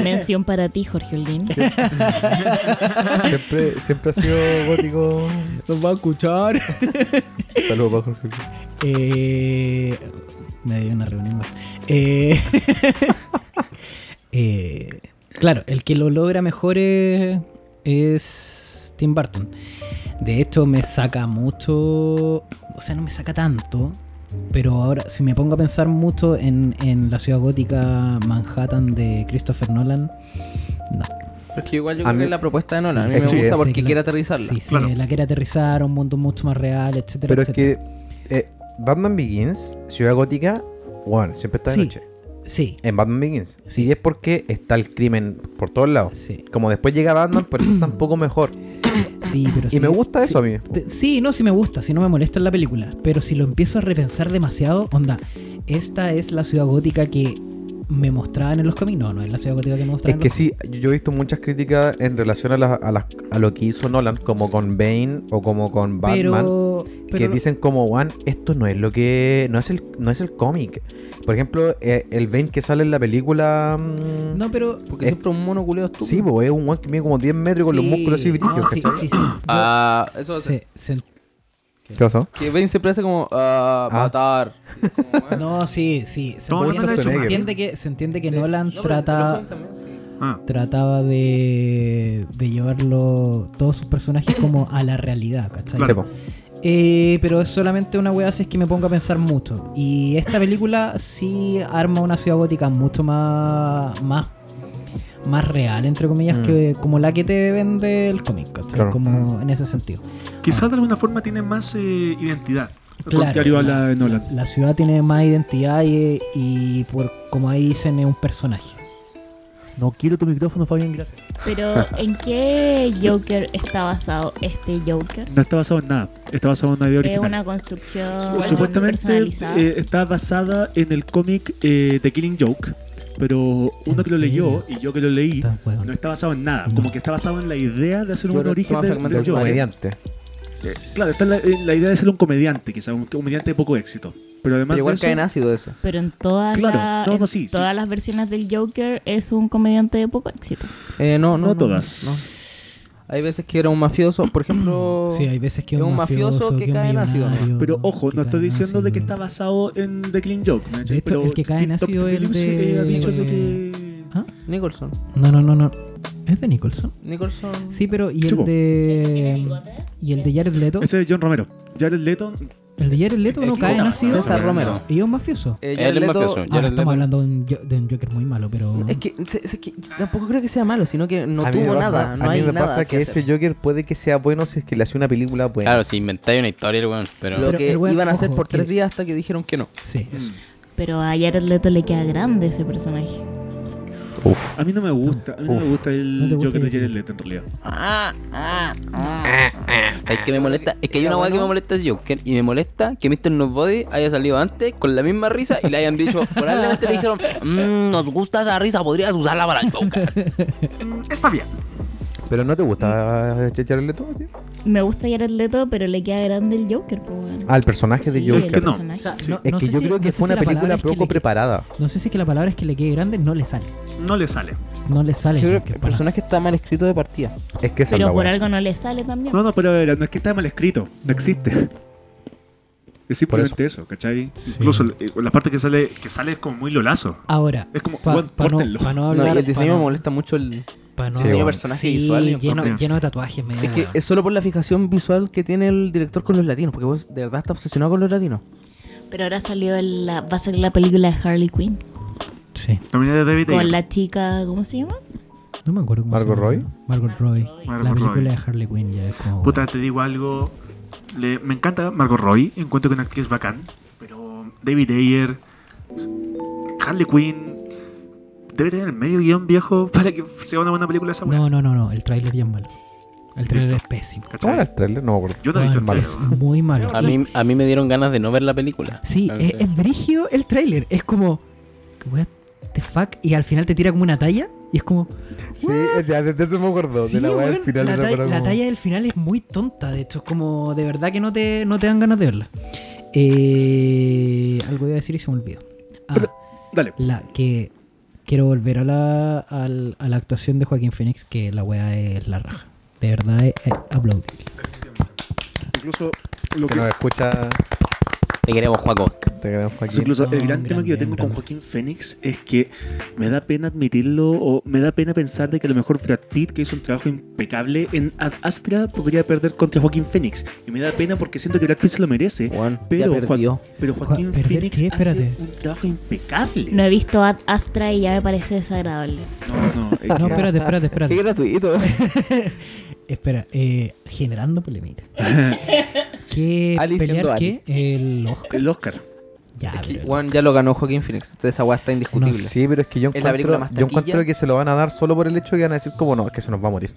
Speaker 5: Mención para ti, Jorge Olguín.
Speaker 1: Siempre, siempre ha sido gótico.
Speaker 6: nos va a escuchar.
Speaker 1: Saludos, Jorge.
Speaker 6: Eh, me dio una reunión más. Eh, eh, claro, el que lo logra mejor es, es Tim Burton. De hecho, me saca mucho. O sea, no me saca tanto. Pero ahora, si me pongo a pensar mucho en, en la ciudad gótica Manhattan de Christopher Nolan,
Speaker 3: Es que igual yo
Speaker 1: A
Speaker 3: creo
Speaker 1: mí-
Speaker 3: que es la propuesta de Ah,
Speaker 1: Sí,
Speaker 3: Nolan. a mí me
Speaker 1: sí,
Speaker 3: gusta
Speaker 1: sí,
Speaker 3: porque
Speaker 6: claro.
Speaker 3: quiere aterrizarla.
Speaker 6: sí, sí,
Speaker 4: Claro.
Speaker 6: la quiere aterrizar a un mundo mucho más real, etcétera.
Speaker 1: Pero es
Speaker 6: etcétera.
Speaker 1: que eh, Batman Begins, Ciudad Gótica, bueno, siempre está de
Speaker 6: Sí.
Speaker 1: noche.
Speaker 6: Sí,
Speaker 1: En Batman Begins. Sí, es porque está el crimen por todos lados.
Speaker 6: sí.
Speaker 1: Como después llega Batman, por eso está un poco mejor.
Speaker 6: Sí, pero
Speaker 1: Y me gusta eso a mí.
Speaker 6: Pe- Sí, no, si me gusta, si no me molesta en la película. Pero si lo empiezo a repensar demasiado, onda, esta es la ciudad gótica que me mostraban en los caminos. No, no es la ciudad gótica que me
Speaker 1: Es
Speaker 6: mostraban
Speaker 1: que
Speaker 6: en los
Speaker 1: sí, yo he visto muchas críticas en relación a, las- a las- a lo que hizo Nolan, como con Bane o como con Batman.
Speaker 6: Pero, pero
Speaker 1: que
Speaker 6: lo-
Speaker 1: dicen como Juan, esto no es lo que. no es el, no es el cómic. Por ejemplo, eh, el Bane que sale en la película. mm,
Speaker 6: No, pero...
Speaker 3: Porque
Speaker 1: Eh,
Speaker 3: siempre un mono culeo estúpido.
Speaker 1: sí, po, es un Juan que mide como 10 metros con los
Speaker 3: Sí.
Speaker 1: músculos así
Speaker 6: No,
Speaker 1: brígidos,
Speaker 6: sí,
Speaker 1: ¿cachai?
Speaker 6: sí, sí. Yo-
Speaker 3: Ah, eso hace.
Speaker 6: se- se-
Speaker 1: ¿Qué pasó?
Speaker 3: Que Bane siempre hace como, ah,
Speaker 1: Ah.
Speaker 3: matar. Y es como, bueno.
Speaker 6: no, sí, sí. Se
Speaker 4: No, no
Speaker 6: entiende,
Speaker 4: lo he hecho
Speaker 6: se
Speaker 1: mal.
Speaker 6: entiende que, se entiende que
Speaker 3: Sí.
Speaker 6: Nolan
Speaker 3: No, pero si te lo
Speaker 6: trata...
Speaker 3: ponen también, sí.
Speaker 4: Ah,
Speaker 6: Trataba de, de llevarlo todos sus personajes como a la realidad, ¿cachai?
Speaker 1: Sí,
Speaker 4: Claro.
Speaker 1: po.
Speaker 6: Eh, pero es solamente una weá si es que me pongo a pensar mucho. Y esta película sí arma una ciudad gótica mucho más. más, más real, entre comillas,
Speaker 1: Mm.
Speaker 6: que como la que te vende el cómic, ¿cachai?
Speaker 1: Claro.
Speaker 6: Como en ese sentido.
Speaker 4: quizás de alguna forma tiene más eh, identidad. Al
Speaker 6: Claro,
Speaker 4: contrario a la de Nolan.
Speaker 6: La ciudad tiene más identidad y, y por como ahí dicen, es un personaje.
Speaker 4: No quiero tu micrófono, Fabián, gracias.
Speaker 5: Pero, ¿en qué Joker está basado este Joker?
Speaker 4: No está basado en nada. Está basado en una idea
Speaker 5: Es
Speaker 4: original.
Speaker 5: una construcción
Speaker 4: Supuestamente
Speaker 5: personalizada.
Speaker 4: eh, está basada en el cómic eh, The Killing Joke, pero uno
Speaker 6: ¿En
Speaker 4: que lo leyó
Speaker 6: serio?
Speaker 4: y yo que lo leí,
Speaker 6: Tan weón.
Speaker 4: no está basado en nada.
Speaker 6: No.
Speaker 4: Como que está basado en la idea de hacer
Speaker 3: Yo
Speaker 4: un
Speaker 3: creo que
Speaker 4: origen
Speaker 3: toma
Speaker 4: del,
Speaker 3: fragmentos
Speaker 4: del
Speaker 1: Del
Speaker 3: Yo-
Speaker 4: Joker.
Speaker 1: comediante.
Speaker 4: Claro, está la, en la idea de ser un comediante, quizás un comediante de poco éxito. Pero además
Speaker 3: Pero igual
Speaker 4: de eso,
Speaker 3: cae en ácido eso.
Speaker 5: Pero en, todas
Speaker 4: Claro,
Speaker 5: las-
Speaker 4: no, no,
Speaker 5: en
Speaker 4: sí, sí.
Speaker 5: todas las versiones del Joker es un comediante de poco éxito.
Speaker 3: Eh, no,
Speaker 4: No
Speaker 3: no, no,
Speaker 4: todas.
Speaker 3: no. Hay veces que era un mafioso, por ejemplo.
Speaker 6: Sí, hay veces que
Speaker 3: Es
Speaker 6: un,
Speaker 3: un mafioso que
Speaker 6: un
Speaker 3: cae en ácido,
Speaker 6: millonario,
Speaker 4: pero ojo,
Speaker 6: que
Speaker 4: no
Speaker 6: cae
Speaker 4: estoy
Speaker 6: en
Speaker 4: diciendo de que
Speaker 6: ácido.
Speaker 4: está basado en The Killing Joke. ¿me cachai?
Speaker 6: hecho,
Speaker 4: Pero
Speaker 6: el que cae en
Speaker 4: Tim- Top
Speaker 6: ácido es el
Speaker 4: Phillips,
Speaker 6: de-
Speaker 4: eh, ha dicho de que-
Speaker 6: ¿Ah?
Speaker 3: Nicholson.
Speaker 6: No, no, no, no. ¿Es de Nicholson?
Speaker 3: Nicholson.
Speaker 6: Sí, pero y el
Speaker 4: Chupo.
Speaker 6: de. Y el de Jared Leto.
Speaker 4: Ese es John Romero. Jared Leto,
Speaker 6: El de Jared Leto no
Speaker 2: Es
Speaker 6: cae
Speaker 2: César
Speaker 6: en ácido.
Speaker 3: Romero. César Romero.
Speaker 6: Y es un mafioso.
Speaker 3: Eh, Jared
Speaker 2: Él es
Speaker 3: Leto-
Speaker 2: mafioso.
Speaker 6: Ahora
Speaker 2: Jared Leto.
Speaker 6: Ah, estamos hablando de un, jo- de un Joker muy malo, pero.
Speaker 3: Es que, es- es que tampoco creo que sea malo, sino que no
Speaker 1: a mí me
Speaker 3: tuvo
Speaker 1: pasa,
Speaker 3: nada. No
Speaker 1: a mí
Speaker 3: hay
Speaker 1: me
Speaker 3: nada
Speaker 1: pasa que,
Speaker 3: hacer.
Speaker 1: ese Joker puede que sea bueno si es que le hace una película buena.
Speaker 2: Claro, si inventáis una historia, el weón, pero.
Speaker 3: Lo
Speaker 6: Pero
Speaker 3: que
Speaker 6: el weón-
Speaker 3: iban a hacer
Speaker 6: ojo,
Speaker 3: por
Speaker 6: que-
Speaker 3: tres días hasta que dijeron que no.
Speaker 6: Sí, eso.
Speaker 5: Pero a Jared Leto le queda grande ese personaje.
Speaker 1: Uf.
Speaker 4: a mí no me gusta. A mí no me gusta el
Speaker 6: ¿No te gusta
Speaker 4: Joker de
Speaker 6: el-
Speaker 4: Jared Leto en realidad.
Speaker 6: Ah,
Speaker 2: Ah, Hay que me molesta, es que hay una weá que me molesta de Joker y me molesta que Mr. Nobody haya salido antes con la misma risa y le hayan dicho, probablemente le dijeron, "Mm, nos gusta esa risa, podrías usarla para el Joker.
Speaker 4: Está bien.
Speaker 1: Pero no te gusta eh, Jared Leto, tío?
Speaker 5: Me gusta Jared Leto, pero le queda grande el Joker, pues, weón.
Speaker 1: Ah, el personaje
Speaker 5: Sí,
Speaker 1: de
Speaker 5: el
Speaker 1: Joker.
Speaker 12: que no.
Speaker 5: personaje.
Speaker 6: O sea,
Speaker 12: Sí.
Speaker 6: no-
Speaker 1: Es
Speaker 6: no
Speaker 1: que
Speaker 6: sé
Speaker 1: yo
Speaker 6: si-
Speaker 1: creo que
Speaker 6: no
Speaker 1: fue
Speaker 6: sé si
Speaker 1: una
Speaker 6: la palabra
Speaker 1: película
Speaker 6: es que
Speaker 1: poco
Speaker 6: le-
Speaker 1: preparada.
Speaker 6: No sé si que la palabra es que le quede grande, no le sale.
Speaker 4: No le sale.
Speaker 6: No le sale.
Speaker 3: Yo creo
Speaker 6: porque
Speaker 3: que el
Speaker 6: para-
Speaker 3: personaje está mal escrito de partida.
Speaker 1: Es que esa es la
Speaker 5: Pero por
Speaker 1: weá.
Speaker 5: algo no le sale también.
Speaker 12: No, no, pero era, no es que está mal escrito, no existe. Es simplemente eso. ¿cachai? Incluso eh, la parte que sale, que sale es como muy lolazo.
Speaker 6: Ahora,
Speaker 12: Es como,
Speaker 6: para
Speaker 12: weón,
Speaker 6: no,
Speaker 12: córtenlo.
Speaker 6: pa no
Speaker 3: No,
Speaker 6: hablar.
Speaker 3: y el diseño
Speaker 6: pa
Speaker 3: me
Speaker 6: no-
Speaker 3: molesta mucho. El...
Speaker 6: pa no-
Speaker 1: Sí, bueno.
Speaker 3: personaje
Speaker 6: Sí,
Speaker 3: visual, yo
Speaker 6: lleno,
Speaker 3: encuentro.
Speaker 6: lleno de tatuajes. medio
Speaker 3: Es que
Speaker 6: weón.
Speaker 3: es solo por la fijación visual que tiene el director con los latinos, porque vos de verdad estás obsesionado con los latinos.
Speaker 5: Pero ahora salió la, va a salir la película de Harley Quinn
Speaker 6: Sí,
Speaker 12: También es de David
Speaker 5: con
Speaker 12: Ayer.
Speaker 5: la chica, ¿cómo se llama?
Speaker 6: no me acuerdo cómo se
Speaker 1: ¿Margot
Speaker 6: llama.
Speaker 1: Robbie?
Speaker 6: Margot Robbie.
Speaker 12: Margot
Speaker 6: la película
Speaker 12: Robbie.
Speaker 6: de Harley Quinn ya es como.
Speaker 12: Puta, te digo algo. Le- me encanta Margot Roy, encuentro que una actriz bacán, pero David Ayer, Harley Quinn, debe tener el medio guión viejo para que sea una buena película esa weá.
Speaker 6: No, no, no, no. El tráiler ya es malo. El tráiler es pésimo.
Speaker 12: ¿cachai?
Speaker 1: ¿Cómo era el trailer? No me acuerdo.
Speaker 12: Yo no he
Speaker 6: Weón,
Speaker 12: visto
Speaker 1: Vale.
Speaker 12: el
Speaker 6: es muy malo.
Speaker 2: A mí, a mí me dieron ganas de no ver la película.
Speaker 6: Sí,
Speaker 2: Ah,
Speaker 6: es, es brígido el tráiler. Es como. ¿Qué what the fuck? Y al final te tira como una talla. Y es como.
Speaker 1: Sí, o sea, desde eso me acuerdo.
Speaker 6: sí,
Speaker 1: de la weá del
Speaker 6: weón,
Speaker 1: final
Speaker 6: la,
Speaker 1: de
Speaker 6: talla-
Speaker 1: acuerdo
Speaker 6: la
Speaker 1: como-
Speaker 6: talla del final es muy tonta, de hecho. Es como. De verdad que no te, no te dan ganas de verla. Eh, algo iba a decir y se me olvidó. Ah,
Speaker 12: Dale.
Speaker 6: la que. Quiero volver a la, al- a la actuación de Joaquín Phoenix, que la weá es la raja. De verdad es, es aplaudible.
Speaker 12: Incluso, lo
Speaker 1: Que
Speaker 12: que,
Speaker 1: nos escucha.
Speaker 2: Te queremos, Juaco.
Speaker 1: Te queremos Joaquín.
Speaker 12: incluso
Speaker 6: No,
Speaker 12: el gran
Speaker 6: un
Speaker 12: tema
Speaker 6: grande,
Speaker 12: que yo
Speaker 6: un
Speaker 12: tengo con
Speaker 6: grande.
Speaker 12: Joaquín Phoenix es que me da pena admitirlo o me da pena pensar de que a lo mejor Brad Pitt, que hizo un trabajo impecable en Ad Astra, podría perder contra Joaquín Phoenix. Y me da pena porque siento que Brad Pitt se lo merece.
Speaker 3: Juan,
Speaker 12: Pero,
Speaker 3: ya perdió.
Speaker 12: Pero Joaquín
Speaker 6: Joa- ¿perder
Speaker 12: Phoenix
Speaker 6: qué? Espérate.
Speaker 12: hace un trabajo impecable.
Speaker 5: No he visto Ad Astra y ya me parece desagradable.
Speaker 12: no, es
Speaker 1: Ah,
Speaker 6: No,
Speaker 12: que-
Speaker 6: espérate, espérate,
Speaker 3: Qué
Speaker 6: espérate.
Speaker 3: gratuito.
Speaker 6: Espera, eh, generando polémica. ¿Qué
Speaker 3: Ali siendo
Speaker 6: pelear
Speaker 3: Ali.
Speaker 6: qué? El Oscar.
Speaker 12: El Oscar.
Speaker 6: Ya, pero-
Speaker 3: Juan ya lo ganó Joaquín Phoenix, entonces esa weá está indiscutible.
Speaker 6: No
Speaker 1: Sí, pero es que yo
Speaker 3: Es la película
Speaker 1: encuentro,
Speaker 3: más
Speaker 1: yo encuentro
Speaker 3: taquilla.
Speaker 1: que se lo van a dar solo por el hecho de que van a decir, como no, es que se nos va a morir.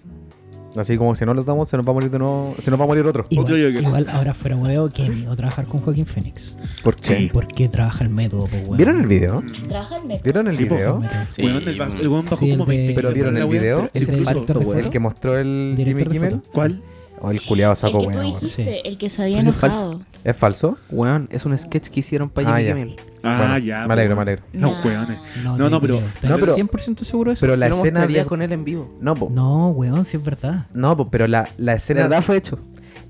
Speaker 1: Así como si no lo damos, se nos va a morir de nuevo. Se nos va a morir otro.
Speaker 12: Otro
Speaker 6: Igual,
Speaker 12: Joker.
Speaker 6: igual ahora fuera huevo que ni o trabajar con Joaquín Phoenix.
Speaker 1: ¿Por qué?
Speaker 12: Sí.
Speaker 6: ¿Por qué trabaja el método, po, weón? pues,
Speaker 1: ¿Vieron el video?
Speaker 5: Trabaja en Netflix.
Speaker 1: ¿Vieron el
Speaker 12: Sí, po.
Speaker 1: video?
Speaker 6: Método.
Speaker 2: Sí,
Speaker 12: Weón, el, ba- el weón bajó
Speaker 6: Sí, el
Speaker 12: como
Speaker 6: de-
Speaker 12: 20
Speaker 1: ¿Pero
Speaker 12: kilos
Speaker 1: vieron
Speaker 12: la
Speaker 1: el
Speaker 12: weá,
Speaker 1: video?
Speaker 12: pero
Speaker 3: Ese
Speaker 12: incluso-
Speaker 3: falso,
Speaker 6: Director de
Speaker 3: weón.
Speaker 1: El que mostró el Jimmy
Speaker 6: Director de
Speaker 1: Kimmel.
Speaker 6: foto.
Speaker 12: ¿Cuál?
Speaker 1: Oh, el culiado
Speaker 5: El
Speaker 1: saco
Speaker 5: que tú
Speaker 1: bueno.
Speaker 5: dijiste,
Speaker 6: Sí.
Speaker 5: el que se había
Speaker 3: Pero eso es
Speaker 5: enojado.
Speaker 1: ¿Es falso?
Speaker 3: Weón, es un sketch que hicieron
Speaker 1: Ah,
Speaker 3: para Jimmy
Speaker 1: ya.
Speaker 3: Kimmel.
Speaker 12: Ah,
Speaker 1: Bueno,
Speaker 12: ya.
Speaker 1: Me alegro,
Speaker 12: weón.
Speaker 1: me alegro.
Speaker 12: No,
Speaker 5: Nah.
Speaker 12: weón.
Speaker 6: te
Speaker 12: No, no, pero-
Speaker 6: creo, está
Speaker 12: no,
Speaker 6: bien.
Speaker 1: pero-
Speaker 3: 100% seguro de eso.
Speaker 1: pero la
Speaker 3: Yo lo
Speaker 1: escena
Speaker 3: mostraría
Speaker 1: de-
Speaker 3: con él en vivo.
Speaker 1: No, po.
Speaker 6: No, weón, sí es verdad.
Speaker 1: No, po, pero la, la
Speaker 3: De
Speaker 1: escena.
Speaker 3: verdad fue hecho.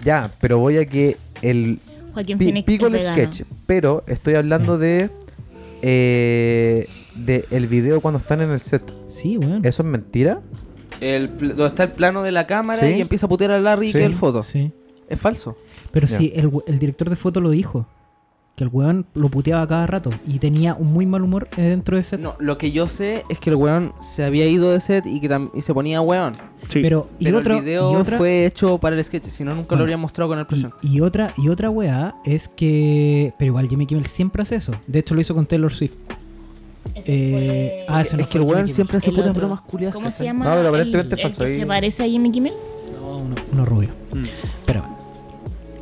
Speaker 1: Ya, pero voy a que el.
Speaker 5: Joaquín
Speaker 1: pi-
Speaker 5: Phoenix
Speaker 1: pico
Speaker 5: es
Speaker 1: el
Speaker 5: vegano.
Speaker 1: sketch. Pero estoy hablando de. Eh, de el video cuando están en el set.
Speaker 6: Sí, weón.
Speaker 1: ¿Eso es mentira?
Speaker 3: El, pl- donde está el plano de la cámara
Speaker 1: Sí.
Speaker 3: y empieza a putear a Larry
Speaker 1: Sí.
Speaker 3: que es el foto.
Speaker 6: Sí.
Speaker 3: Es falso.
Speaker 6: Pero
Speaker 1: Ya.
Speaker 6: sí, el, we- el director de foto lo dijo. Que el weón lo puteaba cada rato y tenía un muy mal humor eh, dentro de ese.
Speaker 3: No, lo que yo sé es que el weón se había ido de set y que tam- y se ponía weón.
Speaker 12: Sí.
Speaker 6: Pero, y
Speaker 3: pero
Speaker 6: otro,
Speaker 3: el video
Speaker 6: y otra,
Speaker 3: fue hecho para el sketch, si no nunca
Speaker 6: Bueno,
Speaker 3: lo habrían mostrado con el
Speaker 6: Y,
Speaker 3: presente.
Speaker 6: y otra y otra weá es que. Pero igual Jimmy Kimmel siempre hace eso. De hecho lo hizo con Taylor Swift.
Speaker 5: Ese
Speaker 6: Eh,
Speaker 5: fue
Speaker 6: ah, eso no
Speaker 3: es que
Speaker 6: fue
Speaker 3: el
Speaker 6: Jimmy
Speaker 3: weón
Speaker 6: Kimmel.
Speaker 3: siempre hace
Speaker 5: el
Speaker 3: putas
Speaker 5: otro.
Speaker 3: bromas culiadas.
Speaker 5: ¿Cómo se
Speaker 3: ¿cachai?
Speaker 5: llama?
Speaker 1: No, pero aparentemente
Speaker 5: el,
Speaker 1: es falso,
Speaker 5: el que
Speaker 1: ahí-
Speaker 5: se parece a Jimmy Kimmel?
Speaker 6: No, uno, uno rubio.
Speaker 12: Mm.
Speaker 6: Pero,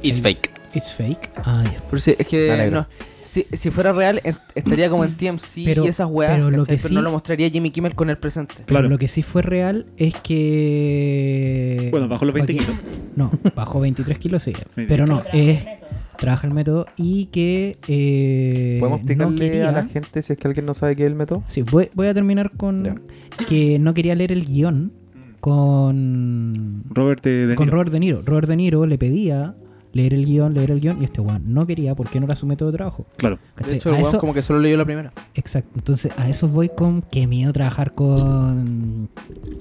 Speaker 2: It's fake.
Speaker 6: it's fake. Ah, ya.
Speaker 3: Pero sí, es
Speaker 1: Me
Speaker 3: que
Speaker 1: alegro.
Speaker 3: no. Si, si fuera real, en- estaría como en TMC
Speaker 6: Pero-
Speaker 3: y esas weas,
Speaker 6: pero
Speaker 3: ¿cachai?
Speaker 6: lo
Speaker 3: pero,
Speaker 6: que sí-
Speaker 3: no lo mostraría Jimmy Kimmel con el presente.
Speaker 6: Pero
Speaker 12: Claro.
Speaker 6: lo que sí fue real es que.
Speaker 12: Bueno, bajó los 20
Speaker 6: Joaquín- No, bajó 23 kilos, sí.
Speaker 12: Muy
Speaker 6: Pero
Speaker 12: bien.
Speaker 6: no, es. Trabaja el método y que. Eh,
Speaker 1: ¿Podemos
Speaker 6: no
Speaker 1: explicarle
Speaker 6: quería-
Speaker 1: a la gente si es que alguien no sabe qué es el método?
Speaker 6: Sí, voy, voy a terminar con
Speaker 1: Ya.
Speaker 6: que no quería leer el guión
Speaker 12: Mm.
Speaker 6: con,
Speaker 12: Robert eh, de, de
Speaker 6: con
Speaker 12: Niro.
Speaker 6: Robert De Niro. Robert De Niro le pedía leer el guión, leer el guión, y este weón no quería porque no era su método de trabajo.
Speaker 12: Claro.
Speaker 6: ¿Cachai?
Speaker 3: De hecho, el
Speaker 6: A
Speaker 3: weón
Speaker 6: eso-
Speaker 3: como que solo leyó la primera.
Speaker 6: Exacto, entonces a eso voy con que miedo trabajar con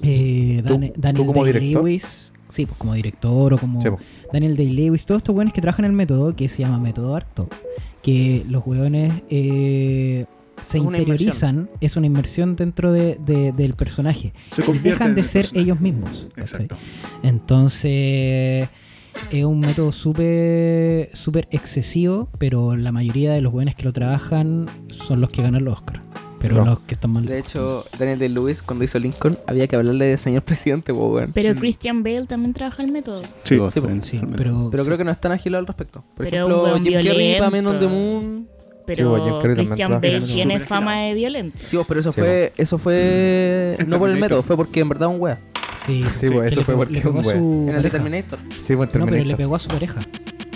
Speaker 6: eh,
Speaker 1: ¿Tú-
Speaker 6: Dan-
Speaker 1: tú
Speaker 6: Daniel
Speaker 1: como director?
Speaker 6: Day-Lewis. Sí, pues como director o como
Speaker 1: Sí, po.
Speaker 6: Daniel Day-Lewis, todos estos weones que trabajan en el método que se llama método harto. Que los weones eh, se
Speaker 3: Es una
Speaker 6: interiorizan, es una inmersión dentro de- de- del personaje
Speaker 12: Se
Speaker 6: y dejan
Speaker 12: en
Speaker 6: de
Speaker 12: el
Speaker 6: ser
Speaker 12: personaje.
Speaker 6: ellos mismos. ¿cachai?
Speaker 12: Exacto.
Speaker 6: Entonces es un método súper súper excesivo, pero la mayoría de los jóvenes que lo trabajan son los que ganan los Oscar. Pero
Speaker 1: No.
Speaker 6: los que están mal.
Speaker 3: De hecho, Daniel de Lewis cuando hizo Lincoln había que hablarle de señor presidente, po, weón.
Speaker 5: Pero Christian Bale también trabaja el método.
Speaker 12: Sí.
Speaker 2: Digo,
Speaker 3: Sí, po.
Speaker 6: sí,
Speaker 2: realmente.
Speaker 6: pero,
Speaker 3: Pero
Speaker 6: sí,
Speaker 3: creo que no están agilados al respecto. Por
Speaker 5: Pero un
Speaker 3: ejemplo,
Speaker 5: weón
Speaker 3: Jim Carrey para
Speaker 5: violento.
Speaker 3: on the Moon.
Speaker 1: Sí, Jim
Speaker 5: Pero
Speaker 1: Carrey también
Speaker 5: Christian
Speaker 1: trabaja en
Speaker 5: Bale
Speaker 1: el
Speaker 12: método.
Speaker 5: tiene
Speaker 12: Súper
Speaker 5: fama
Speaker 12: afilado.
Speaker 5: de violento.
Speaker 3: Sí, vos, pero eso
Speaker 1: Sí,
Speaker 3: fue. Eso fue.
Speaker 12: Mm.
Speaker 3: No por el
Speaker 12: Terminator.
Speaker 3: método, fue porque en verdad un wea.
Speaker 6: sí, Sí,
Speaker 1: Sí, pues,
Speaker 6: que
Speaker 1: eso
Speaker 6: le
Speaker 1: fue
Speaker 6: pegó-
Speaker 1: porque
Speaker 6: le pegó a
Speaker 1: un weón.
Speaker 6: su
Speaker 3: En el de
Speaker 6: pareja.
Speaker 3: Terminator.
Speaker 1: Sí, pues, buen
Speaker 6: No, pero le
Speaker 1: Terminator.
Speaker 6: pegó a su pareja.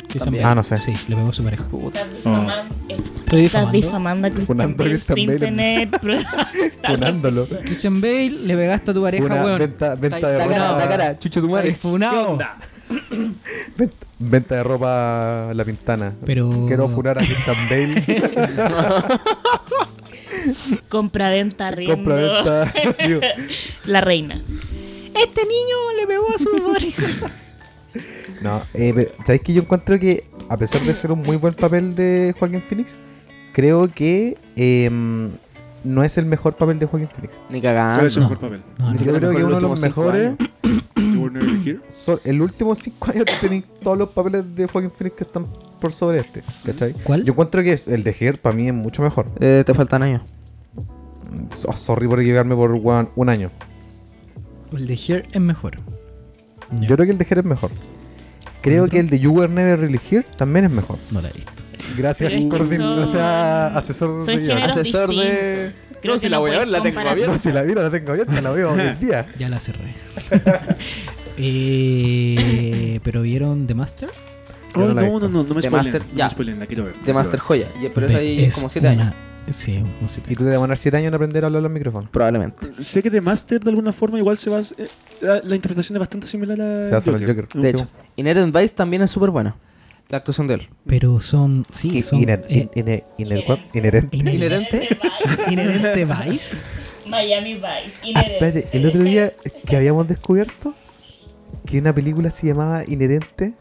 Speaker 6: Que
Speaker 3: También.
Speaker 1: Ah, no sé.
Speaker 6: Sí, le pegó a su pareja.
Speaker 3: Puta.
Speaker 5: Estás difamando, eh,
Speaker 6: Estoy
Speaker 5: estás
Speaker 6: difamando.
Speaker 5: difamando a Christian
Speaker 1: Funando a
Speaker 5: Bale
Speaker 1: Christian
Speaker 5: sin
Speaker 1: Bale.
Speaker 5: tener pruebas.
Speaker 1: Funándolo.
Speaker 6: Christian Bale, le pegaste a tu pareja,
Speaker 1: Funa-
Speaker 6: weón.
Speaker 1: venta, venta, de
Speaker 3: La cara,
Speaker 1: ropa,
Speaker 3: la cara, chucho tu
Speaker 6: Estáis
Speaker 3: madre.
Speaker 6: funado.
Speaker 1: venta, venta de ropa la pintana.
Speaker 6: Pero-
Speaker 1: Quiero funar a Christian Bale.
Speaker 5: Compra-venta, riendo.
Speaker 1: Compra venta. Sí,
Speaker 5: La reina.
Speaker 6: Este niño le pegó a su pareja.
Speaker 1: No, eh, pero ¿sabéis que yo encuentro que, a pesar de ser un muy buen papel de Joaquín Phoenix, creo que em, no es el mejor papel de Joaquín Phoenix.
Speaker 3: Ni
Speaker 12: ¿Cuál
Speaker 3: cagando.
Speaker 12: es su
Speaker 6: no.
Speaker 12: mejor papel?
Speaker 6: No, no.
Speaker 1: Ah, Yo creo que
Speaker 3: Los
Speaker 1: uno de los
Speaker 3: últimos cinco
Speaker 1: mejores,
Speaker 3: años.
Speaker 12: You Were Never Here.
Speaker 1: son- el último cinco años tenéis todos los papeles de Joaquín Phoenix que están por sobre este, ¿cachai?
Speaker 6: ¿Cuál?
Speaker 1: Yo encuentro que el de Her para mí es mucho mejor.
Speaker 3: Eh, te faltan años.
Speaker 1: So- sorry por equivocarme por weón, un año.
Speaker 6: El de Here es mejor. Ya,
Speaker 1: Yo creo que el de Her es mejor. Creo que el de You Were Never Really Here también es mejor.
Speaker 6: No la he visto.
Speaker 1: Gracias,
Speaker 5: Pero es que
Speaker 1: Cordin.
Speaker 5: son-
Speaker 1: O sea, asesor
Speaker 5: son
Speaker 1: de guion.
Speaker 5: géneros
Speaker 3: Asesor de-
Speaker 5: distintos. Creo
Speaker 3: No,
Speaker 5: que
Speaker 3: si la
Speaker 5: puedes
Speaker 3: weón la tengo
Speaker 5: comparar.
Speaker 3: abierta.
Speaker 1: No, si la miro, la tengo abierta, la veo hoy en día.
Speaker 6: Ya la cerré. Eh, pero vieron The Master.
Speaker 1: Yo no
Speaker 12: Oh,
Speaker 1: la he
Speaker 12: no,
Speaker 1: visto.
Speaker 12: no, no, no me
Speaker 3: The
Speaker 12: spoilen.
Speaker 3: Master,
Speaker 12: no me
Speaker 3: ya.
Speaker 12: spoilen, la quiero ver.
Speaker 3: De
Speaker 12: quiero
Speaker 3: Master
Speaker 12: ver.
Speaker 3: Joya. Y- Pero eso ahí es como 7 años.
Speaker 6: años. Sí, como 7
Speaker 1: Y tú te demoras 7 años en aprender a hablar al micrófono.
Speaker 3: Probablemente.
Speaker 12: Sé que The Master de alguna forma igual se va. a- eh, la, la interpretación es bastante similar a.
Speaker 1: Se hace el Joker.
Speaker 3: De hecho, Inherent Vice también es súper buena. La actuación de él.
Speaker 6: Pero son. Sí, son.
Speaker 1: Iner- in-
Speaker 6: eh,
Speaker 1: ine- iner- what? Inherente.
Speaker 6: inherente-
Speaker 5: Vice,
Speaker 6: Inherente Vice.
Speaker 5: Miami Vice.
Speaker 1: Ah, espérate, el otro día que habíamos descubierto que una película se llamaba Inherente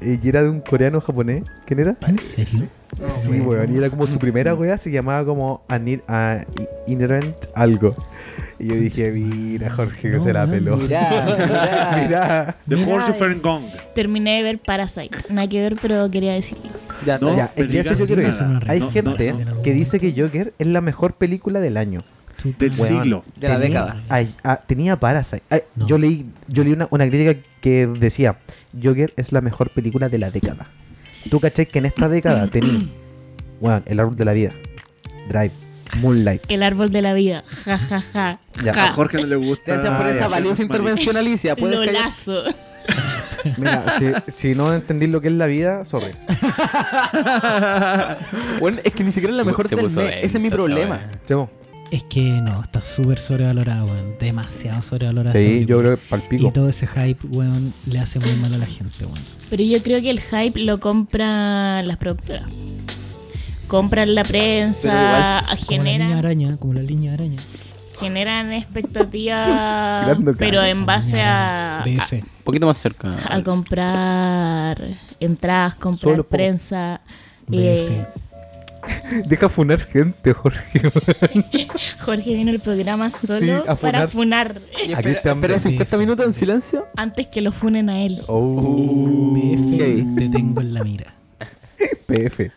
Speaker 1: eh, y era de un coreano japonés. ¿Quién era?
Speaker 6: ¿En serio?
Speaker 1: Sí, weón. Y era como su primera weá, se llamaba como Anir- ah, I- Inherent Algo. Y yo dije, mira, Jorge, que
Speaker 6: No,
Speaker 1: se la
Speaker 6: man,
Speaker 1: peló.
Speaker 3: mirá,
Speaker 1: mirá.
Speaker 12: The
Speaker 6: Mira,
Speaker 12: Force of Ferengong.
Speaker 5: Terminé de ver Parasite. Nada que ver, pero quería decirlo.
Speaker 3: Ya,
Speaker 12: No,
Speaker 1: Ya, es que eso yo
Speaker 12: digan
Speaker 1: quiero ir.
Speaker 6: nada.
Speaker 1: Hay
Speaker 6: No, no,
Speaker 1: gente
Speaker 6: no.
Speaker 1: que dice que Joker es la mejor película del año.
Speaker 6: Tú-
Speaker 12: Del
Speaker 1: Weón.
Speaker 12: siglo.
Speaker 3: de la
Speaker 1: Tenía-
Speaker 3: década.
Speaker 1: ay, ah, tenía Parasite. Ay,
Speaker 6: No.
Speaker 1: Yo leí, yo leí una, una crítica que decía: Joker es la mejor película de la década. Tú caché que en esta década tenía bueno, El árbol de la vida, Drive, Moonlight.
Speaker 5: El árbol de la vida. Ja, ja, ja.
Speaker 1: Ya.
Speaker 5: ja.
Speaker 12: A Jorge no le gusta.
Speaker 3: Gracias por esa
Speaker 12: Joker
Speaker 3: valiosa
Speaker 12: Guzmán.
Speaker 3: intervención, Alicia. Puedes callar.
Speaker 5: Lolazo.
Speaker 1: Mira, si, si no entendí lo que es la vida, sorry.
Speaker 3: Bueno, es que ni siquiera es la mejor
Speaker 2: Se
Speaker 3: del mes.
Speaker 2: puso
Speaker 3: Ese es mi
Speaker 2: densa,
Speaker 3: problema.
Speaker 2: weón.
Speaker 1: Chemo.
Speaker 6: Es que no, está súper sobrevalorada, weón. Demasiado sobrevalorada.
Speaker 1: Sí,
Speaker 6: esta
Speaker 1: yo creo
Speaker 6: película.
Speaker 1: que palpico.
Speaker 6: Y todo ese hype, weón, le hace muy mal a la gente, weón.
Speaker 5: Pero yo creo que el hype lo compran las productoras. Compran la prensa,
Speaker 6: Como la niña
Speaker 5: generan,
Speaker 6: araña, como la niña araña.
Speaker 5: generan expectativas,
Speaker 1: Tirando
Speaker 5: pero
Speaker 1: caca.
Speaker 5: en base a, a-
Speaker 6: BF.
Speaker 2: Un poquito más cerca.
Speaker 5: a comprar entradas, comprar
Speaker 1: Solo po-
Speaker 5: prensa. eh,
Speaker 6: BF.
Speaker 1: Deja funar gente, Jorge.
Speaker 5: Jorge vino al programa solo
Speaker 1: Sí, a funar.
Speaker 5: para funar
Speaker 1: Aquí
Speaker 3: Y espera,
Speaker 1: están
Speaker 3: espera
Speaker 1: bien.
Speaker 3: 50 minutos en silencio.
Speaker 5: antes que lo funen a él.
Speaker 6: Uh,
Speaker 1: Oh,
Speaker 6: BF, te tengo en la mira.
Speaker 1: PF.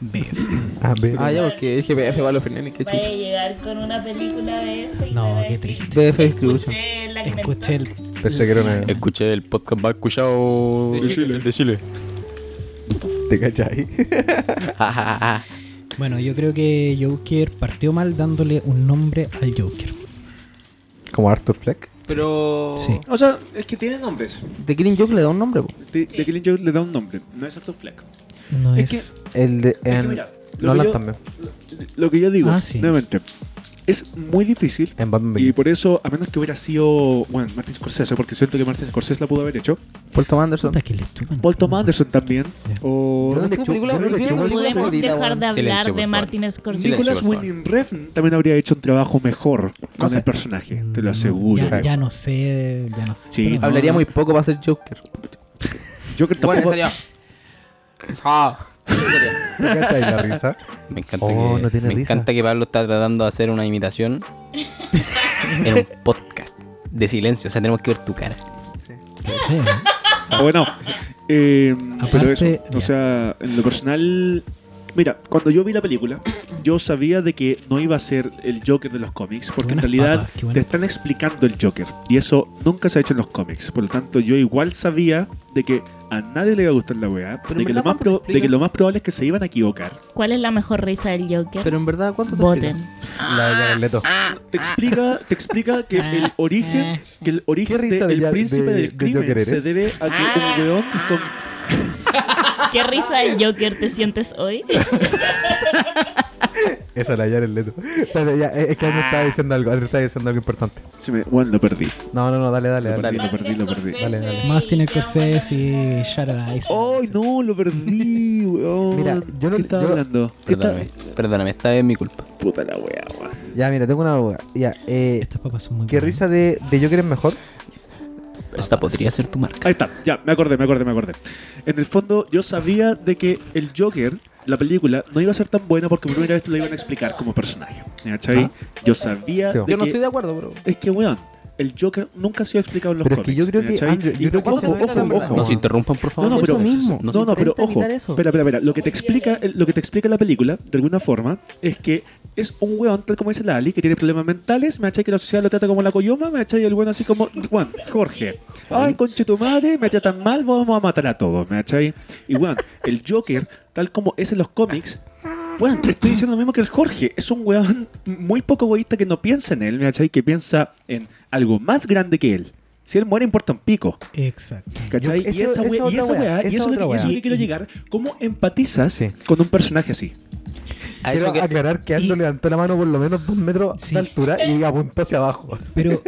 Speaker 6: BF.
Speaker 1: A ver.
Speaker 3: Ah, ya, porque dije BF Valofrenelli, qué
Speaker 5: Vaya a
Speaker 3: chucha.
Speaker 5: llegar con una película de este y
Speaker 6: No,
Speaker 5: te va a
Speaker 6: qué
Speaker 5: decir,
Speaker 6: triste.
Speaker 3: BF Distribution.
Speaker 5: "Escuché la que
Speaker 6: Escuché el.
Speaker 1: Pensé que era una.
Speaker 2: Escuché el podcast más escuchado de Chile. De Chile.
Speaker 1: ¿Te cachai?
Speaker 2: Ah,
Speaker 6: Bueno, yo creo que Joker partió mal dándole un nombre al Joker.
Speaker 1: Como Arthur Fleck.
Speaker 3: Pero.
Speaker 6: Sí.
Speaker 12: O sea, es que tiene nombres.
Speaker 3: The Killing Joke le da un nombre, po.
Speaker 12: The The Killing Joke le da un nombre. No es Arthur Fleck.
Speaker 6: No
Speaker 12: Es
Speaker 6: es.
Speaker 1: El de.
Speaker 12: que
Speaker 1: En,
Speaker 12: mira, lo que
Speaker 1: Nolan
Speaker 12: yo-
Speaker 1: también.
Speaker 12: Lo que yo digo,
Speaker 6: Ah, sí.
Speaker 12: nuevamente, es muy difícil.
Speaker 1: En Batman
Speaker 12: Y
Speaker 1: Begins.
Speaker 12: por eso, a menos que hubiera sido, bueno, Martin Scorsese, porque siento que Martin Scorsese la pudo haber hecho.
Speaker 3: Paul Thomas Anderson.
Speaker 6: Puta que le chupan.
Speaker 12: Paul Thomas Anderson también. O
Speaker 3: Yo no le
Speaker 1: chupo-
Speaker 3: chupo película-
Speaker 1: yo no le chupo
Speaker 3: yo no tengo
Speaker 1: película
Speaker 3: película
Speaker 5: Podemos
Speaker 3: favorita,
Speaker 5: dejar
Speaker 3: weón.
Speaker 5: de hablar
Speaker 2: Silencio, por
Speaker 5: de
Speaker 2: favor.
Speaker 5: Martin Scorsese.
Speaker 2: Silencio,
Speaker 12: Nicolas
Speaker 2: por favor.
Speaker 12: Winding Refn también habría hecho un trabajo mejor con
Speaker 3: sé.
Speaker 12: el personaje, te lo aseguro.
Speaker 6: Mm, Ya, ya no sé, ya no sé.
Speaker 12: Sí.
Speaker 6: Pero no,
Speaker 3: Hablaría muy poco para ser Joker.
Speaker 12: Joker tampoco.
Speaker 3: Bueno, sería. Ah. sería.
Speaker 1: ¿Te cachai la risa?
Speaker 2: Me encanta,
Speaker 1: Oh,
Speaker 2: que,
Speaker 1: no tiene
Speaker 2: me
Speaker 1: risa.
Speaker 2: encanta que Pablo está tratando de hacer una imitación en un podcast de silencio. O sea, tenemos que ver tu cara.
Speaker 6: Sí, ¿no?
Speaker 12: Ah, bueno, eh, pero eso,
Speaker 6: Aparte-
Speaker 12: o sea, en lo personal, Mira, cuando yo vi la película, yo sabía de que no iba a ser el Joker de los cómics, porque en
Speaker 6: buenas
Speaker 12: realidad
Speaker 6: papas, qué buenas
Speaker 12: te están explicando el Joker, y eso nunca se ha hecho en los cómics. Por lo tanto, yo igual sabía de que a nadie le iba a gustar la weá,
Speaker 3: Pero en
Speaker 12: de que, lo
Speaker 3: verdad,
Speaker 12: más
Speaker 3: ¿cuánto te
Speaker 12: pro- de que
Speaker 3: explican?
Speaker 12: lo más probable es que se iban a equivocar.
Speaker 5: ¿Cuál es la mejor risa del Joker?
Speaker 3: Pero en verdad, ¿cuánto te
Speaker 5: Voten.
Speaker 3: explican?
Speaker 1: La de Jared Leto.
Speaker 3: Ah.
Speaker 12: Te explica, te explica que el
Speaker 3: Eh.
Speaker 12: origen, que el origen
Speaker 1: risa
Speaker 12: de
Speaker 1: de
Speaker 12: el
Speaker 1: ya-
Speaker 12: príncipe
Speaker 1: de-
Speaker 12: del
Speaker 1: de Joker
Speaker 12: crimen se
Speaker 1: eres?
Speaker 12: debe a que un weón con
Speaker 5: ¿Qué risa del Joker te sientes hoy?
Speaker 1: Esa la de Jared Leto. Pero ya, es es que Andrés estaba diciendo algo, Andrés estaba diciendo algo importante.
Speaker 12: Se me- bueno, lo perdí.
Speaker 1: No, no, no, dale, dale,
Speaker 12: Lo
Speaker 1: dale.
Speaker 12: perdí, lo perdí, lo perdí.
Speaker 1: Dale, dale.
Speaker 6: Martin Scorsese y Sharon Isaacs.
Speaker 12: ¡Ay, no! Lo perdí, weón.
Speaker 1: Mira, yo no-
Speaker 12: ¿Qué estaba
Speaker 1: yo-
Speaker 12: hablando? ¿Qué
Speaker 2: Perdóname, perdóname, esta vez es mi culpa.
Speaker 12: estaba- Puta la weá, weón.
Speaker 1: Ya, mira, tengo una duda. Ya, eh,
Speaker 6: Estas papas son muy
Speaker 1: ¿qué
Speaker 6: buenas.
Speaker 1: risa de, de Joker es mejor?
Speaker 2: Esta podría ser tu marca.
Speaker 12: Ahí está, ya, me acordé, me acordé, me acordé. En el fondo, yo sabía de que el Joker, la película, no iba a ser tan buena porque por primera vez te lo iban a explicar como personaje. ¿Cachai? Yo sabía.
Speaker 1: Ah. Sí.
Speaker 12: de
Speaker 3: Yo no
Speaker 12: que-
Speaker 3: estoy de acuerdo, bro.
Speaker 12: Es que, weón, el Joker nunca ha sido explicado en los
Speaker 1: Pero es que
Speaker 12: cómics,
Speaker 1: yo creo que,
Speaker 12: ¿cachai?
Speaker 1: Andrew, yo
Speaker 12: Y
Speaker 1: creo que
Speaker 12: ojo,
Speaker 1: se
Speaker 12: ojo,
Speaker 1: venga la
Speaker 12: ojo,
Speaker 1: verdad.
Speaker 2: No se interrumpan, por favor.
Speaker 12: No, no,
Speaker 2: Eso
Speaker 12: pero,
Speaker 2: es eso,
Speaker 3: mismo.
Speaker 2: No, se
Speaker 12: no, no, pero
Speaker 3: intenta
Speaker 12: ojo.
Speaker 3: evitar eso.
Speaker 12: Espera, espera, espera. Lo que, te explica, el- lo que te explica la película, de alguna forma, es que es un weón, tal como dice la Ali, que tiene problemas mentales. Me achai que la sociedad lo trata como la coyoma. Me achai el weón así como, Juan, Jorge. Ay, conche tu madre, me tratan mal, vamos a matar a todos. Me achai. Y weón, el Joker, tal como es en los cómics. Weón, te estoy diciendo lo mismo que el Jorge. Es un weón muy poco egoísta que no piensa en él, me achai, que piensa en algo más grande que él. Si él muere, importa un pico.
Speaker 6: Exacto.
Speaker 12: ¿Cachai?
Speaker 1: Yo-
Speaker 12: y
Speaker 1: eso-
Speaker 12: esa
Speaker 1: esa
Speaker 12: weá, y
Speaker 1: otra
Speaker 12: esa
Speaker 1: weá,
Speaker 12: weá, y
Speaker 1: esa otra
Speaker 12: eso es lo que- y eso es lo
Speaker 1: weá.
Speaker 12: que quiero llegar. ¿Cómo empatizas
Speaker 1: Sí.
Speaker 12: con un personaje así?
Speaker 2: A
Speaker 1: Quiero
Speaker 2: eso que-
Speaker 1: aclarar que Ando
Speaker 6: y-
Speaker 1: levantó la mano por lo menos dos metros
Speaker 6: Sí.
Speaker 1: de altura y apuntó hacia abajo.
Speaker 6: Pero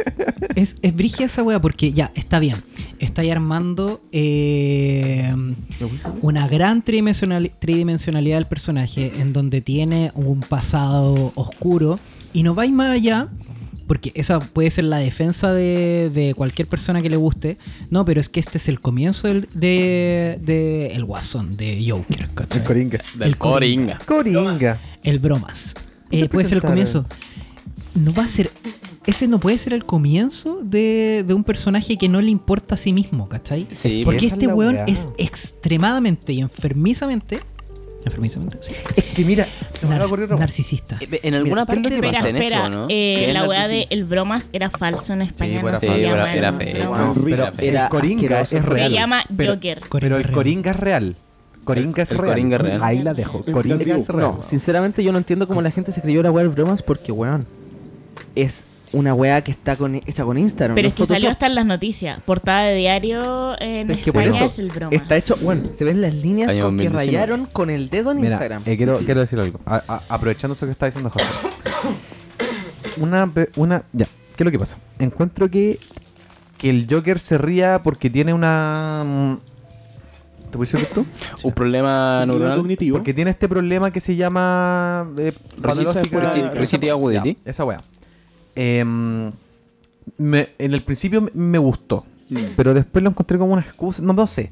Speaker 6: es, es brigia esa wea porque ya, está bien. Está ahí armando eh, una gran tridimensional- tridimensionalidad del personaje en donde tiene un pasado oscuro y no vais más allá. Porque esa puede ser la defensa de, de cualquier persona que le guste. No, pero es que este es el comienzo del de, de- el guasón, de Joker. ¿cachai?
Speaker 1: El Coringa.
Speaker 2: Del
Speaker 6: El Coringa.
Speaker 2: Coringa.
Speaker 1: Coringa.
Speaker 6: El bromas.
Speaker 1: ¿Qué te
Speaker 6: Eh, puede ser el
Speaker 1: presentaron?
Speaker 6: comienzo. No va a ser. Ese no puede ser el comienzo de, de un personaje que no le importa a sí mismo, ¿cachai?
Speaker 2: Sí,
Speaker 6: Porque
Speaker 1: esa es
Speaker 6: este
Speaker 1: la
Speaker 6: weón
Speaker 1: weá.
Speaker 6: es extremadamente y enfermizamente. Enfermizamente, sí.
Speaker 1: Es que mira, se me
Speaker 6: nar-
Speaker 1: acaba de ocurrir otra Eh, cosa.
Speaker 6: narcisista.
Speaker 2: eh, En alguna
Speaker 1: ¿qué es lo
Speaker 2: parte
Speaker 1: que
Speaker 2: pasa
Speaker 5: espera,
Speaker 2: en
Speaker 5: espera.
Speaker 2: eso, ¿no?
Speaker 5: eh,
Speaker 2: Que es
Speaker 5: la weá de
Speaker 2: narcisista.
Speaker 5: el bromas era falso en España.
Speaker 1: pues
Speaker 5: no
Speaker 1: era
Speaker 5: se
Speaker 1: falso.
Speaker 2: Sí,
Speaker 5: llama
Speaker 2: era- era
Speaker 5: bromas.
Speaker 2: feo.
Speaker 1: No, pero
Speaker 2: Risa,
Speaker 1: el
Speaker 3: era
Speaker 1: Coringa
Speaker 3: asqueroso.
Speaker 1: es
Speaker 5: Se
Speaker 1: real.
Speaker 5: llama
Speaker 1: pero,
Speaker 5: Joker.
Speaker 1: pero el
Speaker 6: real.
Speaker 1: Coringa es real. Coringa es
Speaker 2: el
Speaker 1: real.
Speaker 2: Coringa es real.
Speaker 1: Ahí la dejo. Coringa es real.
Speaker 3: No, sinceramente yo no entiendo cómo la gente se creyó la weá del bromas porque, weón, es una weá que está con, hecha con Instagram.
Speaker 5: Pero
Speaker 3: no
Speaker 5: es que salió
Speaker 3: Photoshop.
Speaker 5: hasta en las noticias. Portada de diario en
Speaker 3: Es que por
Speaker 5: España
Speaker 3: eso
Speaker 5: es el broma.
Speaker 3: Está hecho, bueno, se ven las líneas
Speaker 2: Año
Speaker 3: con que
Speaker 2: 2019.
Speaker 3: rayaron con el dedo en
Speaker 1: Mira,
Speaker 3: Instagram.
Speaker 1: eh, quiero, quiero decir algo. A- a- aprovechando eso que está diciendo José. Una, pe- una, ya, ¿qué es lo que pasa? Encuentro que, que el Joker se ría porque tiene una... mm, ¿Te puedes decir tú?
Speaker 2: Un problema neuronal.
Speaker 12: cognitivo.
Speaker 1: Porque tiene este problema que se llama... eh, patológica-
Speaker 2: resi- residual acuditis.
Speaker 1: Ya, Esa weá. Em, me- en el principio me- me gustó, pero después lo encontré como una excusa. No, no sé.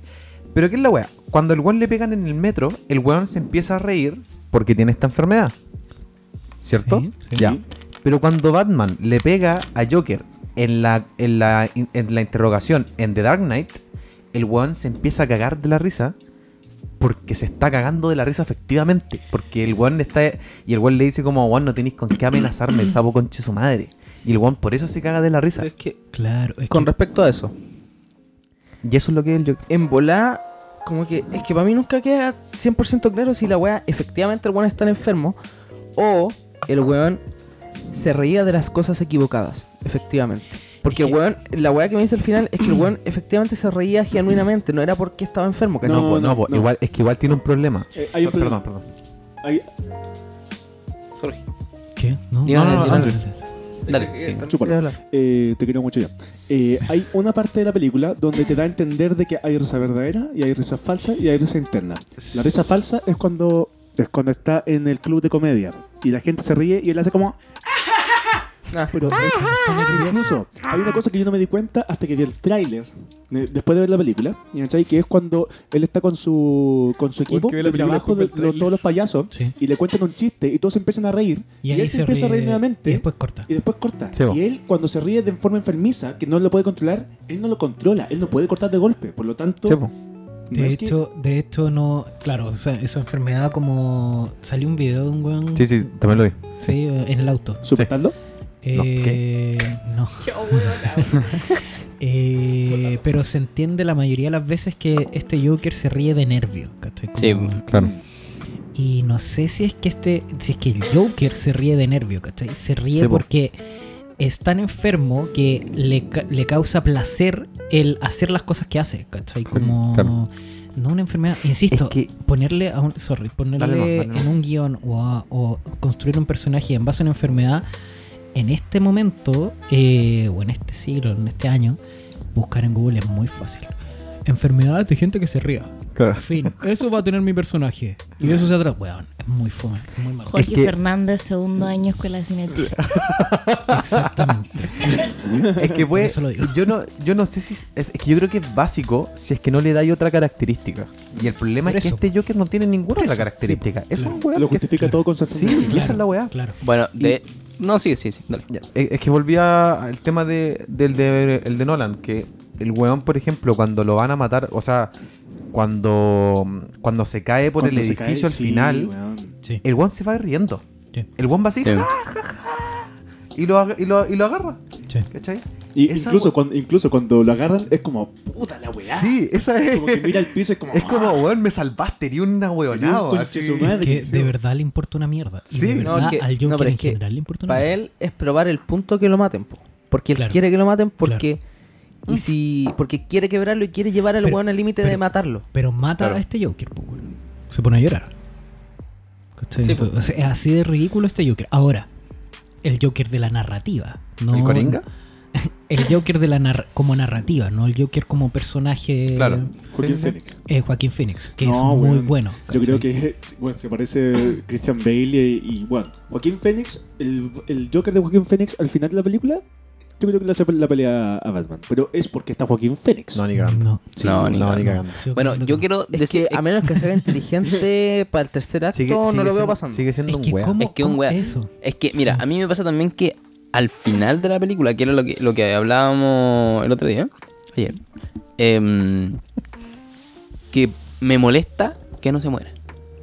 Speaker 1: Pero ¿qué es la weá? Cuando el weón le pegan en el metro, el weón se empieza a reír porque tiene esta enfermedad. ¿Cierto?
Speaker 6: Sí, sí.
Speaker 1: Ya. Pero cuando Batman le pega a Joker en la, en, la, en la interrogación en The Dark Knight, el weón se empieza a cagar de la risa porque se está cagando de la risa efectivamente. Porque el weón le está. Y el weón le dice como, weón, no tenéis con qué amenazarme, el sapo conche su madre. Y el weón por eso se caga de la risa.
Speaker 3: Pero es que,
Speaker 6: Claro. es
Speaker 3: con
Speaker 6: que-
Speaker 3: respecto a eso,
Speaker 1: Y eso es lo que él yo.
Speaker 3: en volá, como que es que para mí nunca queda 100% claro si la weá efectivamente el weón está enfermo o el weón se reía de las cosas equivocadas, efectivamente. Porque el weón, la weá que me dice al final es que el weón efectivamente se reía genuinamente, no era porque estaba enfermo, ¿cachai?
Speaker 1: No,
Speaker 12: No,
Speaker 1: po, no,
Speaker 12: no,
Speaker 1: po,
Speaker 12: no.
Speaker 1: Igual, es que igual tiene un problema.
Speaker 12: Eh, hay un
Speaker 1: Ah, perdón,
Speaker 12: problema.
Speaker 1: perdón.
Speaker 12: Hay-
Speaker 6: ¿Qué?
Speaker 2: No, no,
Speaker 6: No, dale,
Speaker 2: no,
Speaker 6: dale,
Speaker 2: Andrew.
Speaker 6: dale.
Speaker 3: eh,
Speaker 2: Dale, sí.
Speaker 12: chúpalo.
Speaker 3: Quiero hablar.
Speaker 12: Eh, te quiero mucho ya. Eh, hay una parte de la película donde te da a entender de que hay risa verdadera y hay risa falsa y hay risa interna. La risa falsa es cuando es cuando está en el club de comedia y la gente se ríe y él hace como
Speaker 3: Ah.
Speaker 12: pero incluso hay una cosa que yo no me di cuenta hasta que vi el tráiler eh, después de ver la película y ¿cachai? que es cuando él está con su con su equipo
Speaker 4: Porque ve la
Speaker 12: de
Speaker 4: película
Speaker 12: trabajo de
Speaker 4: después del
Speaker 12: lo-
Speaker 4: tráiler.
Speaker 12: todos los payasos
Speaker 6: Sí.
Speaker 12: y le cuentan un chiste y todos se empiezan a reír y, él se, empieza a reír nuevamente
Speaker 6: Y después corta.
Speaker 12: y después corta.
Speaker 1: Sí, bo.
Speaker 12: y él, cuando se ríe de forma enfermiza, que no lo puede controlar, él no lo controla, él no puede cortar de golpe. Por lo tanto,
Speaker 1: Sí, po.
Speaker 6: De
Speaker 1: Es que-
Speaker 6: hecho, de hecho no, claro, o sea, esa enfermedad como salió un video de un weón
Speaker 1: Sí, sí, también lo vi.
Speaker 6: sí, en el auto.
Speaker 10: ¿Supertaldo?
Speaker 1: No,
Speaker 6: Eh, no. Eh, pero se entiende la mayoría de las veces que este Joker se ríe de nervio, ¿cachai?
Speaker 2: Sí,
Speaker 6: Como-
Speaker 1: Claro.
Speaker 6: Y no sé si es que este. Si es que el Joker se ríe de nervio, ¿cachai? Se ríe
Speaker 1: Sí, po.
Speaker 6: porque es tan enfermo que le, ca- le causa placer el hacer las cosas que hace, ¿cachai? Como.
Speaker 1: Claro.
Speaker 6: No una enfermedad. Insisto,
Speaker 1: Es que-
Speaker 6: ponerle a un. Sorry, ponerle
Speaker 1: Dale nomás, dale nomás.
Speaker 6: en un guión o, a- o construir un personaje en base a una enfermedad. En este momento, eh, o en este siglo, en este año, buscar en Google es muy fácil. Enfermedad de gente que se ría.
Speaker 1: Claro.
Speaker 6: Fin, eso va a tener mi personaje. Y de eso se trata. Weón, es muy fome, es muy malo.
Speaker 5: Jorge
Speaker 1: que-
Speaker 5: Fernández, segundo año Escuela de Cine Chile.
Speaker 6: Exactamente.
Speaker 1: Es que
Speaker 6: Por
Speaker 1: puede.
Speaker 6: eso lo digo.
Speaker 1: Yo no, yo no sé si. Es, es que yo creo que es básico si es que no le dais otra característica. Y el problema
Speaker 6: Por
Speaker 1: es que
Speaker 6: eso.
Speaker 1: este Joker no tiene ninguna
Speaker 6: Por
Speaker 1: otra
Speaker 6: eso,
Speaker 1: característica.
Speaker 6: sí,
Speaker 1: es
Speaker 6: claro.
Speaker 1: un weón.
Speaker 10: Lo
Speaker 1: que-
Speaker 10: justifica todo con su
Speaker 1: Sí,
Speaker 10: enfermedad.
Speaker 1: y esa es la weá.
Speaker 6: Claro.
Speaker 2: Bueno, de. No, sí, sí, sí. Dale.
Speaker 1: Ya, eh, Es es que volvía al tema de, del de, el de Nolan, que el weón, por ejemplo, cuando lo van a matar, o sea, cuando, cuando se cae por
Speaker 10: Cuando
Speaker 1: el
Speaker 10: se cae,
Speaker 1: edificio al
Speaker 10: sí,
Speaker 1: final,
Speaker 10: weón.
Speaker 6: Sí.
Speaker 1: el weón se va riendo.
Speaker 6: Sí.
Speaker 1: El weón va así
Speaker 2: Sí.
Speaker 1: y, lo, ag- y, lo, y lo agarra,
Speaker 6: Sí.
Speaker 1: ¿cachai?
Speaker 10: Y
Speaker 1: Esa
Speaker 10: incluso,
Speaker 1: we-
Speaker 10: cuando, incluso cuando lo agarran, es como, puta la weá.
Speaker 1: Sí, esa es.
Speaker 10: Como que mira el piso y es como.
Speaker 1: Es
Speaker 12: "Ah,
Speaker 1: como, weón, me salvaste, ni una
Speaker 10: Ni un
Speaker 1: weonada.
Speaker 10: conche su madre.
Speaker 6: Que
Speaker 10: sí.
Speaker 6: de verdad le importa una mierda. Y
Speaker 1: Sí.
Speaker 6: de
Speaker 1: No,
Speaker 6: verdad
Speaker 3: que-
Speaker 6: al Joker
Speaker 3: no, pero
Speaker 6: en
Speaker 3: es que
Speaker 6: general le importa una
Speaker 3: Para
Speaker 6: mierda.
Speaker 3: él es probar el punto que lo maten, po. Porque él
Speaker 6: Claro.
Speaker 3: quiere que lo maten, porque. Y si. Porque quiere quebrarlo y quiere llevar al
Speaker 6: Pero-
Speaker 3: weón al límite de
Speaker 6: pero-
Speaker 3: matarlo.
Speaker 6: Pero mata
Speaker 1: Claro.
Speaker 6: a este Joker, po, weón. Se pone a llorar. ¿Cachai?
Speaker 3: Sí, po.
Speaker 6: Entonces, es así de ridículo este Joker. Ahora, el Joker de la narrativa. No,
Speaker 1: ¿El Coringa?
Speaker 6: El Joker de la nar- como narrativa, no el Joker como personaje.
Speaker 1: Claro.
Speaker 10: Joaquín
Speaker 1: Sí, sí.
Speaker 10: Phoenix.
Speaker 6: eh, Joaquín Phoenix, que es
Speaker 10: No,
Speaker 6: muy
Speaker 10: weón.
Speaker 6: bueno.
Speaker 10: Yo creo
Speaker 6: ¿cachai?
Speaker 10: que bueno, se parece Christian Bale y, y, bueno, Joaquín Phoenix, el, el Joker de Joaquín Phoenix al final de la película, yo creo que le hace la pelea a Batman, pero es porque está Joaquín Phoenix.
Speaker 1: No, ni cagando.
Speaker 6: No.
Speaker 2: no, ni
Speaker 1: no,
Speaker 2: cagando.
Speaker 1: ni cagando.
Speaker 6: sí,
Speaker 2: Bueno,
Speaker 6: creo que
Speaker 2: yo
Speaker 6: no.
Speaker 2: quiero
Speaker 3: Es
Speaker 2: decir.
Speaker 3: que a menos que sea inteligente para el tercer acto,
Speaker 1: Sigue-
Speaker 3: no
Speaker 1: sigue
Speaker 3: lo veo
Speaker 1: siendo-
Speaker 3: pasando.
Speaker 1: Sigue siendo
Speaker 6: Es
Speaker 1: un
Speaker 6: que
Speaker 1: weón.
Speaker 6: ¿cómo-
Speaker 2: Es que un
Speaker 6: cómo
Speaker 2: wea-
Speaker 6: Eso.
Speaker 2: Es que, mira, a mí me pasa también que al final de la película, que era lo que, lo que hablábamos el otro día, ayer, em, que me molesta que no se muera.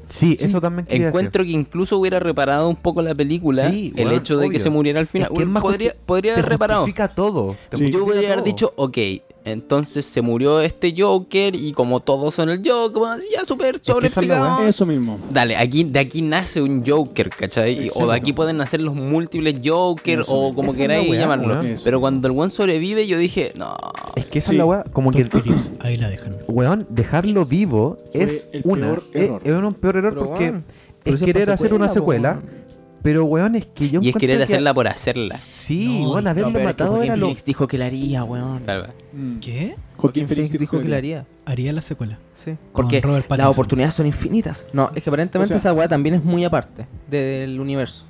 Speaker 1: Sí, eso también quería
Speaker 2: Encuentro que incluso hubiera reparado un poco la película
Speaker 1: Sí,
Speaker 2: el
Speaker 1: weón,
Speaker 2: hecho de
Speaker 1: obvio.
Speaker 2: que se muriera al final.
Speaker 1: Es que es más
Speaker 2: podría,
Speaker 1: justi-
Speaker 2: podría
Speaker 1: decir.
Speaker 2: haber reparado.
Speaker 1: justifica todo. Te
Speaker 10: Sí.
Speaker 1: justifica
Speaker 2: Yo podría haber
Speaker 1: todo.
Speaker 2: dicho, ok, entonces se murió este Joker y como todos son el Joker, bueno, así ya
Speaker 1: esa
Speaker 2: súper
Speaker 1: es la
Speaker 2: sobreexplicado.
Speaker 10: Eso mismo.
Speaker 2: Dale, aquí, de aquí nace un Joker, ¿cachai? Y- O
Speaker 10: Exacto.
Speaker 2: de aquí pueden nacer los múltiples Joker
Speaker 10: Eso
Speaker 2: o
Speaker 10: sí.
Speaker 1: Esa
Speaker 2: como
Speaker 1: es la
Speaker 2: queráis
Speaker 1: weá,
Speaker 2: llamarlo.
Speaker 1: weón.
Speaker 10: Eso.
Speaker 2: Pero cuando el one sobrevive, yo dije, no.
Speaker 1: Es que esa
Speaker 10: Sí.
Speaker 1: es la weá, como que.
Speaker 6: Todd Phillips, ahí la dejan.
Speaker 1: Weón, dejarlo vivo
Speaker 10: Fue
Speaker 1: es
Speaker 10: el
Speaker 1: una.
Speaker 10: peor
Speaker 1: es,
Speaker 10: error.
Speaker 1: es un peor error
Speaker 3: Pero,
Speaker 1: porque
Speaker 3: weón, pero
Speaker 1: es
Speaker 3: si es
Speaker 1: querer
Speaker 3: pa'
Speaker 1: hacer una
Speaker 3: secuela,
Speaker 1: secuela.
Speaker 3: po,
Speaker 1: Pero weón, es que yo
Speaker 2: Y es querer
Speaker 1: encuentro que-
Speaker 2: hacerla por hacerla.
Speaker 1: Sí,
Speaker 6: No,
Speaker 1: weón,
Speaker 6: no,
Speaker 1: haberlo
Speaker 3: pero es que
Speaker 1: matado
Speaker 3: Joaquín
Speaker 1: era lo.
Speaker 3: Phoenix dijo que la haría, weón.
Speaker 2: Tal vez.
Speaker 10: Mm.
Speaker 6: ¿Qué?
Speaker 3: Joaquín Phoenix dijo que la haría.
Speaker 6: Haría la secuela.
Speaker 3: Sí.
Speaker 6: Con
Speaker 3: Porque
Speaker 6: Robert
Speaker 3: las
Speaker 6: Pattinson.
Speaker 3: oportunidades son infinitas. No, es que aparentemente
Speaker 10: O sea-
Speaker 3: esa weá también es muy aparte del universo.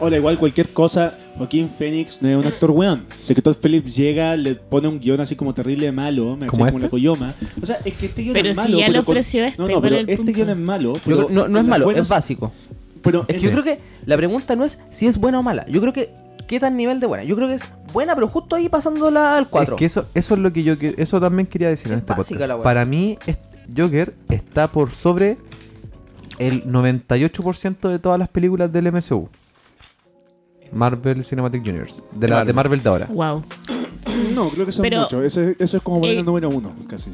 Speaker 10: Hola, igual cualquier cosa, Joaquín Phoenix no es un actor weón. Sé que Todd Phillips llega, le pone un guión así como terrible malo, me
Speaker 1: ¿Como
Speaker 10: hace
Speaker 1: este?
Speaker 10: como la coyoma. O sea, es que este guión
Speaker 5: Pero
Speaker 10: es
Speaker 5: si
Speaker 10: malo.
Speaker 5: ya
Speaker 10: pero
Speaker 5: lo ofreció este,
Speaker 10: No, no,
Speaker 5: ¿cuál
Speaker 10: pero
Speaker 5: es el
Speaker 10: este
Speaker 5: punto?
Speaker 10: guión es malo.
Speaker 3: Yo
Speaker 10: pero
Speaker 3: creo- no, no es
Speaker 10: las
Speaker 3: malo,
Speaker 10: buenas-
Speaker 3: es básico.
Speaker 10: Pero
Speaker 3: Es que yo creo que la pregunta no es si es buena o mala. Yo creo que qué tan nivel de buena. Yo creo que es buena, pero justo ahí pasándola al 4.
Speaker 1: Es que eso, eso es lo que yo que- eso también quería decir en
Speaker 3: Es
Speaker 1: este
Speaker 3: básica
Speaker 1: podcast.
Speaker 3: la weá.
Speaker 1: Para mí, este Joker está por sobre el 98% de todas las películas del MCU. Marvel Cinematic Universe. De, la, de Marvel de ahora.
Speaker 5: Wow.
Speaker 10: No, creo que son
Speaker 5: Pero-
Speaker 10: mucho. Eso, es- eso es como poner
Speaker 5: Eh,
Speaker 10: el número uno, casi.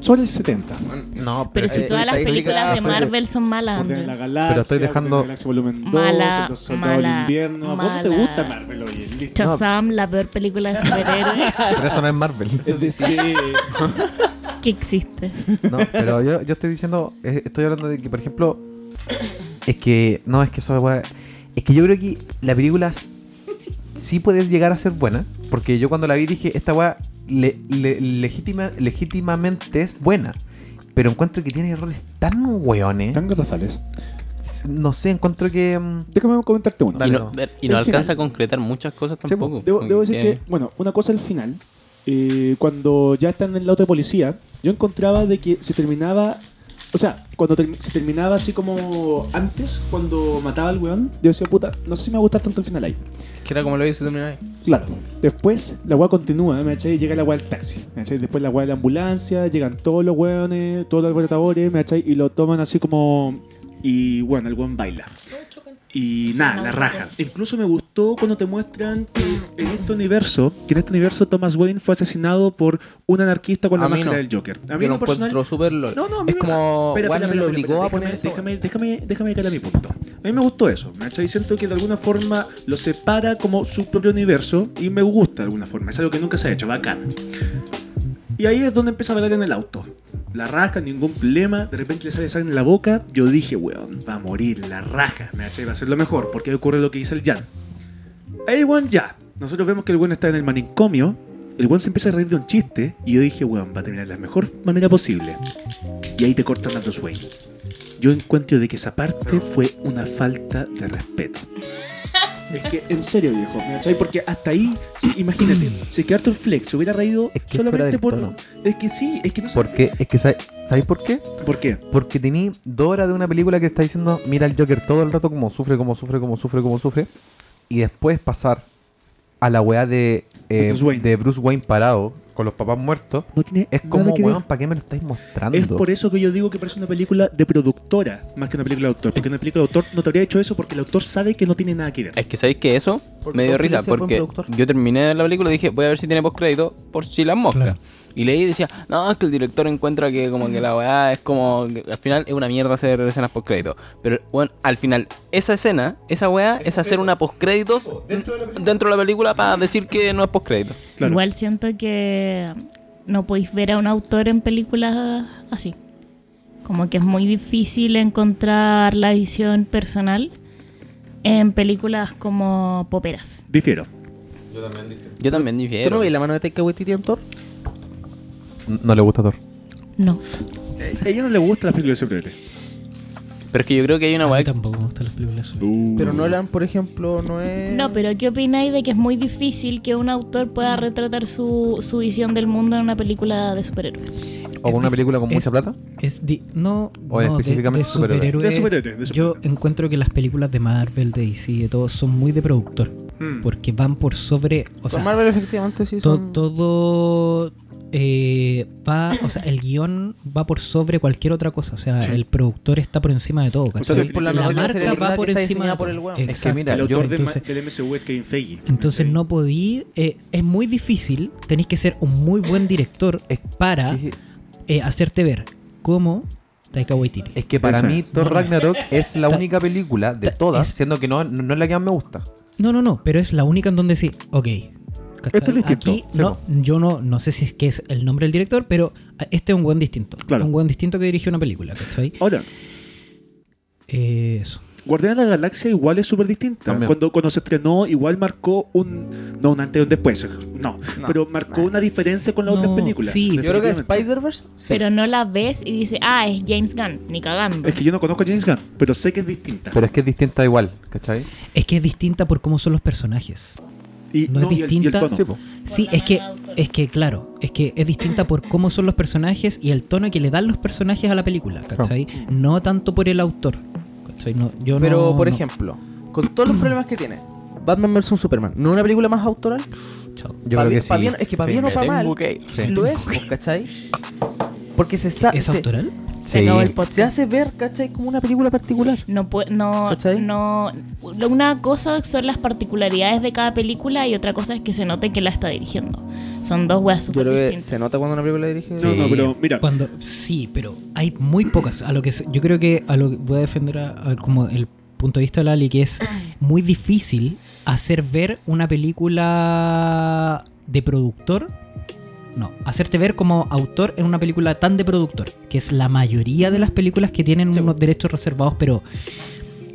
Speaker 10: Solo el 70.
Speaker 1: No,
Speaker 5: Pero
Speaker 3: Eh,
Speaker 5: si todas las
Speaker 3: estoy-
Speaker 5: películas de
Speaker 1: estoy-
Speaker 5: Marvel son malas,
Speaker 10: Orden de la
Speaker 5: Andrew.
Speaker 10: Galaxia,
Speaker 1: Pero estoy
Speaker 10: Orden de
Speaker 1: dejando-
Speaker 10: la Galaxia Volumen 2,
Speaker 5: Ah, Mala,
Speaker 10: El Soldado
Speaker 5: mala,
Speaker 10: del Invierno. ¿A vos no
Speaker 5: mala.
Speaker 10: te gusta Marvel, oye? Listo.
Speaker 5: Shazam, la peor película de superhéroes
Speaker 1: Pero eso no es Marvel.
Speaker 10: Es decir,
Speaker 5: que existe.
Speaker 1: No, pero yo, yo estoy diciendo, eh, estoy hablando de que, por ejemplo, es que, no, es que eso, weá, es que yo creo que la película s- sí puede llegar a ser buena, porque yo cuando la vi dije, esta weá le- le- legítima, legítimamente es buena, pero encuentro que tiene errores tan weones,
Speaker 10: tan garrafales.
Speaker 1: s- no sé, encuentro que... mm,
Speaker 10: Déjame comentarte uno.
Speaker 1: Dale,
Speaker 2: y
Speaker 1: no.
Speaker 2: no, y no
Speaker 10: El
Speaker 2: alcanza
Speaker 10: final.
Speaker 2: a concretar muchas cosas
Speaker 1: Sí,
Speaker 2: tampoco.
Speaker 10: Debo, debo decir
Speaker 2: Tiene-
Speaker 10: que, bueno, una cosa al final, eh, cuando ya están en el auto de policía, yo encontraba de que se terminaba
Speaker 12: O sea, cuando ter- se terminaba así como antes, cuando mataba al weón, yo decía, puta, no sé si me va a gustar tanto el final ahí.
Speaker 3: Que era como lo hice terminar ahí.
Speaker 12: Claro. Después la weá continúa, ¿eh? ¿me cachai? Llega la weá del taxi. ¿me cachai? Después la weá de la ambulancia, llegan todos los weones, todos los alborotadores, ¿me cachai? Y lo toman así como. Y bueno, el weón baila. Y nada, la raja. Incluso me gustó cuando te muestran que en este universo, que en este universo Thomas Wayne fue asesinado por un anarquista con
Speaker 3: A
Speaker 12: la
Speaker 3: mí no.
Speaker 12: máscara del Joker. A mí
Speaker 3: Yo
Speaker 12: en
Speaker 3: lo
Speaker 12: lo personal-
Speaker 3: encuentro súper lol.
Speaker 12: no, no, a mí
Speaker 3: es
Speaker 12: me-
Speaker 3: como
Speaker 12: Espera,
Speaker 3: Warner
Speaker 12: espera, espera,
Speaker 3: lo
Speaker 12: espera,
Speaker 3: obligó a
Speaker 12: espera,
Speaker 3: poner eso.
Speaker 12: déjame, déjame, déjame llegar a mi punto. A mí me gustó eso, ¿cachai? Y siento que de alguna forma lo separa como su propio universo y me gusta de alguna forma. Es algo que nunca se ha hecho, bacán. Y ahí es donde empieza a bailar en el auto. La raja, ningún problema, de repente le sale sangre en la boca. Yo dije, weón, va a morir, la raja, me va a ser lo mejor, porque ahí ocurre lo que dice el Jan. Ahí, weón, ya. Nosotros vemos que el weón está en el manicomio. El weón se empieza a reír de un chiste. Y yo dije, weón, va a terminar de la mejor manera posible. Y ahí te cortan a dos Wayne. Yo encuentro de que esa parte fue una falta de respeto. Es que, en serio, viejo, ¿me cachai? Porque hasta ahí, sí, imagínate, si es que Arthur Fleck se hubiera reído
Speaker 1: Es que fuera
Speaker 12: solamente
Speaker 1: del
Speaker 12: por.
Speaker 1: tono.
Speaker 12: Es que sí, es que no sé.
Speaker 1: Porque, es que, ¿sabes ¿sabes por qué?
Speaker 12: ¿Por qué?
Speaker 1: Porque tení dos horas de una película que está diciendo, mira el Joker todo el rato como sufre, como sufre, como sufre, como sufre. Y después pasar a la weá de, eh,
Speaker 12: Bruce Wayne.
Speaker 1: de Bruce Wayne parado, con los papás muertos.
Speaker 12: No tiene
Speaker 1: Es
Speaker 12: nada
Speaker 1: como,
Speaker 12: que ver.
Speaker 1: weón, ¿para qué me lo estáis mostrando?
Speaker 12: Es por e- eso que yo digo que parece una película de productora más que una película de autor. Porque una película de autor no te habría hecho eso porque el autor sabe que no tiene nada que ver.
Speaker 2: Es que sabéis que eso
Speaker 3: Porque
Speaker 2: me dio
Speaker 3: Tom
Speaker 2: risa
Speaker 3: Cruise es buen
Speaker 2: porque
Speaker 3: productor.
Speaker 2: yo terminé de ver la película y dije, voy a ver si tiene postcrédito por si las moscas.
Speaker 6: Claro.
Speaker 2: Y leí y decía, no, es que el director encuentra que como que la weá es como que al final es una mierda hacer escenas postcrédito. Pero bueno, al final, esa escena, esa weá, es hacer una postcréditos dentro de la película, para decir que no es postcrédito.
Speaker 12: Claro.
Speaker 5: Igual siento que no podéis ver a un autor en películas así. Como que es muy difícil encontrar la visión personal en películas como poperas.
Speaker 12: Difiero.
Speaker 2: Yo también
Speaker 3: ¿Tú no
Speaker 2: difiero.
Speaker 3: ves la mano de Taika Waititi en Thor?
Speaker 1: No le gusta Thor.
Speaker 5: No.
Speaker 12: A ella no le gustan las películas de superhéroes.
Speaker 2: Pero es que yo creo que hay una
Speaker 6: A mí
Speaker 2: weá
Speaker 6: tampoco me gustan las películas azules.
Speaker 3: Pero
Speaker 10: Mm.
Speaker 3: Nolan, por ejemplo, no es...
Speaker 5: No, pero ¿qué opináis de que es muy difícil que un autor pueda retratar su, su visión del mundo en una película de superhéroes?
Speaker 1: ¿O con una
Speaker 6: dif-
Speaker 1: película con
Speaker 6: es-
Speaker 1: mucha plata?
Speaker 6: Es di- no,
Speaker 1: O
Speaker 6: no, de-
Speaker 1: específicamente
Speaker 6: de
Speaker 1: superhéroes.
Speaker 6: superhéroes.
Speaker 12: De superhéroes, de
Speaker 6: Yo
Speaker 12: superhéroes.
Speaker 6: encuentro que las películas de Marvel, de DC, de todo, son muy de productor.
Speaker 12: Mm.
Speaker 6: Porque van por sobre. O
Speaker 3: Con
Speaker 6: sea,
Speaker 3: Marvel efectivamente sí
Speaker 6: to-
Speaker 3: son...
Speaker 6: todo eh, va. O sea, el guión va por sobre cualquier otra cosa. O sea, el productor está por encima de todo.
Speaker 12: sea,
Speaker 6: ¿cachai?
Speaker 12: es por la
Speaker 6: la
Speaker 12: novela
Speaker 6: marca
Speaker 3: serializada
Speaker 6: va
Speaker 3: que
Speaker 6: por
Speaker 3: está
Speaker 6: encima de
Speaker 3: diseñada por
Speaker 6: todo.
Speaker 3: el weón.
Speaker 1: Es que
Speaker 6: Exacto.
Speaker 1: mira,
Speaker 12: El
Speaker 1: yo-
Speaker 12: autor de ma-
Speaker 6: entonces-
Speaker 12: del MCU es Kevin Feige.
Speaker 6: Entonces no podí, eh, es muy difícil, tenés que ser un muy buen director
Speaker 1: Es
Speaker 3: Ah.
Speaker 6: para
Speaker 1: que-
Speaker 6: eh, hacerte ver como Taika Waititi.
Speaker 1: Es que para
Speaker 12: Esa.
Speaker 1: mí Thor
Speaker 6: No, no.
Speaker 1: Ragnarok es la
Speaker 6: Ta-
Speaker 1: única película de
Speaker 6: ta-
Speaker 1: todas,
Speaker 6: es-
Speaker 1: siendo que no, no, no es la que más me gusta.
Speaker 6: No, no, no, pero es la única en donde sí, ok. ¿cachai?
Speaker 12: Este es distinto,
Speaker 6: Aquí
Speaker 1: sí,
Speaker 6: no, yo no, no sé si es que es el nombre del director, pero este es un buen distinto.
Speaker 12: Claro.
Speaker 6: Un buen distinto que dirigió una película, ¿cachai?
Speaker 12: Ahora,
Speaker 6: Eh, eso.
Speaker 12: Guardián de la Galaxia igual es súper distinta.
Speaker 1: También.
Speaker 12: Cuando, cuando se estrenó, igual marcó un. No, un antes y un después. No.
Speaker 3: No.
Speaker 12: Pero marcó una diferencia con las
Speaker 6: No,
Speaker 12: otras películas.
Speaker 6: sí,
Speaker 3: Yo creo que
Speaker 12: definitivamente.
Speaker 3: Spider-Verse sí.
Speaker 5: Pero no la ves y dices, ah, es James Gunn, ni cagando.
Speaker 12: Es que yo no conozco a James Gunn, pero sé que es distinta.
Speaker 1: Pero es que es distinta igual, ¿cachai?
Speaker 6: Es que es distinta por cómo son los personajes.
Speaker 12: y,
Speaker 6: no es
Speaker 12: y el- y el
Speaker 6: distinta,
Speaker 12: tono.
Speaker 1: Sí, po.
Speaker 6: Sí,
Speaker 5: la
Speaker 6: es que,
Speaker 5: manera de autor.
Speaker 6: es que, claro, es que es distinta por cómo son los personajes y el tono que le dan los personajes a la película, ¿cachai? No tanto por el autor, ¿cachai? No, yo
Speaker 3: Pero,
Speaker 6: no-
Speaker 3: por
Speaker 6: no.
Speaker 3: ejemplo, con todos los problemas que tiene, Batman vs Superman, ¿no es una película más autoral?
Speaker 6: Chao.
Speaker 1: Yo creo
Speaker 3: Pa'
Speaker 1: que
Speaker 3: bien-
Speaker 1: sí.
Speaker 3: pa' bien- es que pa'
Speaker 1: sí.
Speaker 3: bien o pa' mal,
Speaker 1: Sí.
Speaker 3: lo es, pues, ¿cachai? Porque se sabe...
Speaker 6: ¿Es autoral?
Speaker 1: Sí.
Speaker 5: acabó el
Speaker 3: Se hace ver, ¿cachai? Como una película particular.
Speaker 5: No, pue- no,
Speaker 3: ¿Cachai?
Speaker 5: no. lo- Una cosa son las particularidades de cada película y otra cosa es que se note que la está dirigiendo. Son dos weas
Speaker 3: Yo
Speaker 5: súper
Speaker 3: creo que
Speaker 5: distintas.
Speaker 3: se nota cuando una película dirige.
Speaker 12: No, no, pero mira.
Speaker 6: Cuando, sí, pero hay muy pocas. A lo que se- yo creo que a lo que voy a defender a- a como el punto de vista de Lali, que es muy difícil hacer ver una película de productor. No, hacerte ver como autor en una película tan de productor, que es la mayoría de las películas que tienen unos derechos reservados, pero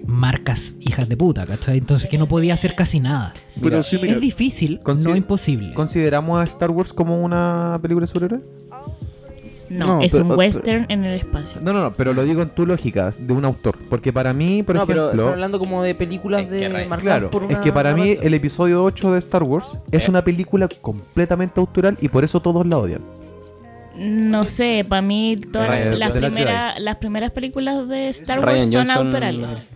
Speaker 6: marcas hijas de puta, ¿cachai? Entonces que no podía hacer casi nada.
Speaker 12: pero sí, mira.
Speaker 6: es difícil,
Speaker 1: consi-
Speaker 6: no imposible.
Speaker 1: ¿Consideramos a Star Wars como una película sobre superhéroes?
Speaker 5: No,
Speaker 3: No,
Speaker 5: es
Speaker 3: pero- ah,
Speaker 5: un
Speaker 3: pero-
Speaker 5: western en el espacio.
Speaker 1: No, no, no, pero lo digo en tu lógica, de un autor. Porque para mí, por
Speaker 3: no,
Speaker 1: ejemplo.
Speaker 3: pero estamos hablando como de películas
Speaker 2: Es que
Speaker 3: de
Speaker 2: re-
Speaker 3: marcadas
Speaker 1: Claro,
Speaker 3: por
Speaker 1: es
Speaker 3: una
Speaker 1: que para mí
Speaker 3: narrativa.
Speaker 1: el episodio 8 de Star Wars es
Speaker 2: Eh.
Speaker 1: una película completamente autoral y por eso todos la odian.
Speaker 5: No sé, para mí todas
Speaker 1: Ryan-
Speaker 5: las,
Speaker 1: de la
Speaker 5: primeras, las primeras películas de Star
Speaker 2: Ryan
Speaker 5: Wars son
Speaker 2: Johnson-
Speaker 5: autorales.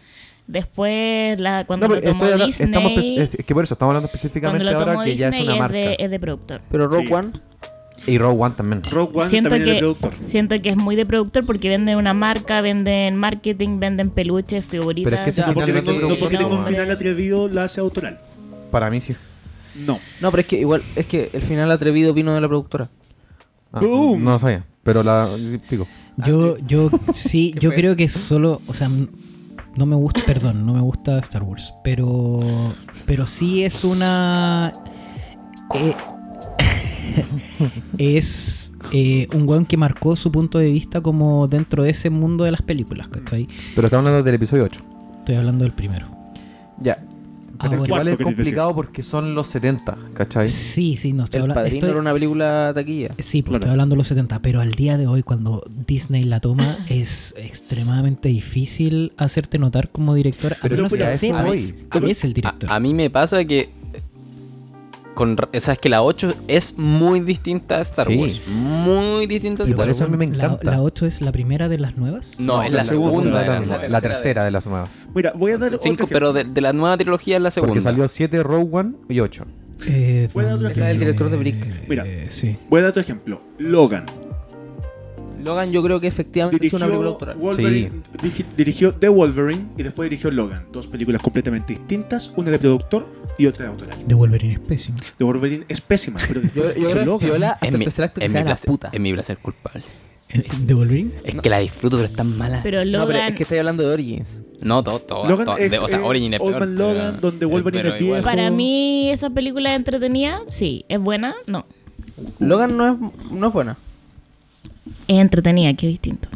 Speaker 5: Después, la, cuando
Speaker 1: No, pero
Speaker 5: lo tomó
Speaker 1: estoy hablando-
Speaker 5: Disney,
Speaker 1: estamos espe- es, es que por eso estamos hablando
Speaker 5: cuando
Speaker 1: específicamente
Speaker 5: lo
Speaker 1: ahora
Speaker 5: tomó
Speaker 1: que ya es
Speaker 5: Disney
Speaker 1: una marca.
Speaker 5: de, es de productor.
Speaker 3: Pero Rogue
Speaker 12: Sí.
Speaker 3: One,
Speaker 1: Y Rogue One también.
Speaker 12: Rogue One
Speaker 5: Siento
Speaker 12: también es de
Speaker 5: que-
Speaker 12: productor.
Speaker 5: Siento que es muy de productor porque venden una marca, venden marketing, venden peluches, figuritas.
Speaker 1: Pero es que ese
Speaker 12: No porque,
Speaker 1: finalmente
Speaker 12: tengo- no
Speaker 1: productor,
Speaker 12: porque tenga un
Speaker 1: no.
Speaker 12: final atrevido la hace autoral.
Speaker 1: Para mí sí.
Speaker 12: No.
Speaker 3: no, pero es que igual, es que el final atrevido vino de la productora.
Speaker 1: Ah,
Speaker 12: ¡Boom!
Speaker 1: No lo sabía. Pero la. Pico.
Speaker 6: Yo, yo, sí,
Speaker 3: Ah, ¿Qué
Speaker 6: yo
Speaker 3: fue
Speaker 6: creo que solo, o sea, m- no me gusta, perdón, no me gusta Star Wars, pero, pero sí es una, eh, es eh, un weón que marcó su punto de vista como dentro de ese mundo de las películas, ¿cachai?
Speaker 1: Pero estamos hablando del episodio 8.
Speaker 6: Estoy hablando del primero.
Speaker 1: Ya.
Speaker 6: Ah,
Speaker 1: Pero es que igual es
Speaker 6: bueno.
Speaker 12: Cuarto, querés
Speaker 1: complicado porque son los 70, ¿cachai?
Speaker 6: Sí, sí, no estoy
Speaker 3: El
Speaker 6: hablando.
Speaker 3: Padrino
Speaker 6: estoy-
Speaker 3: era una película taquilla.
Speaker 6: Sí, pues
Speaker 12: Claro.
Speaker 6: estoy hablando de los 70, pero al día de hoy, cuando Disney la toma, es extremadamente difícil hacerte notar como director, a
Speaker 1: Pero
Speaker 6: menos
Speaker 1: mira,
Speaker 6: que
Speaker 1: eso
Speaker 6: sepas
Speaker 1: voy.
Speaker 6: quién es el director.
Speaker 2: A, a mí me pasa que. Con, ra- o sea, es que la 8 es muy distinta a Star
Speaker 1: Sí.
Speaker 2: Wars. Muy distinta a
Speaker 1: Y
Speaker 2: Star
Speaker 1: por
Speaker 2: Wars.
Speaker 1: eso a mí me
Speaker 6: La- La,
Speaker 1: encanta.
Speaker 6: 8 es la primera de las nuevas.
Speaker 2: No, es la, segunda. de
Speaker 1: la,
Speaker 2: las nuevas.
Speaker 1: la tercera de las nuevas.
Speaker 12: Mira, voy a dar
Speaker 2: Sí, Cinco,
Speaker 12: otro
Speaker 2: pero
Speaker 12: ejemplo.
Speaker 2: de, de la nueva trilogía es la segunda.
Speaker 1: Porque salió 7, Rogue One y 8.
Speaker 6: Eh,
Speaker 12: Fue
Speaker 6: donde-
Speaker 12: otra
Speaker 3: que- El director de Brick.
Speaker 6: eh,
Speaker 12: Mira.
Speaker 6: sí.
Speaker 12: Voy a dar otro ejemplo. Logan.
Speaker 3: Logan yo creo que efectivamente es
Speaker 12: Dirigió,
Speaker 3: una película autoral.
Speaker 12: Wolverine- digi- dirigió The Wolverine y después dirigió Logan. Dos películas completamente distintas, una de productor y otra de autoral.
Speaker 6: De Wolverine es pésimo.
Speaker 12: The Wolverine es pésima, pero después hizo Logan.
Speaker 2: Es mi, es, mi placer,
Speaker 3: puta.
Speaker 2: es mi placer culpable.
Speaker 6: Eh, De Wolverine.
Speaker 2: Es que la disfruto, pero es tan mala.
Speaker 5: Pero
Speaker 3: No,
Speaker 5: Logan,
Speaker 3: pero es que estoy hablando de Origins.
Speaker 2: no, todo, todo.
Speaker 12: Logan
Speaker 2: todo-
Speaker 12: es-
Speaker 2: de- o sea,
Speaker 12: es
Speaker 2: Origin es
Speaker 12: Old
Speaker 2: peor.
Speaker 12: Man Logan,
Speaker 2: pero-
Speaker 12: donde Wolverine
Speaker 2: pero
Speaker 12: es
Speaker 2: igual.
Speaker 12: viejo.
Speaker 5: para mí esa película es entretenida, sí. ¿Es buena? No.
Speaker 3: Logan no es, no es buena.
Speaker 5: Es entretenida, que es distinto.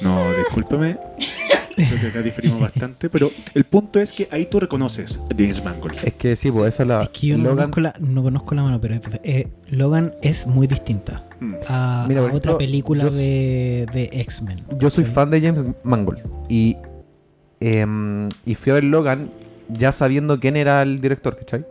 Speaker 12: No, discúlpame. Creo que acá diferimos bastante, pero el punto es que ahí tú reconoces a James Mangold.
Speaker 1: Es que sí, pues esa es la.
Speaker 6: Es que yo no,
Speaker 1: Logan.
Speaker 6: conozco la, no conozco la mano, pero eh, Logan es muy distinta
Speaker 12: Mm.
Speaker 6: a,
Speaker 1: Mira,
Speaker 6: a
Speaker 1: por ejemplo,
Speaker 6: otra película
Speaker 1: yo-
Speaker 6: de, de X-Men.
Speaker 1: Yo soy
Speaker 6: ¿cachai?
Speaker 1: fan de James Mangold. Y, em, y fui a ver Logan ya sabiendo quién era el director, ¿cachai?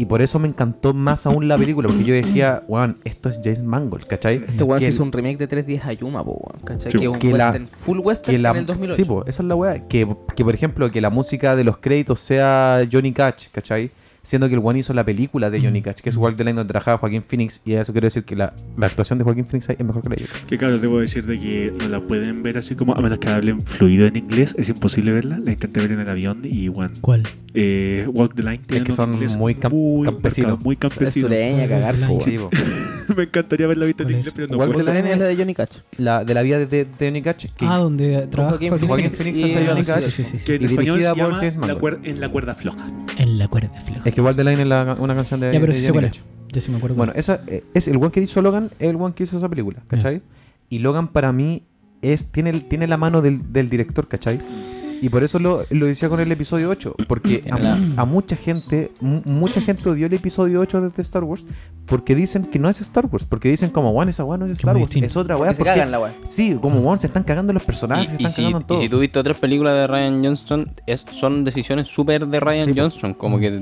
Speaker 1: Y por eso me encantó más aún la película, porque yo decía, weón, esto es James Mangold, ¿cachai?
Speaker 3: Este weón se
Speaker 1: Que-
Speaker 3: hizo un remake de 3 días a Yuma, po, weón. ¿Cachai?
Speaker 12: Sí,
Speaker 3: que es un
Speaker 1: que la-
Speaker 3: western, full western en el 2008.
Speaker 1: Sí, po, esa es la weá. Que, que, por ejemplo, que la música de los créditos sea Johnny Cash, ¿cachai? Siendo que el one hizo la película de
Speaker 6: Mm.
Speaker 1: Johnny Cash, que es igual de la donde trabajaba Joaquín Phoenix, y eso quiero decir que la, la actuación de Joaquín Phoenix ahí es mejor que la de Joker.
Speaker 12: Que claro, debo decir de que no la pueden ver así como, a menos que hablen fluido en inglés, es imposible verla. La intenté ver en el avión y bueno,
Speaker 6: ¿Cuál?
Speaker 12: eh, Walk the Line tiene
Speaker 1: que
Speaker 12: un
Speaker 1: son
Speaker 12: inglés
Speaker 1: muy cam-
Speaker 12: muy
Speaker 1: campesino.
Speaker 12: marcado, muy
Speaker 3: Es
Speaker 12: campesino.
Speaker 3: sureña, cagar, po, weón.
Speaker 1: Sí, po.
Speaker 12: Me encantaría verla vista en
Speaker 6: Por
Speaker 12: inglés,
Speaker 6: eso.
Speaker 12: pero no
Speaker 1: Walk
Speaker 12: puedo.
Speaker 1: the
Speaker 3: También es la de Johnny Cash.
Speaker 1: La, de la vida de, de- de Johnny Cash, que
Speaker 6: Ah, donde trabaja
Speaker 3: Joaquin
Speaker 6: Joaquin
Speaker 1: Joaquín
Speaker 6: Phoenix.
Speaker 1: Phoenix hace
Speaker 3: y-
Speaker 1: Johnny
Speaker 3: sí,
Speaker 1: Cash.
Speaker 6: sí, sí, sí.
Speaker 12: Que en
Speaker 1: y
Speaker 12: español se
Speaker 1: dirigida por
Speaker 12: llama
Speaker 1: James
Speaker 12: la
Speaker 1: Mangold.
Speaker 12: cuer- En la cuerda floja.
Speaker 6: En la cuerda floja.
Speaker 1: Es que Walk the Line es la- una canción de,
Speaker 6: ya, pero
Speaker 1: de
Speaker 6: sí sé
Speaker 1: Johnny
Speaker 6: cuál
Speaker 1: Cash.
Speaker 6: es. Ya sí me acuerdo.
Speaker 1: Bueno, esa, eh, es el one que hizo Logan, es el one que hizo esa película, ¿cachai? Y Logan para mí es, tiene, el- tiene la mano del, del director, ¿cachai? Y por eso lo, lo decía con el episodio 8, porque a, mu- a mucha gente, mu- mucha gente odió el episodio 8 de Star Wars porque dicen que no es Star Wars, porque dicen como, one, esa one no es Star
Speaker 6: muy
Speaker 1: Wars,
Speaker 6: distinto.
Speaker 1: es otra
Speaker 3: Porque
Speaker 1: weá.
Speaker 3: se cagan la weá.
Speaker 1: Sí, como, one, se están cagando los personajes, se
Speaker 2: Y, y
Speaker 1: están
Speaker 2: si,
Speaker 1: cagando en
Speaker 2: y
Speaker 1: todo.
Speaker 2: si tú viste otras películas de Ryan Johnston, es- son decisiones súper de Ryan
Speaker 1: Sí, po.
Speaker 2: Johnston. Como que de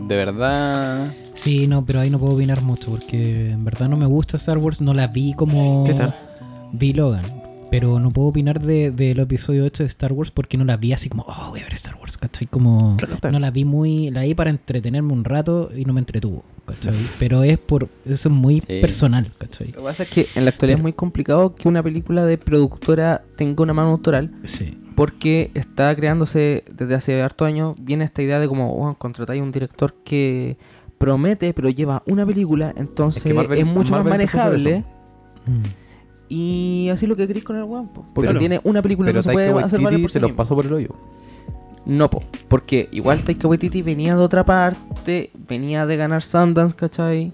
Speaker 2: verdad.
Speaker 6: Sí, no, pero ahí no puedo opinar mucho porque en verdad no me gusta Star Wars, no la vi como
Speaker 1: ¿Qué tal?
Speaker 6: vi Logan, pero no puedo opinar de- del episodio 8 de Star Wars porque no la vi así como, oh, voy a ver Star Wars, ¿cachai? Como
Speaker 1: Claro.
Speaker 6: no la vi muy, la vi para entretenerme un rato y no me entretuvo, ¿cachai? Pero es por, eso es muy
Speaker 2: Sí.
Speaker 6: personal, ¿cachai?
Speaker 3: Lo que pasa es que en la actualidad es muy complicado que una película de productora tenga una mano autoral
Speaker 6: Sí.
Speaker 3: porque está creándose desde hace harto años viene esta idea de como oh, contratáis un director que promete pero lleva una película entonces es,
Speaker 1: Es que Marvel-
Speaker 3: mucho más
Speaker 1: Marvel empezó a hacer
Speaker 3: manejable
Speaker 1: eso.
Speaker 6: Mm.
Speaker 3: y así es lo que queréis con el weón po, porque
Speaker 12: Claro.
Speaker 3: tiene una película
Speaker 1: Pero
Speaker 3: que no se puede
Speaker 1: Taika
Speaker 3: hacer valer
Speaker 1: Waititi
Speaker 3: por sí
Speaker 1: se los
Speaker 3: mismo.
Speaker 1: pasó por el hoyo.
Speaker 3: no po, porque igual Taika Waititi venía de otra parte venía de ganar Sundance ¿cachai?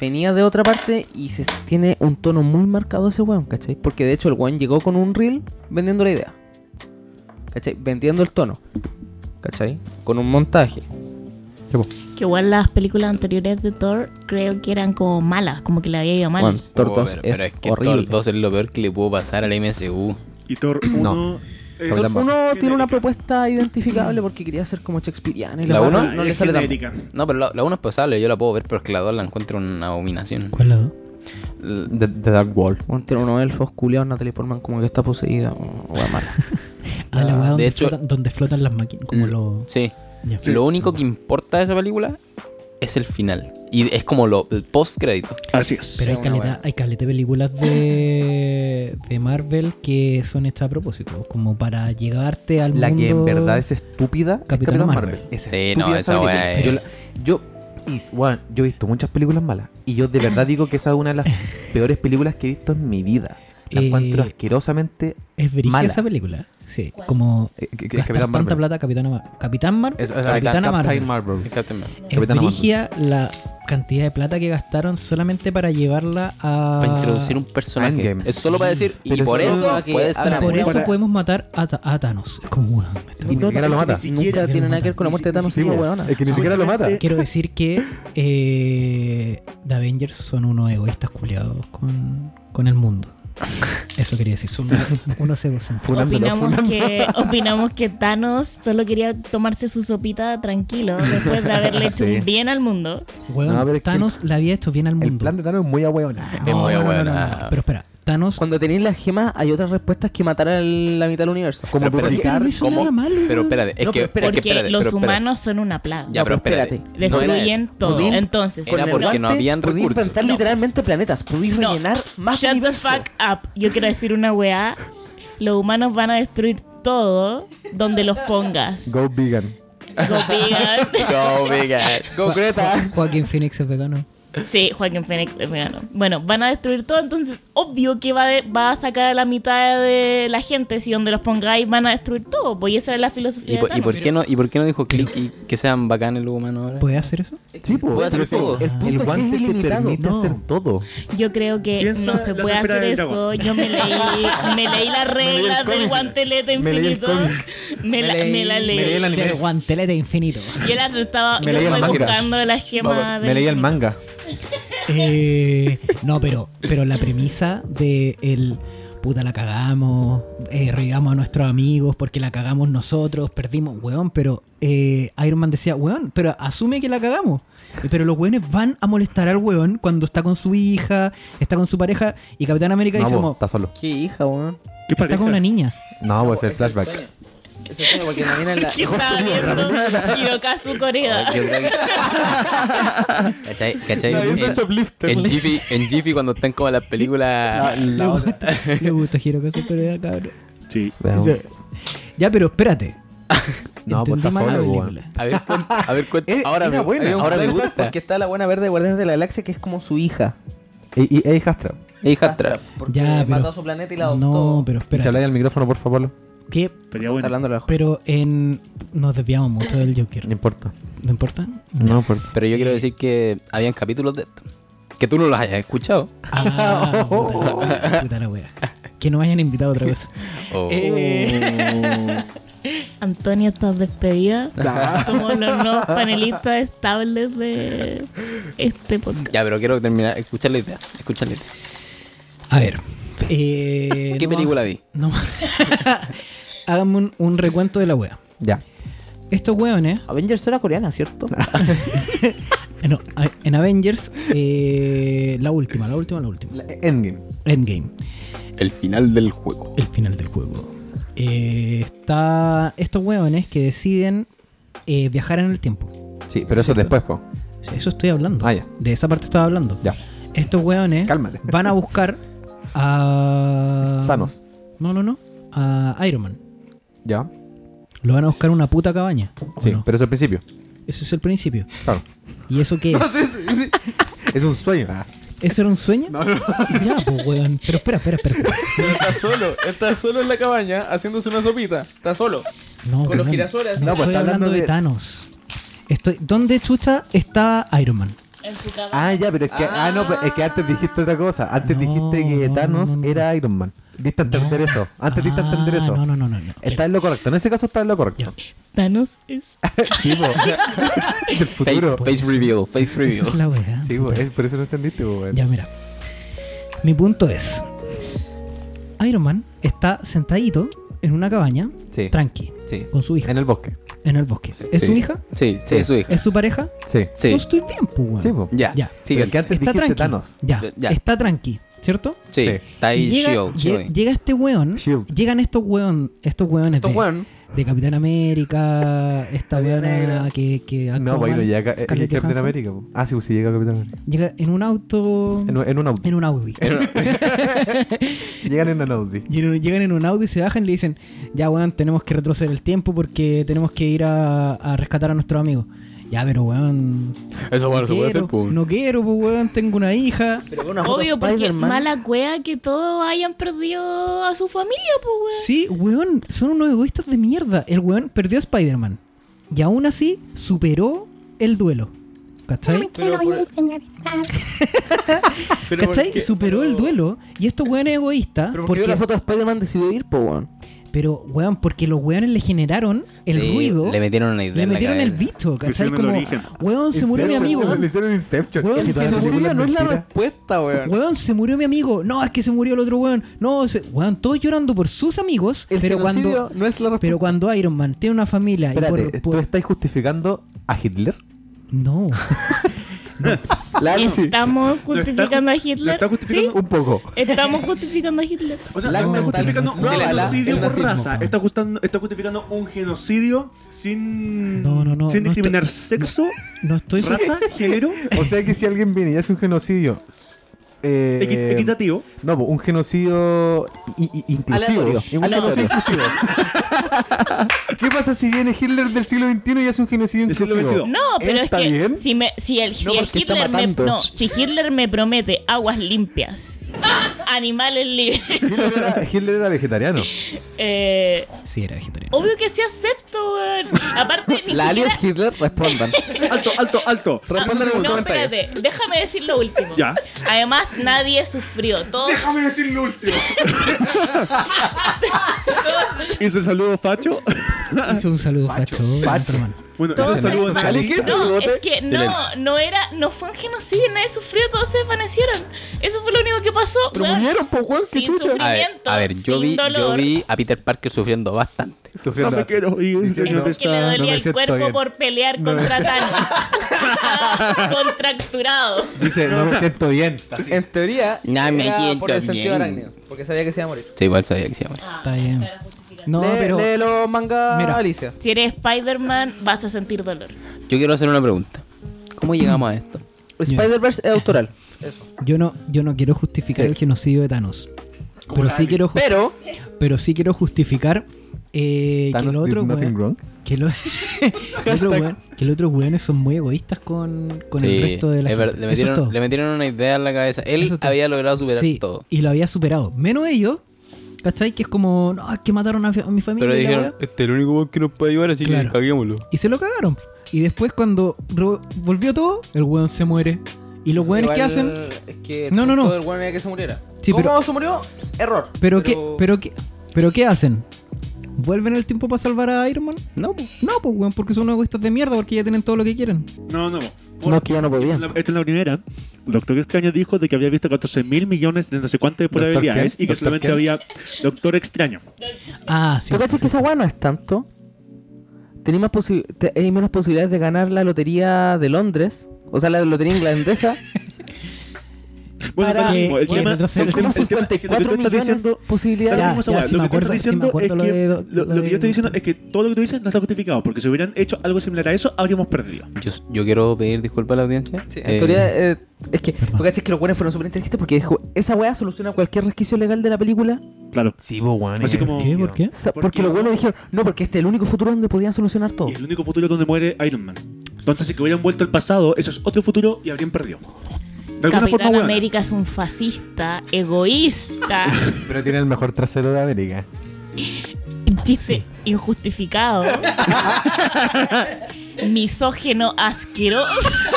Speaker 3: venía de otra parte y se tiene un tono muy marcado ese weón, ¿cachai? Porque de hecho el weón llegó con un reel vendiendo la idea. ¿Cachai? Vendiendo el tono. ¿Cachai? Con un montaje.
Speaker 5: Que igual las películas anteriores de Thor creo que eran como malas, como que le había ido mal.
Speaker 3: Bueno, Thor
Speaker 2: Oh,
Speaker 3: 2
Speaker 2: pero,
Speaker 3: es,
Speaker 2: pero es que
Speaker 3: horrible.
Speaker 2: Thor 2 es lo peor que le pudo pasar al MCU.
Speaker 12: Y Thor 1. es-
Speaker 1: Capitán Marvel.
Speaker 3: Uno tiene una
Speaker 12: Genérica.
Speaker 3: propuesta identificable porque quería ser como shakespeariana y
Speaker 2: ¿La
Speaker 3: weá
Speaker 2: uno?
Speaker 3: no, no le
Speaker 12: Es
Speaker 3: sale tan
Speaker 12: genérica.
Speaker 2: No, pero la, la 1 es pasable, yo la puedo ver, pero es que la 2 la encuentro una abominación.
Speaker 6: ¿Cuál es la dos?
Speaker 2: L-
Speaker 1: The, The Dark Wall.
Speaker 3: Bueno, tiene unos elfos culiados, Natalie Portman como que está poseída. O o es mala.
Speaker 6: Ah, la
Speaker 2: Ah,
Speaker 6: weá
Speaker 2: de
Speaker 6: donde,
Speaker 2: hecho-
Speaker 6: flotan, donde flotan las máquinas. Como
Speaker 2: Mm.
Speaker 6: los.
Speaker 2: Sí.
Speaker 6: ya.
Speaker 2: Lo único que importa de esa película es el final. Y es como lo, el post crédito.
Speaker 12: Así es.
Speaker 6: Pero hay
Speaker 3: una
Speaker 6: caleta,
Speaker 3: weá.
Speaker 6: hay caleta de películas de, de Marvel que son hechas a propósito. Como para llegarte al
Speaker 1: La
Speaker 6: mundo.
Speaker 1: que en verdad es estúpida es
Speaker 6: Capitana
Speaker 1: Capitán Marvel.
Speaker 6: Marvel.
Speaker 1: Es
Speaker 2: Sí,
Speaker 1: estúpida
Speaker 2: no, esa
Speaker 1: película.
Speaker 2: weá es-
Speaker 1: Yo, la- yo, y, bueno, yo he visto muchas películas malas. Y yo de verdad digo que esa es una de las peores películas que he visto en mi vida. La
Speaker 6: Eh,
Speaker 1: encuentro asquerosamente.
Speaker 6: Es verija
Speaker 1: mala.
Speaker 6: esa película. Sí. Como
Speaker 1: eh, que- que-
Speaker 6: gastar
Speaker 1: Capitán
Speaker 6: tanta
Speaker 1: Marvel.
Speaker 6: plata Capitana Marvel. Capitán Marvel.
Speaker 1: Es- es-
Speaker 6: Capitana
Speaker 1: Cap-
Speaker 6: Marvel.
Speaker 1: Captain Marvel.
Speaker 2: Captain Marvel.
Speaker 6: Es
Speaker 1: Capitana Marvel.
Speaker 6: brígida la cantidad de plata que gastaron solamente para llevarla a.
Speaker 2: Para introducir un personaje.
Speaker 1: Endgame.
Speaker 2: Es solo para decir, y
Speaker 1: Pero
Speaker 2: por
Speaker 1: eso-
Speaker 2: eso
Speaker 3: que
Speaker 2: puede estar
Speaker 3: habla
Speaker 6: Por
Speaker 2: en-
Speaker 6: eso
Speaker 12: Para-
Speaker 6: podemos matar a, Ta- a Thanos. Es como, weón, me
Speaker 1: Y no siquiera lo mata.
Speaker 3: Nunca tiene nada que ver con la muerte de Thanos,
Speaker 1: Sí,
Speaker 3: sí,
Speaker 1: po.
Speaker 3: weona.
Speaker 1: Es que ni siquiera lo mata.
Speaker 6: Quiero decir que eh, The Avengers son unos egoístas culiados con, con el mundo. Eso quería decir, son unos- unos egocéntricos.
Speaker 1: Funándolo,
Speaker 5: Opinamos
Speaker 1: funándolo.
Speaker 5: que, opinamos que Thanos solo quería tomarse su sopita tranquilo después de haberle hecho
Speaker 1: Sí.
Speaker 5: un bien al mundo.
Speaker 6: Weón,
Speaker 1: No, pero es que
Speaker 6: Thanos la había hecho bien al mundo.
Speaker 1: El plan de Thanos es muy ahueonado.
Speaker 2: Es muy buena.
Speaker 6: Pero espera, Thanos
Speaker 3: Cuando tenéis las gemas, hay otras respuestas que matar a la mitad del universo.
Speaker 1: Como
Speaker 2: Pero, pero,
Speaker 1: duplicar.
Speaker 6: no hizo
Speaker 2: ¿Cómo?
Speaker 6: nada malo,
Speaker 2: Pero
Speaker 6: weón.
Speaker 2: espérate, es
Speaker 3: No,
Speaker 2: que,
Speaker 3: pero
Speaker 2: es
Speaker 3: espérate,
Speaker 2: que
Speaker 5: Porque
Speaker 2: espérate,
Speaker 5: los
Speaker 2: pero espérate.
Speaker 5: humanos son una plaga.
Speaker 2: Ya,
Speaker 3: No,
Speaker 2: pero
Speaker 3: pero
Speaker 2: espérate.
Speaker 3: espérate.
Speaker 2: No era
Speaker 5: Destruyen
Speaker 2: eso.
Speaker 5: todo.
Speaker 3: Odín,
Speaker 5: Entonces,
Speaker 2: Era
Speaker 5: con el
Speaker 2: porque no
Speaker 5: guante-
Speaker 2: habían
Speaker 3: Podéis
Speaker 2: recursos.
Speaker 3: enfrentar
Speaker 5: No.
Speaker 3: literalmente planetas. Podéis
Speaker 5: No.
Speaker 3: rellenar más
Speaker 5: Shut
Speaker 3: universo.
Speaker 5: the fuck up. Yo quiero decir una weá. Los humanos van a destruir todo donde los pongas.
Speaker 1: Go vegan.
Speaker 5: Go vegan.
Speaker 2: Go vegan.
Speaker 6: Jo- Jo- Joaquín Phoenix es vegano.
Speaker 5: Sí, Joaquín Phoenix es vegano. Bueno, van a destruir todo, entonces obvio que va, de- va a sacar a la mitad de la gente si donde los pongáis van a destruir todo. Pues y esa era la filosofía.
Speaker 2: ¿Y,
Speaker 5: de
Speaker 2: por, y
Speaker 5: Thanos.
Speaker 2: por qué no, ¿Y por qué no dijo Click y que sean bacanes los humanos ahora?
Speaker 5: Pues,
Speaker 6: ¿Puede hacer eso?
Speaker 1: Sí, po,
Speaker 2: Puede hacer
Speaker 1: pero sí,
Speaker 2: todo.
Speaker 1: El, el
Speaker 3: es
Speaker 1: guante te
Speaker 3: ilimitado.
Speaker 1: permite
Speaker 6: No.
Speaker 1: hacer todo.
Speaker 5: Yo creo que
Speaker 12: Piensa
Speaker 5: no se
Speaker 12: la
Speaker 5: puede
Speaker 12: esfera
Speaker 5: hacer
Speaker 12: del
Speaker 5: eso.
Speaker 12: dragón.
Speaker 5: Yo me leí, me leí las reglas del
Speaker 12: cómic.
Speaker 5: guantelete
Speaker 12: Me leí el
Speaker 5: infinito. Me la, me la leí.
Speaker 6: Del guantelete infinito.
Speaker 5: Yo las estaba
Speaker 1: Me
Speaker 5: yo
Speaker 1: leí el
Speaker 5: estoy
Speaker 1: manga.
Speaker 5: buscando la gema
Speaker 1: Me leí el manga.
Speaker 6: Eh, no, pero, pero la premisa de el puta la cagamos, eh, regamos a nuestros amigos porque la cagamos nosotros, perdimos, weón, pero eh, Iron Man decía, weón, pero asume que la cagamos. Eh, Pero los weones van a molestar al weón cuando está con su hija, está con su pareja, y Capitán América
Speaker 1: No,
Speaker 6: dice
Speaker 1: po,
Speaker 6: como,
Speaker 1: está solo.
Speaker 3: Qué hija, weón.
Speaker 12: ¿Qué
Speaker 6: está con una niña.
Speaker 1: No, pues el flashback.
Speaker 3: Ese sueño, porque también en la.
Speaker 5: ¿Qué estaba viendo? Hirokazu Korea.
Speaker 2: Yo creo que- ¿Cachai? ¿Cachai? En- en, Jiffy, en Jiffy cuando están como las películas...
Speaker 6: Le gusta, le gusta Hirokazu, pero ya, cabrón.
Speaker 12: Sí.
Speaker 1: Veamos.
Speaker 6: Ya, ya, pero espérate.
Speaker 1: No, pues
Speaker 6: Entendí
Speaker 1: está
Speaker 6: mal la
Speaker 1: solo,
Speaker 6: película.
Speaker 1: weón.
Speaker 2: A ver, cuen- a ver cuenta.
Speaker 1: Eh,
Speaker 2: ahora
Speaker 1: era
Speaker 2: me,
Speaker 1: buena,
Speaker 2: había un
Speaker 1: ahora me
Speaker 2: flashback
Speaker 1: gusta.
Speaker 2: porque-
Speaker 3: Porque está la buena verde de Guardianes de la Galaxia, que es como su hija.
Speaker 1: Y, y, y hijastra.
Speaker 2: Hey, Hat Trap.
Speaker 3: Porque
Speaker 6: Ya, pero-
Speaker 3: mató a su planeta y la adoptó.
Speaker 6: No,
Speaker 1: Y
Speaker 6: pero
Speaker 1: se habla
Speaker 6: espérate.
Speaker 1: ahí al micrófono, por favor.
Speaker 6: ¿Qué?
Speaker 12: Estaría
Speaker 3: Está
Speaker 12: bueno.
Speaker 3: hablando la joya.
Speaker 6: Pero en... nos desviamos mucho del Joker.
Speaker 1: No importa.
Speaker 6: ¿No importa?
Speaker 1: No importa.
Speaker 2: Pero yo quiero decir que habían capítulos de esto. Que tú no los hayas escuchado.
Speaker 6: Ah, puta, puta la wea. Que no me hayan invitado a otra cosa.
Speaker 2: O-
Speaker 6: Eh,
Speaker 5: Antonia, estás despedida. Somos los no panelistas estables de este podcast.
Speaker 2: Ya, pero quiero terminar. Escuchar la idea. Escuchar la idea.
Speaker 6: a ver. eh,
Speaker 2: ¿Qué
Speaker 6: no-
Speaker 2: película vi?
Speaker 6: No. Háganme un, un recuento de la wea.
Speaker 1: Ya.
Speaker 6: Estos weones, eh,
Speaker 3: Avengers era coreana, ¿cierto?
Speaker 6: no, a- en Avengers, eh, la última, la última, la última.
Speaker 1: La- eh, Endgame.
Speaker 6: Endgame.
Speaker 2: El final del juego.
Speaker 6: el final del juego. Eh, está estos hueones que deciden eh, viajar en el tiempo.
Speaker 1: Sí, pero eso
Speaker 6: ¿Cierto?
Speaker 1: después, po.
Speaker 6: Eso estoy hablando.
Speaker 1: Ah, ya.
Speaker 6: De esa parte estaba hablando.
Speaker 1: Ya.
Speaker 6: Estos hueones
Speaker 1: Cálmate.
Speaker 6: van a buscar a...
Speaker 1: Thanos.
Speaker 6: No, no, no. A Iron Man.
Speaker 1: Ya.
Speaker 6: Lo van a buscar en una puta cabaña. ¿o
Speaker 1: Sí,
Speaker 6: no?
Speaker 1: pero eso es el principio.
Speaker 6: Ese es el principio.
Speaker 1: Claro.
Speaker 6: ¿Y eso qué es?
Speaker 1: Es un sueño.
Speaker 6: ¿Eso era un sueño? Ya, pues, hueón. Pero espera, espera, espera.
Speaker 3: está solo, está solo en la cabaña haciéndose una sopita. Está solo.
Speaker 6: No,
Speaker 3: Con los
Speaker 6: weón.
Speaker 3: girasoles.
Speaker 6: No,
Speaker 1: No, pues,
Speaker 6: estoy
Speaker 1: está
Speaker 6: hablando
Speaker 1: hablando
Speaker 6: de
Speaker 1: de-
Speaker 6: Thanos. Estoy... ¿Dónde chucha está Iron Man?
Speaker 5: En su
Speaker 1: Ah, ya, pero es que, ah, no, pero es que antes dijiste otra cosa. Antes
Speaker 6: No,
Speaker 1: dijiste que
Speaker 6: no,
Speaker 1: Thanos
Speaker 6: no, no, no.
Speaker 1: era Iron Man. Diste a entender
Speaker 6: No.
Speaker 1: eso. Antes diste a
Speaker 6: Ah,
Speaker 1: entender eso.
Speaker 6: No, no, no, no. no.
Speaker 1: Está en lo correcto. En ese caso está en lo correcto.
Speaker 5: Thanos es.
Speaker 1: Sí, po. Del
Speaker 2: Face,
Speaker 1: futuro.
Speaker 2: face reveal. Face
Speaker 6: Esa es
Speaker 2: reveal.
Speaker 6: la wea.
Speaker 1: Sí, po. Es, por eso no entendiste, po. weón.
Speaker 6: pues. Ya, mira. Mi punto es: Iron Man está sentadito en una cabaña,
Speaker 1: Sí.
Speaker 6: tranqui,
Speaker 1: Sí.
Speaker 6: con su hija,
Speaker 1: En el bosque.
Speaker 6: en el bosque. ¿Es
Speaker 2: Sí.
Speaker 6: su hija?
Speaker 2: Sí, sí,
Speaker 1: Sí.
Speaker 2: es su hija.
Speaker 6: ¿Es su pareja?
Speaker 1: Sí.
Speaker 2: Sí,
Speaker 6: No estoy bien, pues, weón.
Speaker 1: Sí, po.
Speaker 2: ya.
Speaker 6: Ya.
Speaker 2: Sí,
Speaker 1: Porque antes
Speaker 6: Está
Speaker 1: dijiste
Speaker 6: tranqui.
Speaker 1: Thanos.
Speaker 6: Ya.
Speaker 2: Ya.
Speaker 6: Está tranqui, ¿cierto?
Speaker 2: sí.
Speaker 1: Sí.
Speaker 2: Está ahí
Speaker 6: Y llega,
Speaker 2: Shield.
Speaker 6: lle- llega este weón,
Speaker 1: Shield.
Speaker 6: llegan estos weón, estos weones
Speaker 3: Esto,
Speaker 6: de,
Speaker 3: weón.
Speaker 6: de Capitán América, esta
Speaker 3: Capitán
Speaker 6: weona
Speaker 3: Negra.
Speaker 6: que, que actúa
Speaker 1: No, bueno,
Speaker 6: mal,
Speaker 1: llega eh,
Speaker 6: Scarlett
Speaker 1: Capitán
Speaker 6: Johansson.
Speaker 1: América. po. Ah, sí, pues, sí, llega Capitán América.
Speaker 6: Llega en un auto,
Speaker 1: En, en un auto.
Speaker 6: en un Audi.
Speaker 1: Llegan en un Audi.
Speaker 6: Y en- Llegan en un Audi, se bajan y le dicen, ya weón, tenemos que retroceder el tiempo porque tenemos que ir a, a rescatar a nuestro amigo. Ya, pero weón,
Speaker 2: Eso
Speaker 6: no, quiero, no quiero, pues weón, tengo una hija.
Speaker 3: Pero con una foto
Speaker 5: Obvio, porque
Speaker 3: Spider-Man.
Speaker 5: mala cueva que todos hayan perdido a su familia, pues, weón.
Speaker 6: Sí, weón, son unos egoístas de mierda. El weón perdió a Spider-Man. Y aún así, superó el duelo. ¿Cachai?
Speaker 13: Quiero ir,
Speaker 6: ¿Cachai? Superó el duelo. Y estos weones egoístas.
Speaker 3: Pero porque
Speaker 6: porque-
Speaker 3: vio la foto de Spider-Man decidió ir, po, weón.
Speaker 6: Pero, weón, porque los weones le generaron el
Speaker 2: Sí,
Speaker 6: ruido.
Speaker 2: Le
Speaker 6: Le,
Speaker 2: metieron una idea. en la
Speaker 6: metieron el
Speaker 2: cabeza.
Speaker 6: bicho, ¿cachai?
Speaker 12: Pusieron el
Speaker 6: Como,
Speaker 12: origen.
Speaker 6: weón, se murió mi
Speaker 1: Inception,
Speaker 6: amigo.
Speaker 1: weón, Le hicieron Inception.
Speaker 6: Weón,
Speaker 1: Casi todas
Speaker 6: en
Speaker 1: las
Speaker 6: serio,
Speaker 1: películas
Speaker 3: no es la
Speaker 1: mentiras.
Speaker 3: respuesta, weón.
Speaker 6: Weón, se murió mi amigo. No, es que se murió el otro weón. No, se... weón, todos llorando por sus amigos.
Speaker 3: El
Speaker 6: pero
Speaker 3: genocidio no
Speaker 6: cuando.
Speaker 3: es la respuesta.
Speaker 6: Pero cuando Iron Man tiene una familia y
Speaker 1: Espérate,
Speaker 6: por-
Speaker 1: ¿tú
Speaker 6: por,
Speaker 1: estás justificando a Hitler?
Speaker 6: No.
Speaker 3: La
Speaker 5: Estamos justificando a
Speaker 4: ¿Lo
Speaker 5: Hitler.
Speaker 4: está
Speaker 5: Sí,
Speaker 4: justificando?
Speaker 1: Un poco.
Speaker 5: estamos justificando a Hitler.
Speaker 4: O sea,
Speaker 3: La
Speaker 4: está
Speaker 3: mental-
Speaker 4: justificando un
Speaker 3: no, la-
Speaker 4: genocidio
Speaker 3: el
Speaker 4: por
Speaker 3: racismo, pues.
Speaker 4: raza.
Speaker 6: po.
Speaker 4: Está, justan- está justificando un genocidio sin,
Speaker 6: No, no, no,
Speaker 4: sin
Speaker 6: no
Speaker 4: discriminar
Speaker 6: estoy-
Speaker 4: sexo,
Speaker 6: No estoy
Speaker 4: raza, género,
Speaker 1: O sea que si alguien viene y hace un genocidio. eh,
Speaker 4: equi- equitativo.
Speaker 1: No, po, un genocidio i- i- inclusivo.
Speaker 3: Aleatorio,
Speaker 1: Un genocidio
Speaker 3: aleatorio.
Speaker 1: inclusivo. ¿Qué pasa si viene Hitler del siglo XXI y hace un genocidio
Speaker 4: Del siglo
Speaker 1: inclusivo?
Speaker 4: XXII.
Speaker 5: No, pero es
Speaker 1: ¿Está
Speaker 5: que
Speaker 1: bien?
Speaker 5: si me si el, si
Speaker 3: No,
Speaker 5: el
Speaker 3: porque está
Speaker 5: Hitler me
Speaker 3: matando.
Speaker 5: no, si Hitler me promete aguas limpias, animales libres,
Speaker 1: Hitler era, Hitler era vegetariano.
Speaker 5: eh,
Speaker 6: Sí, era vegetariano.
Speaker 5: obvio que sí acepto, weón. Aparte ni
Speaker 3: La alias
Speaker 5: siquiera-
Speaker 3: Hitler, respondan.
Speaker 4: Alto, alto, alto.
Speaker 3: Respondan en los
Speaker 5: Ah, No,
Speaker 3: comentarios.
Speaker 5: espérate, déjame decir lo último.
Speaker 4: Ya.
Speaker 5: Además, nadie sufrió. Todos,
Speaker 9: Déjame decir lo último.
Speaker 5: todos,
Speaker 4: Hizo el saludo facho.
Speaker 6: Hizo un saludo facho.
Speaker 1: Facho.
Speaker 6: hermano.
Speaker 4: Bueno, hizo
Speaker 5: todos
Speaker 4: el saludo
Speaker 1: ¿Sale qué
Speaker 4: nacionalista.
Speaker 1: es el
Speaker 5: No,
Speaker 1: bigote?
Speaker 5: es que no,
Speaker 1: Silencio.
Speaker 5: no era, no fue un genocidio, nadie sufrió, todos se desvanecieron. Eso fue lo único que pasó.
Speaker 3: Pero
Speaker 5: weón.
Speaker 3: murieron, po, weón, qué
Speaker 5: Sin
Speaker 2: A
Speaker 3: chucha.
Speaker 2: ver,
Speaker 5: sufrimiento,
Speaker 2: a ver, yo,
Speaker 5: sin
Speaker 2: vi, yo
Speaker 5: dolor.
Speaker 2: vi a Peter Parker sufriendo bastante.
Speaker 1: Sufriendo.
Speaker 4: No me quiero ir,
Speaker 1: Diciendo-
Speaker 4: señor
Speaker 1: No,
Speaker 5: que le
Speaker 4: está.
Speaker 1: no
Speaker 5: dolía
Speaker 1: me
Speaker 5: el
Speaker 1: siento
Speaker 5: cuerpo
Speaker 1: bien.
Speaker 5: por pelear
Speaker 1: No me-
Speaker 5: contra Thanos. Estaba Contracturado.
Speaker 1: Dice, no me siento bien.
Speaker 3: En teoría,
Speaker 2: No me
Speaker 3: era
Speaker 2: siento
Speaker 3: por el sentido
Speaker 2: bien.
Speaker 3: arácnido, porque sabía que se iba a morir.
Speaker 2: Sí, igual sabía que se iba a morir.
Speaker 6: Está bien. No,
Speaker 3: Lee-
Speaker 6: pero.
Speaker 3: lee los mangas
Speaker 6: Mira.
Speaker 3: Alicia.
Speaker 5: Si eres Spider-Man, vas a sentir dolor.
Speaker 2: Yo quiero hacer una pregunta. ¿Cómo llegamos a esto?
Speaker 3: Spider-Verse es autoral. Eso.
Speaker 6: Yo no, yo no quiero justificar
Speaker 3: Sí.
Speaker 6: el genocidio de Thanos. Pero sí, quiero ju-
Speaker 3: Pero,
Speaker 6: pero sí quiero justificar eh, que
Speaker 1: Thanos
Speaker 6: el otro
Speaker 1: did nothing
Speaker 6: weón-
Speaker 1: wrong.
Speaker 6: que, lo- que el otro weón- que los otros weones son muy egoístas con, con
Speaker 2: Sí,
Speaker 6: el resto de la
Speaker 2: es ver-
Speaker 6: gente.
Speaker 2: le,
Speaker 6: Eso es
Speaker 2: metieron,
Speaker 6: todo.
Speaker 2: le metieron una idea en la cabeza.
Speaker 6: Eso
Speaker 2: Él
Speaker 6: es todo.
Speaker 2: había logrado superar
Speaker 6: Sí,
Speaker 2: todo.
Speaker 6: y lo había superado. Menos ellos, ¿cachai? Que es como, no, es que mataron a, fi- a mi familia.
Speaker 2: Pero
Speaker 6: y la
Speaker 2: dijeron,
Speaker 6: weá.
Speaker 2: este es el único weón que nos puede ayudar, así
Speaker 6: Claro.
Speaker 2: que caguémoslo.
Speaker 6: Y se lo cagaron. Y después cuando ro- volvió todo, el weón se muere. Y los weones
Speaker 3: igual,
Speaker 6: que hacen...
Speaker 3: Es que
Speaker 6: No, no, no.
Speaker 3: El weón era que se muriera.
Speaker 6: Sí,
Speaker 3: ¿Cómo
Speaker 6: pero-
Speaker 3: se murió? Error.
Speaker 6: Pero, qué, pero qué, pero qué hacen? ¿Vuelven el tiempo para salvar a Iron Man? No, po. no, pues weón, porque son unos egoístas de mierda, porque ya tienen todo lo que quieren.
Speaker 4: No, no.
Speaker 10: No, que ya no podía.
Speaker 4: La- esta es la primera. Doctor Extraño dijo de que había visto 14 mil millones de no sé cuántas
Speaker 1: Doctor
Speaker 4: probabilidades
Speaker 1: Ken,
Speaker 4: y que
Speaker 1: Doctor
Speaker 4: solamente
Speaker 1: Ken.
Speaker 4: había Doctor Extraño.
Speaker 6: Ah, sí.
Speaker 3: ¿Tú cachas que esa weá no es tanto? Tenés más posi- te- hay menos posibilidades de ganar la lotería de Londres, o sea, la lotería inglesa.
Speaker 4: Bueno,
Speaker 6: Para
Speaker 4: da lo mismo, el
Speaker 6: que-
Speaker 4: tema-
Speaker 6: que retroceda
Speaker 4: el tema- el tema- es que lo que
Speaker 3: 54
Speaker 4: tú estás
Speaker 3: millones
Speaker 4: diciendo
Speaker 3: posibilidades.
Speaker 6: Ya,
Speaker 4: Está bien,
Speaker 6: ya,
Speaker 4: Samuel,
Speaker 6: sí me
Speaker 4: lo que
Speaker 6: acuerdo-
Speaker 4: estás
Speaker 6: sí me
Speaker 4: diciendo
Speaker 6: acuerdo
Speaker 4: es
Speaker 6: lo de
Speaker 4: que-
Speaker 6: do-
Speaker 4: lo-
Speaker 6: lo
Speaker 4: lo que yo
Speaker 6: de-
Speaker 4: estoy diciendo es que todo lo que tú dices no está justificado, porque si hubieran hecho algo similar a eso, habríamos perdido.
Speaker 2: Yo, yo quiero pedir disculpas a la audiencia.
Speaker 3: Sí,
Speaker 2: Eh,
Speaker 3: en teoría, eh, es que,
Speaker 6: Perdón.
Speaker 3: ¿tú cachas que los buenos fueron súper inteligentes? Porque dijo, esa weá soluciona cualquier resquicio legal de la película.
Speaker 4: Claro.
Speaker 1: Sí, bo, weón.
Speaker 4: Así
Speaker 1: eh.
Speaker 4: como-
Speaker 6: ¿Por qué? ¿Por qué?
Speaker 3: O sea,
Speaker 4: ¿Por
Speaker 3: porque
Speaker 4: qué?
Speaker 3: los buenos dijeron, no, porque este es el único futuro donde podían solucionar todo.
Speaker 4: Y es el único futuro donde muere Iron Man. Entonces, si que hubieran vuelto al pasado, eso es otro futuro y habrían perdido. De alguna forma,
Speaker 5: Capitán
Speaker 4: weón.
Speaker 5: América es un fascista, egoísta,
Speaker 1: Pero tiene el mejor trasero de América.
Speaker 5: chiste injustificado, misógeno asqueroso.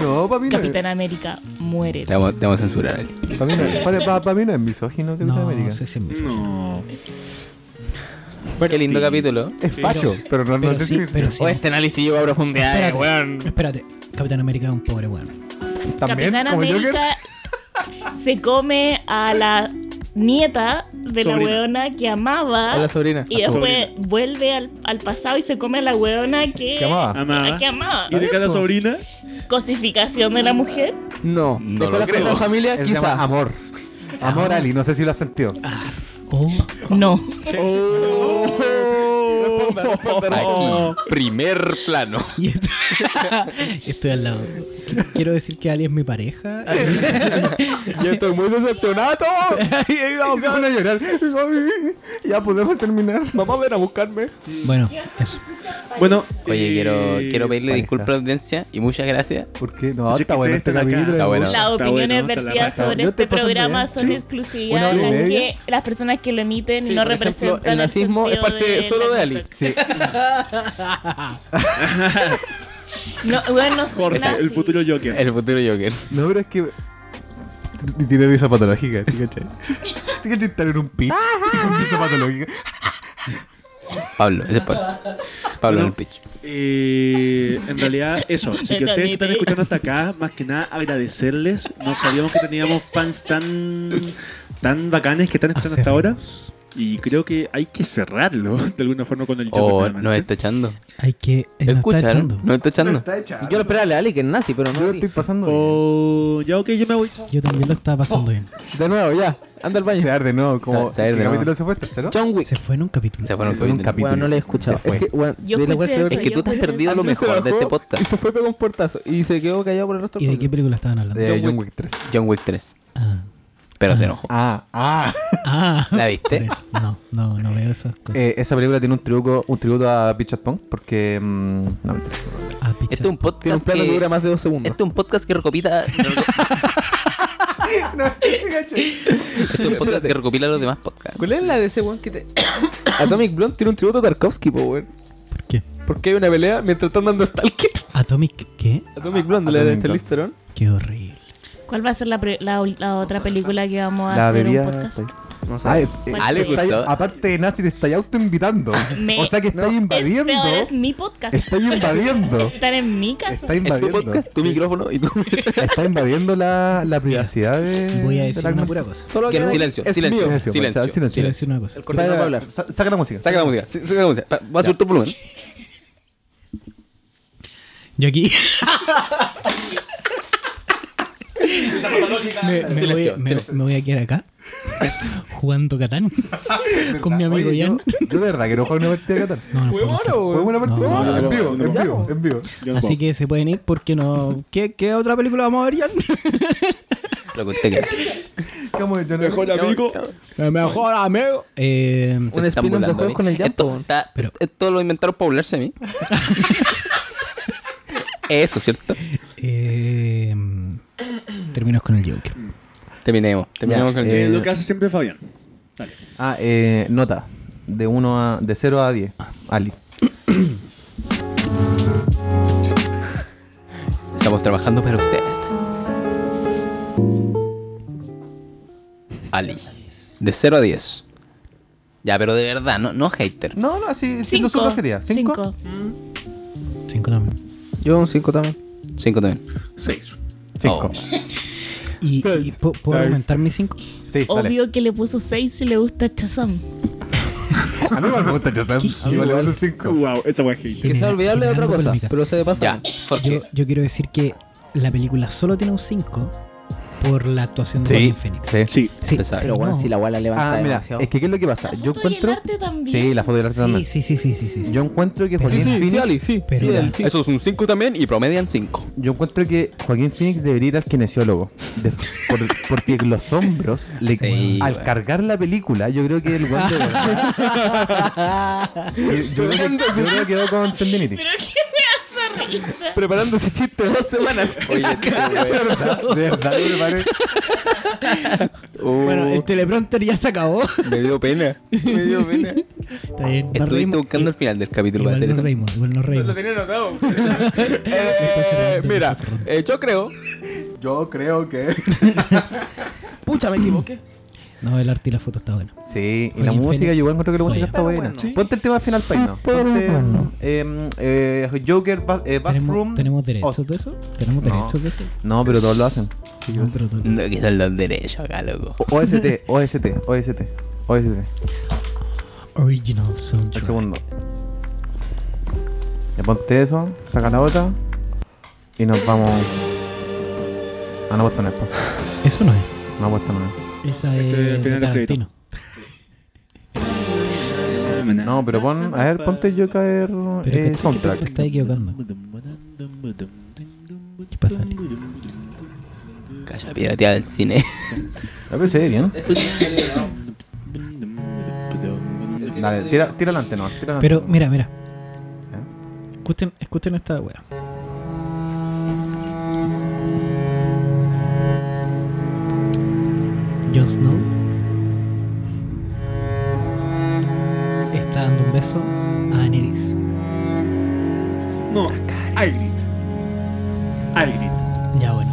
Speaker 1: No, para mí no
Speaker 5: Capitán América muere.
Speaker 2: Te vamos, te vamos a censurar. Ali.
Speaker 1: es. Para mí no, es- pa- pa- pa' mí no es misógino Capitán
Speaker 6: No,
Speaker 1: América.
Speaker 6: no sé si es
Speaker 2: Mm.
Speaker 6: misógino.
Speaker 4: No.
Speaker 2: Qué lindo capítulo.
Speaker 1: Es facho, pero, no, no
Speaker 6: pero
Speaker 1: sé
Speaker 6: sí,
Speaker 1: si es-
Speaker 6: pero sí.
Speaker 3: análisis lleva a profundidad,
Speaker 6: Espérate, espérate. Capitán América es un pobre weón.
Speaker 1: también
Speaker 5: Capitán
Speaker 1: como Joker.
Speaker 5: América se come a la nieta de la
Speaker 12: Sobrina.
Speaker 5: weona que amaba.
Speaker 3: A la sobrina.
Speaker 5: Y después vuelve al, al pasado y se come a la weona que,
Speaker 1: ¿Qué amaba?
Speaker 12: Amaba.
Speaker 5: a que amaba.
Speaker 12: ¿Y de cada sobrina?
Speaker 5: Cosificación de la mujer.
Speaker 3: No.
Speaker 2: No
Speaker 3: De
Speaker 2: lo
Speaker 3: las
Speaker 2: creo.
Speaker 3: la familia,
Speaker 1: Eso se
Speaker 3: quizás.
Speaker 1: llama amor. Amor, Ali, no sé si lo has sentido.
Speaker 6: Oh,
Speaker 5: No.
Speaker 2: Aquí, primer plano.
Speaker 6: y esto- estoy al lado. Qu- Quiero decir que Ali es mi pareja.
Speaker 3: Yo estoy muy decepcionado.
Speaker 1: Y se pone a llorar. Ay, Ya podemos terminar.
Speaker 3: Mamá, ven a buscarme.
Speaker 6: Bueno, eso.
Speaker 12: Bueno,
Speaker 2: Oye,
Speaker 12: y-
Speaker 2: quiero, quiero pedirle
Speaker 1: pareja.
Speaker 2: disculpas a la audiencia y muchas gracias.
Speaker 1: ¿Por qué? No,
Speaker 12: Así
Speaker 1: está
Speaker 12: que
Speaker 1: bueno
Speaker 12: ustedes
Speaker 1: este
Speaker 12: están acá.
Speaker 1: capítulo.
Speaker 2: Está bueno.
Speaker 5: Las
Speaker 12: Está
Speaker 5: opiniones
Speaker 12: bueno, está la
Speaker 5: vertidas
Speaker 12: raja.
Speaker 5: sobre
Speaker 1: Yo te
Speaker 5: este
Speaker 1: paso
Speaker 5: programa
Speaker 1: bien,
Speaker 5: son
Speaker 1: sí.
Speaker 5: exclusivas
Speaker 1: Una hora y
Speaker 5: las
Speaker 1: media.
Speaker 5: que las personas que lo emiten
Speaker 3: Sí,
Speaker 5: no
Speaker 3: por ejemplo,
Speaker 5: representan
Speaker 3: el nazismo es
Speaker 5: sentido
Speaker 3: parte solo de
Speaker 5: la
Speaker 3: Ali.
Speaker 5: conducta.
Speaker 1: Sí.
Speaker 5: No, bueno, no soy
Speaker 12: Jorge,
Speaker 5: nazi.
Speaker 12: el futuro Joker.
Speaker 2: El futuro Joker.
Speaker 1: No, pero es que. Y Tiene risa patológica, ¿te cachai? ¿Te cachai estar en un pitch? Con risa patológica.
Speaker 2: Pablo, ese es Pablo. Pablo en el pitch.
Speaker 12: Eh, en realidad, eso. Si que ustedes están escuchando hasta acá, más que nada agradecerles. No sabíamos que teníamos fans tan, tan bacanes que están escuchando hasta ahora. Y creo que hay que cerrarlo de alguna forma con el
Speaker 2: Oh,
Speaker 12: Joker.
Speaker 2: nos está echando.
Speaker 6: Hay que. eh, nos está
Speaker 2: ¿Escucharon?
Speaker 6: echando.
Speaker 2: Nos está echando.
Speaker 1: Está hecha.
Speaker 3: Yo lo esperaba a la Ali, que es nazi, pero no.
Speaker 1: Yo lo
Speaker 3: a ti.
Speaker 1: estoy pasando. bien.
Speaker 12: Oh, ya, ok, yo me voy.
Speaker 6: Yo también lo estaba pasando bien.
Speaker 2: Oh.
Speaker 3: De nuevo, ya. Anda al baño.
Speaker 1: Se arde, ¿no? Como.
Speaker 2: Se- se arde,
Speaker 1: ¿Qué
Speaker 2: ¿no?
Speaker 1: capítulo se fue? ¿El ¿Tercero?
Speaker 3: John Wick.
Speaker 6: Se fue en un capítulo.
Speaker 2: Se fueron
Speaker 1: Se fue en un
Speaker 2: capítulo.
Speaker 3: Bueno, no le he escuchado.
Speaker 1: Se fue.
Speaker 3: Es que, weón,
Speaker 5: Yo
Speaker 3: de la
Speaker 5: escuché
Speaker 3: weón,
Speaker 5: eso,
Speaker 2: Es que tú
Speaker 5: Yo
Speaker 2: te has
Speaker 5: creo-
Speaker 2: perdido lo
Speaker 3: Andrés se
Speaker 2: mejor de
Speaker 3: bajó
Speaker 2: este
Speaker 3: Y
Speaker 2: podcast.
Speaker 3: se fue pegó un portazo. Y se quedó callado por el resto
Speaker 6: ¿Y de qué
Speaker 3: programa.
Speaker 6: película estaban hablando?
Speaker 1: De
Speaker 3: John
Speaker 1: John Wick 3.
Speaker 2: John Wick 3.
Speaker 6: Ah,
Speaker 2: Pero se enojó.
Speaker 1: Ah, ah.
Speaker 6: ah,
Speaker 2: ¿La
Speaker 6: por
Speaker 2: viste?
Speaker 6: eso. No, no, no veo esas cosas.
Speaker 1: Eh, esa película tiene un tributo, un tributo a Pichat Pong porque. mm, no, mentira.
Speaker 6: Ah, picha.
Speaker 2: Este es un
Speaker 3: Tiene un
Speaker 2: podcast
Speaker 3: plano que
Speaker 2: que...
Speaker 3: dura más de dos segundos.
Speaker 2: Este es un podcast que recopila... este es un podcast que recopila los demás podcasts.
Speaker 3: ¿Cuál es la de ese weón que te. Atomic Blonde tiene un tributo a Tarkovsky, po, weón.
Speaker 6: ¿Por qué?
Speaker 3: Porque hay una pelea mientras están dando Stalker.
Speaker 6: Atomic, ¿qué?
Speaker 3: Atomic Blonde, la de Charlize Theron.
Speaker 6: Qué horrible.
Speaker 5: ¿Cuál va a ser la, pre- la, la otra película que vamos a
Speaker 1: La
Speaker 5: hacer un
Speaker 1: bebida.
Speaker 5: podcast?
Speaker 3: No sé.
Speaker 1: Ah, eh, eh,
Speaker 5: Ah, le
Speaker 1: estáis-
Speaker 2: gustó.
Speaker 1: aparte de nazi, te estáis autoinvitando.
Speaker 5: Me-
Speaker 1: O sea que estáis invadiendo.
Speaker 5: Este ahora es mi podcast.
Speaker 1: Estáis invadiendo.
Speaker 5: Están en mi casa.
Speaker 1: Está
Speaker 2: Es tu
Speaker 1: invadiendo.
Speaker 2: podcast, tu micrófono y tu mesa.
Speaker 1: Está invadiendo la, la privacidad de.
Speaker 6: Voy a
Speaker 1: de
Speaker 6: decir
Speaker 1: la
Speaker 6: una
Speaker 1: comunidad.
Speaker 6: pura cosa.
Speaker 3: Solo
Speaker 2: Quiero-
Speaker 3: queda-
Speaker 2: Silencio,
Speaker 1: Es
Speaker 2: silencio,
Speaker 1: mío.
Speaker 2: silencio,
Speaker 1: O sea,
Speaker 2: silencio,
Speaker 6: Quiero decir una cosa.
Speaker 3: El coordinador va a hablar.
Speaker 1: Sa- Saca la música.
Speaker 2: Saca la música, sí, saca la música. Pa- Voy a subir tu volumen.
Speaker 6: Yo aquí. me, me
Speaker 2: Silencio,
Speaker 6: voy, me-
Speaker 2: silencio.
Speaker 6: me voy a quedar acá jugando Catán con mi amigo
Speaker 1: Oye,
Speaker 6: Jan.
Speaker 1: Yo, yo de verdad quiero jugar una partida de Catán.
Speaker 6: No, no puedo
Speaker 3: Huevón,
Speaker 6: mostrar.
Speaker 1: Fue una partida. Ah,
Speaker 6: No, no,
Speaker 1: en
Speaker 12: no,
Speaker 1: vivo,
Speaker 12: no,
Speaker 1: en
Speaker 12: no.
Speaker 1: vivo, en vivo.
Speaker 12: Yo me
Speaker 6: Así
Speaker 12: voy.
Speaker 6: que se pueden ir porque no. ¿Qué, qué otra película vamos a ver,
Speaker 2: Lo que usted quiera.
Speaker 1: ¿Cómo es? Yo no-
Speaker 12: Mejor amigo.
Speaker 6: Jan? Mejor amigo. Eh,
Speaker 3: Un
Speaker 2: Se están
Speaker 3: spin-off de
Speaker 2: burlando
Speaker 3: juegos
Speaker 2: mí.
Speaker 3: con el
Speaker 2: Esto,
Speaker 3: llanto.
Speaker 2: está-
Speaker 6: Pero-
Speaker 2: esto lo inventaron para burlarse de mí. Eso, ¿cierto?
Speaker 6: eh, terminas con el Joker.
Speaker 2: Terminemos. Terminemos
Speaker 1: Ya,
Speaker 2: con el
Speaker 1: eh,
Speaker 12: Es lo que hace siempre Fabián. Dale.
Speaker 1: Ah, eh, nota. De 1 a. De 0 a 10.
Speaker 6: Ah.
Speaker 1: Ali.
Speaker 2: Estamos trabajando para usted. Ali. De 0 a 10. Ya, pero de verdad, no, no hater.
Speaker 1: No, no, así. Siendo
Speaker 5: Cinco.
Speaker 1: súper objetiva. 5.
Speaker 5: Cinco.
Speaker 6: Cinco también.
Speaker 3: Yo un 5 también.
Speaker 2: 5 también.
Speaker 12: Seis.
Speaker 1: 5.
Speaker 6: ¿Y, y ¿puedo, puedo
Speaker 1: Seis.
Speaker 6: aumentar mis cinco?
Speaker 1: Sí, dale.
Speaker 5: Obvio que le puso seis si le gusta Chazam.
Speaker 1: A mí igual me gusta Chazam. Igual le vas un 5.
Speaker 12: Wow, esa wea hate.
Speaker 3: Que sea
Speaker 6: Genera-
Speaker 3: olvidable es otra
Speaker 6: generando
Speaker 3: cosa.
Speaker 6: polémica.
Speaker 3: Pero se de paso.
Speaker 2: Ya,
Speaker 6: Yo,
Speaker 1: Eh,
Speaker 2: porque
Speaker 6: yo quiero decir que la película solo tiene un 5 por la actuación de Joaquin Phoenix.
Speaker 1: sí.
Speaker 12: Sí.
Speaker 6: Sí,
Speaker 2: Se sabe.
Speaker 6: sí,
Speaker 3: Pero weón,
Speaker 6: no.
Speaker 3: si la guala levanta
Speaker 1: Ah, mira,
Speaker 3: demasiado.
Speaker 1: es que ¿qué es lo que pasa? Yo encuentro. Sí, la foto del arte
Speaker 6: sí,
Speaker 1: también.
Speaker 6: sí, sí, sí, sí, sí, sí.
Speaker 1: Yo encuentro que
Speaker 6: Sí,
Speaker 1: Joaquín
Speaker 6: sí,
Speaker 1: Phoenix.
Speaker 3: sí.
Speaker 6: Pero-
Speaker 3: sí, el sí.
Speaker 2: eso es un 5 también y promedian 5.
Speaker 1: Yo encuentro que Joaquín Phoenix debería ir al kinesiólogo. de- por- porque los hombros, le-
Speaker 2: Sí,
Speaker 1: al
Speaker 2: bueno.
Speaker 1: cargar la película, yo creo que el guante. de verdad- yo, yo creo que, yo creo que quedó con tendinitis.
Speaker 5: Pero que me hace risa.
Speaker 3: Preparando ese chiste dos semanas.
Speaker 2: Oye, este weón.
Speaker 1: De verdad, me parece.
Speaker 6: Bueno, el teleprompter ya se acabó.
Speaker 2: Me Oh, dio pena. Me dio pena.
Speaker 6: Está bien, nos
Speaker 2: Estuviste
Speaker 6: reímos.
Speaker 2: buscando el final del capítulo para hacer
Speaker 6: Igual nos
Speaker 2: eso.
Speaker 6: reímos, igual nos reímos.
Speaker 3: tenía anotado. Eh,
Speaker 6: Está cerrando,
Speaker 3: mira,
Speaker 6: está cerrando.
Speaker 3: eh, yo creo.
Speaker 1: Yo creo que.
Speaker 3: Pucha, me equivoqué.
Speaker 6: No, el arte y la foto está bueno.
Speaker 1: Sí, y
Speaker 6: Joaquín
Speaker 1: la música,
Speaker 6: Phoenix.
Speaker 1: yo igual encuentro que la música
Speaker 6: Joya.
Speaker 1: está buena.
Speaker 3: Bueno, sí.
Speaker 1: Ponte el tema final para irnos. Ponte, em, eh, Joker, ba- eh,
Speaker 6: ¿Tenemos,
Speaker 1: Bathroom.
Speaker 6: tenemos derechos
Speaker 1: Ost.
Speaker 6: de eso? ¿Tenemos
Speaker 1: No.
Speaker 6: derechos de eso?
Speaker 1: No, pero todos lo hacen. ¿Qué quiero hacer?
Speaker 2: No, quizás los derechos acá, loco.
Speaker 1: O- OST, OST, OST, OST.
Speaker 6: Original
Speaker 1: El
Speaker 6: soundtrack.
Speaker 1: segundo. Ya ponte eso, saca la otra y nos vamos. Ah, no, puesto no es, po.
Speaker 6: Eso no es.
Speaker 1: No, puesto no es.
Speaker 6: Esa
Speaker 12: Este es el
Speaker 6: es de
Speaker 12: final del crédito.
Speaker 6: Tarantino.
Speaker 1: No, pero pon, a ver, ponte yo caer
Speaker 6: Pero
Speaker 1: eh,
Speaker 6: caché que Te
Speaker 1: soundtrack.
Speaker 6: estás equivocando. ¿Qué pasa?
Speaker 2: Calla pirateada del cine.
Speaker 1: A ver, Ah, se ve bien. Dale, tira, tira adelante, no, tira adelante.
Speaker 6: Pero mira, mira.
Speaker 1: ¿Eh?
Speaker 6: Escuchen, escuchen esta wea. Jon Snow está dando un beso a Daenerys.
Speaker 12: No, Algrid. Algrid.
Speaker 6: Ya bueno.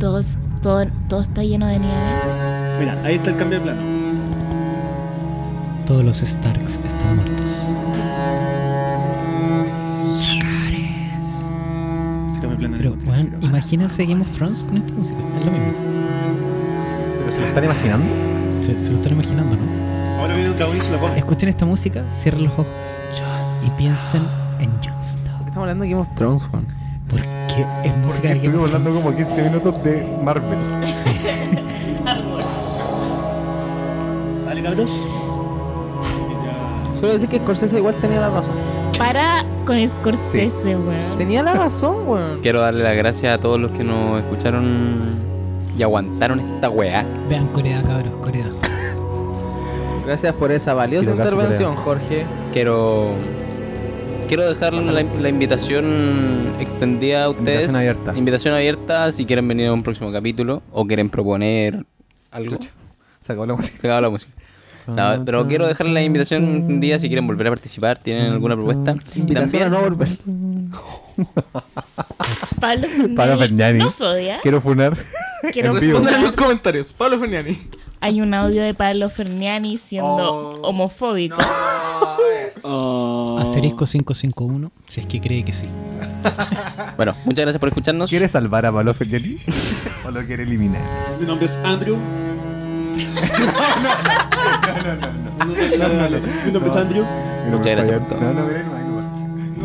Speaker 5: Todos, todo, todo está lleno de nieve.
Speaker 12: Mira, ahí está el cambio de plano.
Speaker 6: Todos los Starks están muertos.
Speaker 12: Se cambia de plano.
Speaker 6: Pero weón, imagínense Game of Thrones con esta música. Es lo mismo.
Speaker 1: Pero se lo están imaginando.
Speaker 6: Se, se lo están imaginando, ¿no?
Speaker 12: Ahora viene un cabrón y se la pone.
Speaker 6: Escuchen esta música, cierren los ojos y piensen en Jon Snow.
Speaker 3: Estamos hablando de Game of Thrones, Juan.
Speaker 6: Porque es música de Game of Thrones.
Speaker 1: como 15 minutos de Marvel.
Speaker 12: Dale, cabros. Y ya.
Speaker 3: Solo decir que Scorsese igual tenía la razón.
Speaker 5: Para con Scorsese, weón.
Speaker 3: Tenía la razón, weón.
Speaker 2: Quiero darle las gracias a todos los que nos escucharon y aguantaron esta weá.
Speaker 6: Vean Corea, cabros, Corea.
Speaker 3: Gracias por esa valiosa
Speaker 1: Hirokazu
Speaker 3: intervención, Jorge.
Speaker 2: Quiero. Quiero dejar la, la invitación extendida a ustedes.
Speaker 1: Invitación abierta.
Speaker 2: Invitación abierta si quieren venir a un próximo capítulo o quieren proponer algo.
Speaker 1: Se acabó la música.
Speaker 2: Se acabó la música. No, pero quiero dejarles la invitación un día si quieren volver a participar, tienen alguna propuesta. Y
Speaker 3: Invitación a
Speaker 2: también,
Speaker 3: no volver.
Speaker 5: Pablo Fernández.
Speaker 1: Pablo Fernández.
Speaker 5: Nos odia.
Speaker 1: Quiero funar.
Speaker 5: Quiero
Speaker 1: en vivo.
Speaker 5: funar.
Speaker 3: comentarios. Pablo Feniani.
Speaker 5: Hay un audio de Pablo Ferniani siendo
Speaker 1: Oh.
Speaker 5: homofóbico.
Speaker 6: Asterisco 551, si es que cree que sí.
Speaker 2: bueno, muchas gracias por escucharnos.
Speaker 1: ¿Quiere salvar a Pablo Fernández? ¿O lo quiere eliminar?
Speaker 12: Mi nombre es Andrew. no, no, no, no, no, no, no, Mi nombre es Andrew.
Speaker 1: No
Speaker 2: Muchas
Speaker 1: me
Speaker 2: gracias
Speaker 1: fallan.
Speaker 2: por todo.
Speaker 1: No, no, mira, nadie lo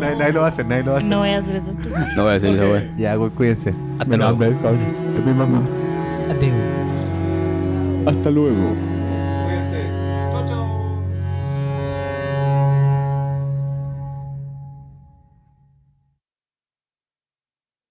Speaker 1: va- nadie, nadie lo va a hacer, nadie lo va a hacer.
Speaker 5: No voy a hacer eso.
Speaker 2: No voy a decir esa weá.
Speaker 1: Ya, güey, cuídense.
Speaker 2: Hasta
Speaker 1: Mi
Speaker 2: luego.
Speaker 1: nombre es Pablo. Es mi mamá.
Speaker 6: Adeu.
Speaker 12: Hasta luego.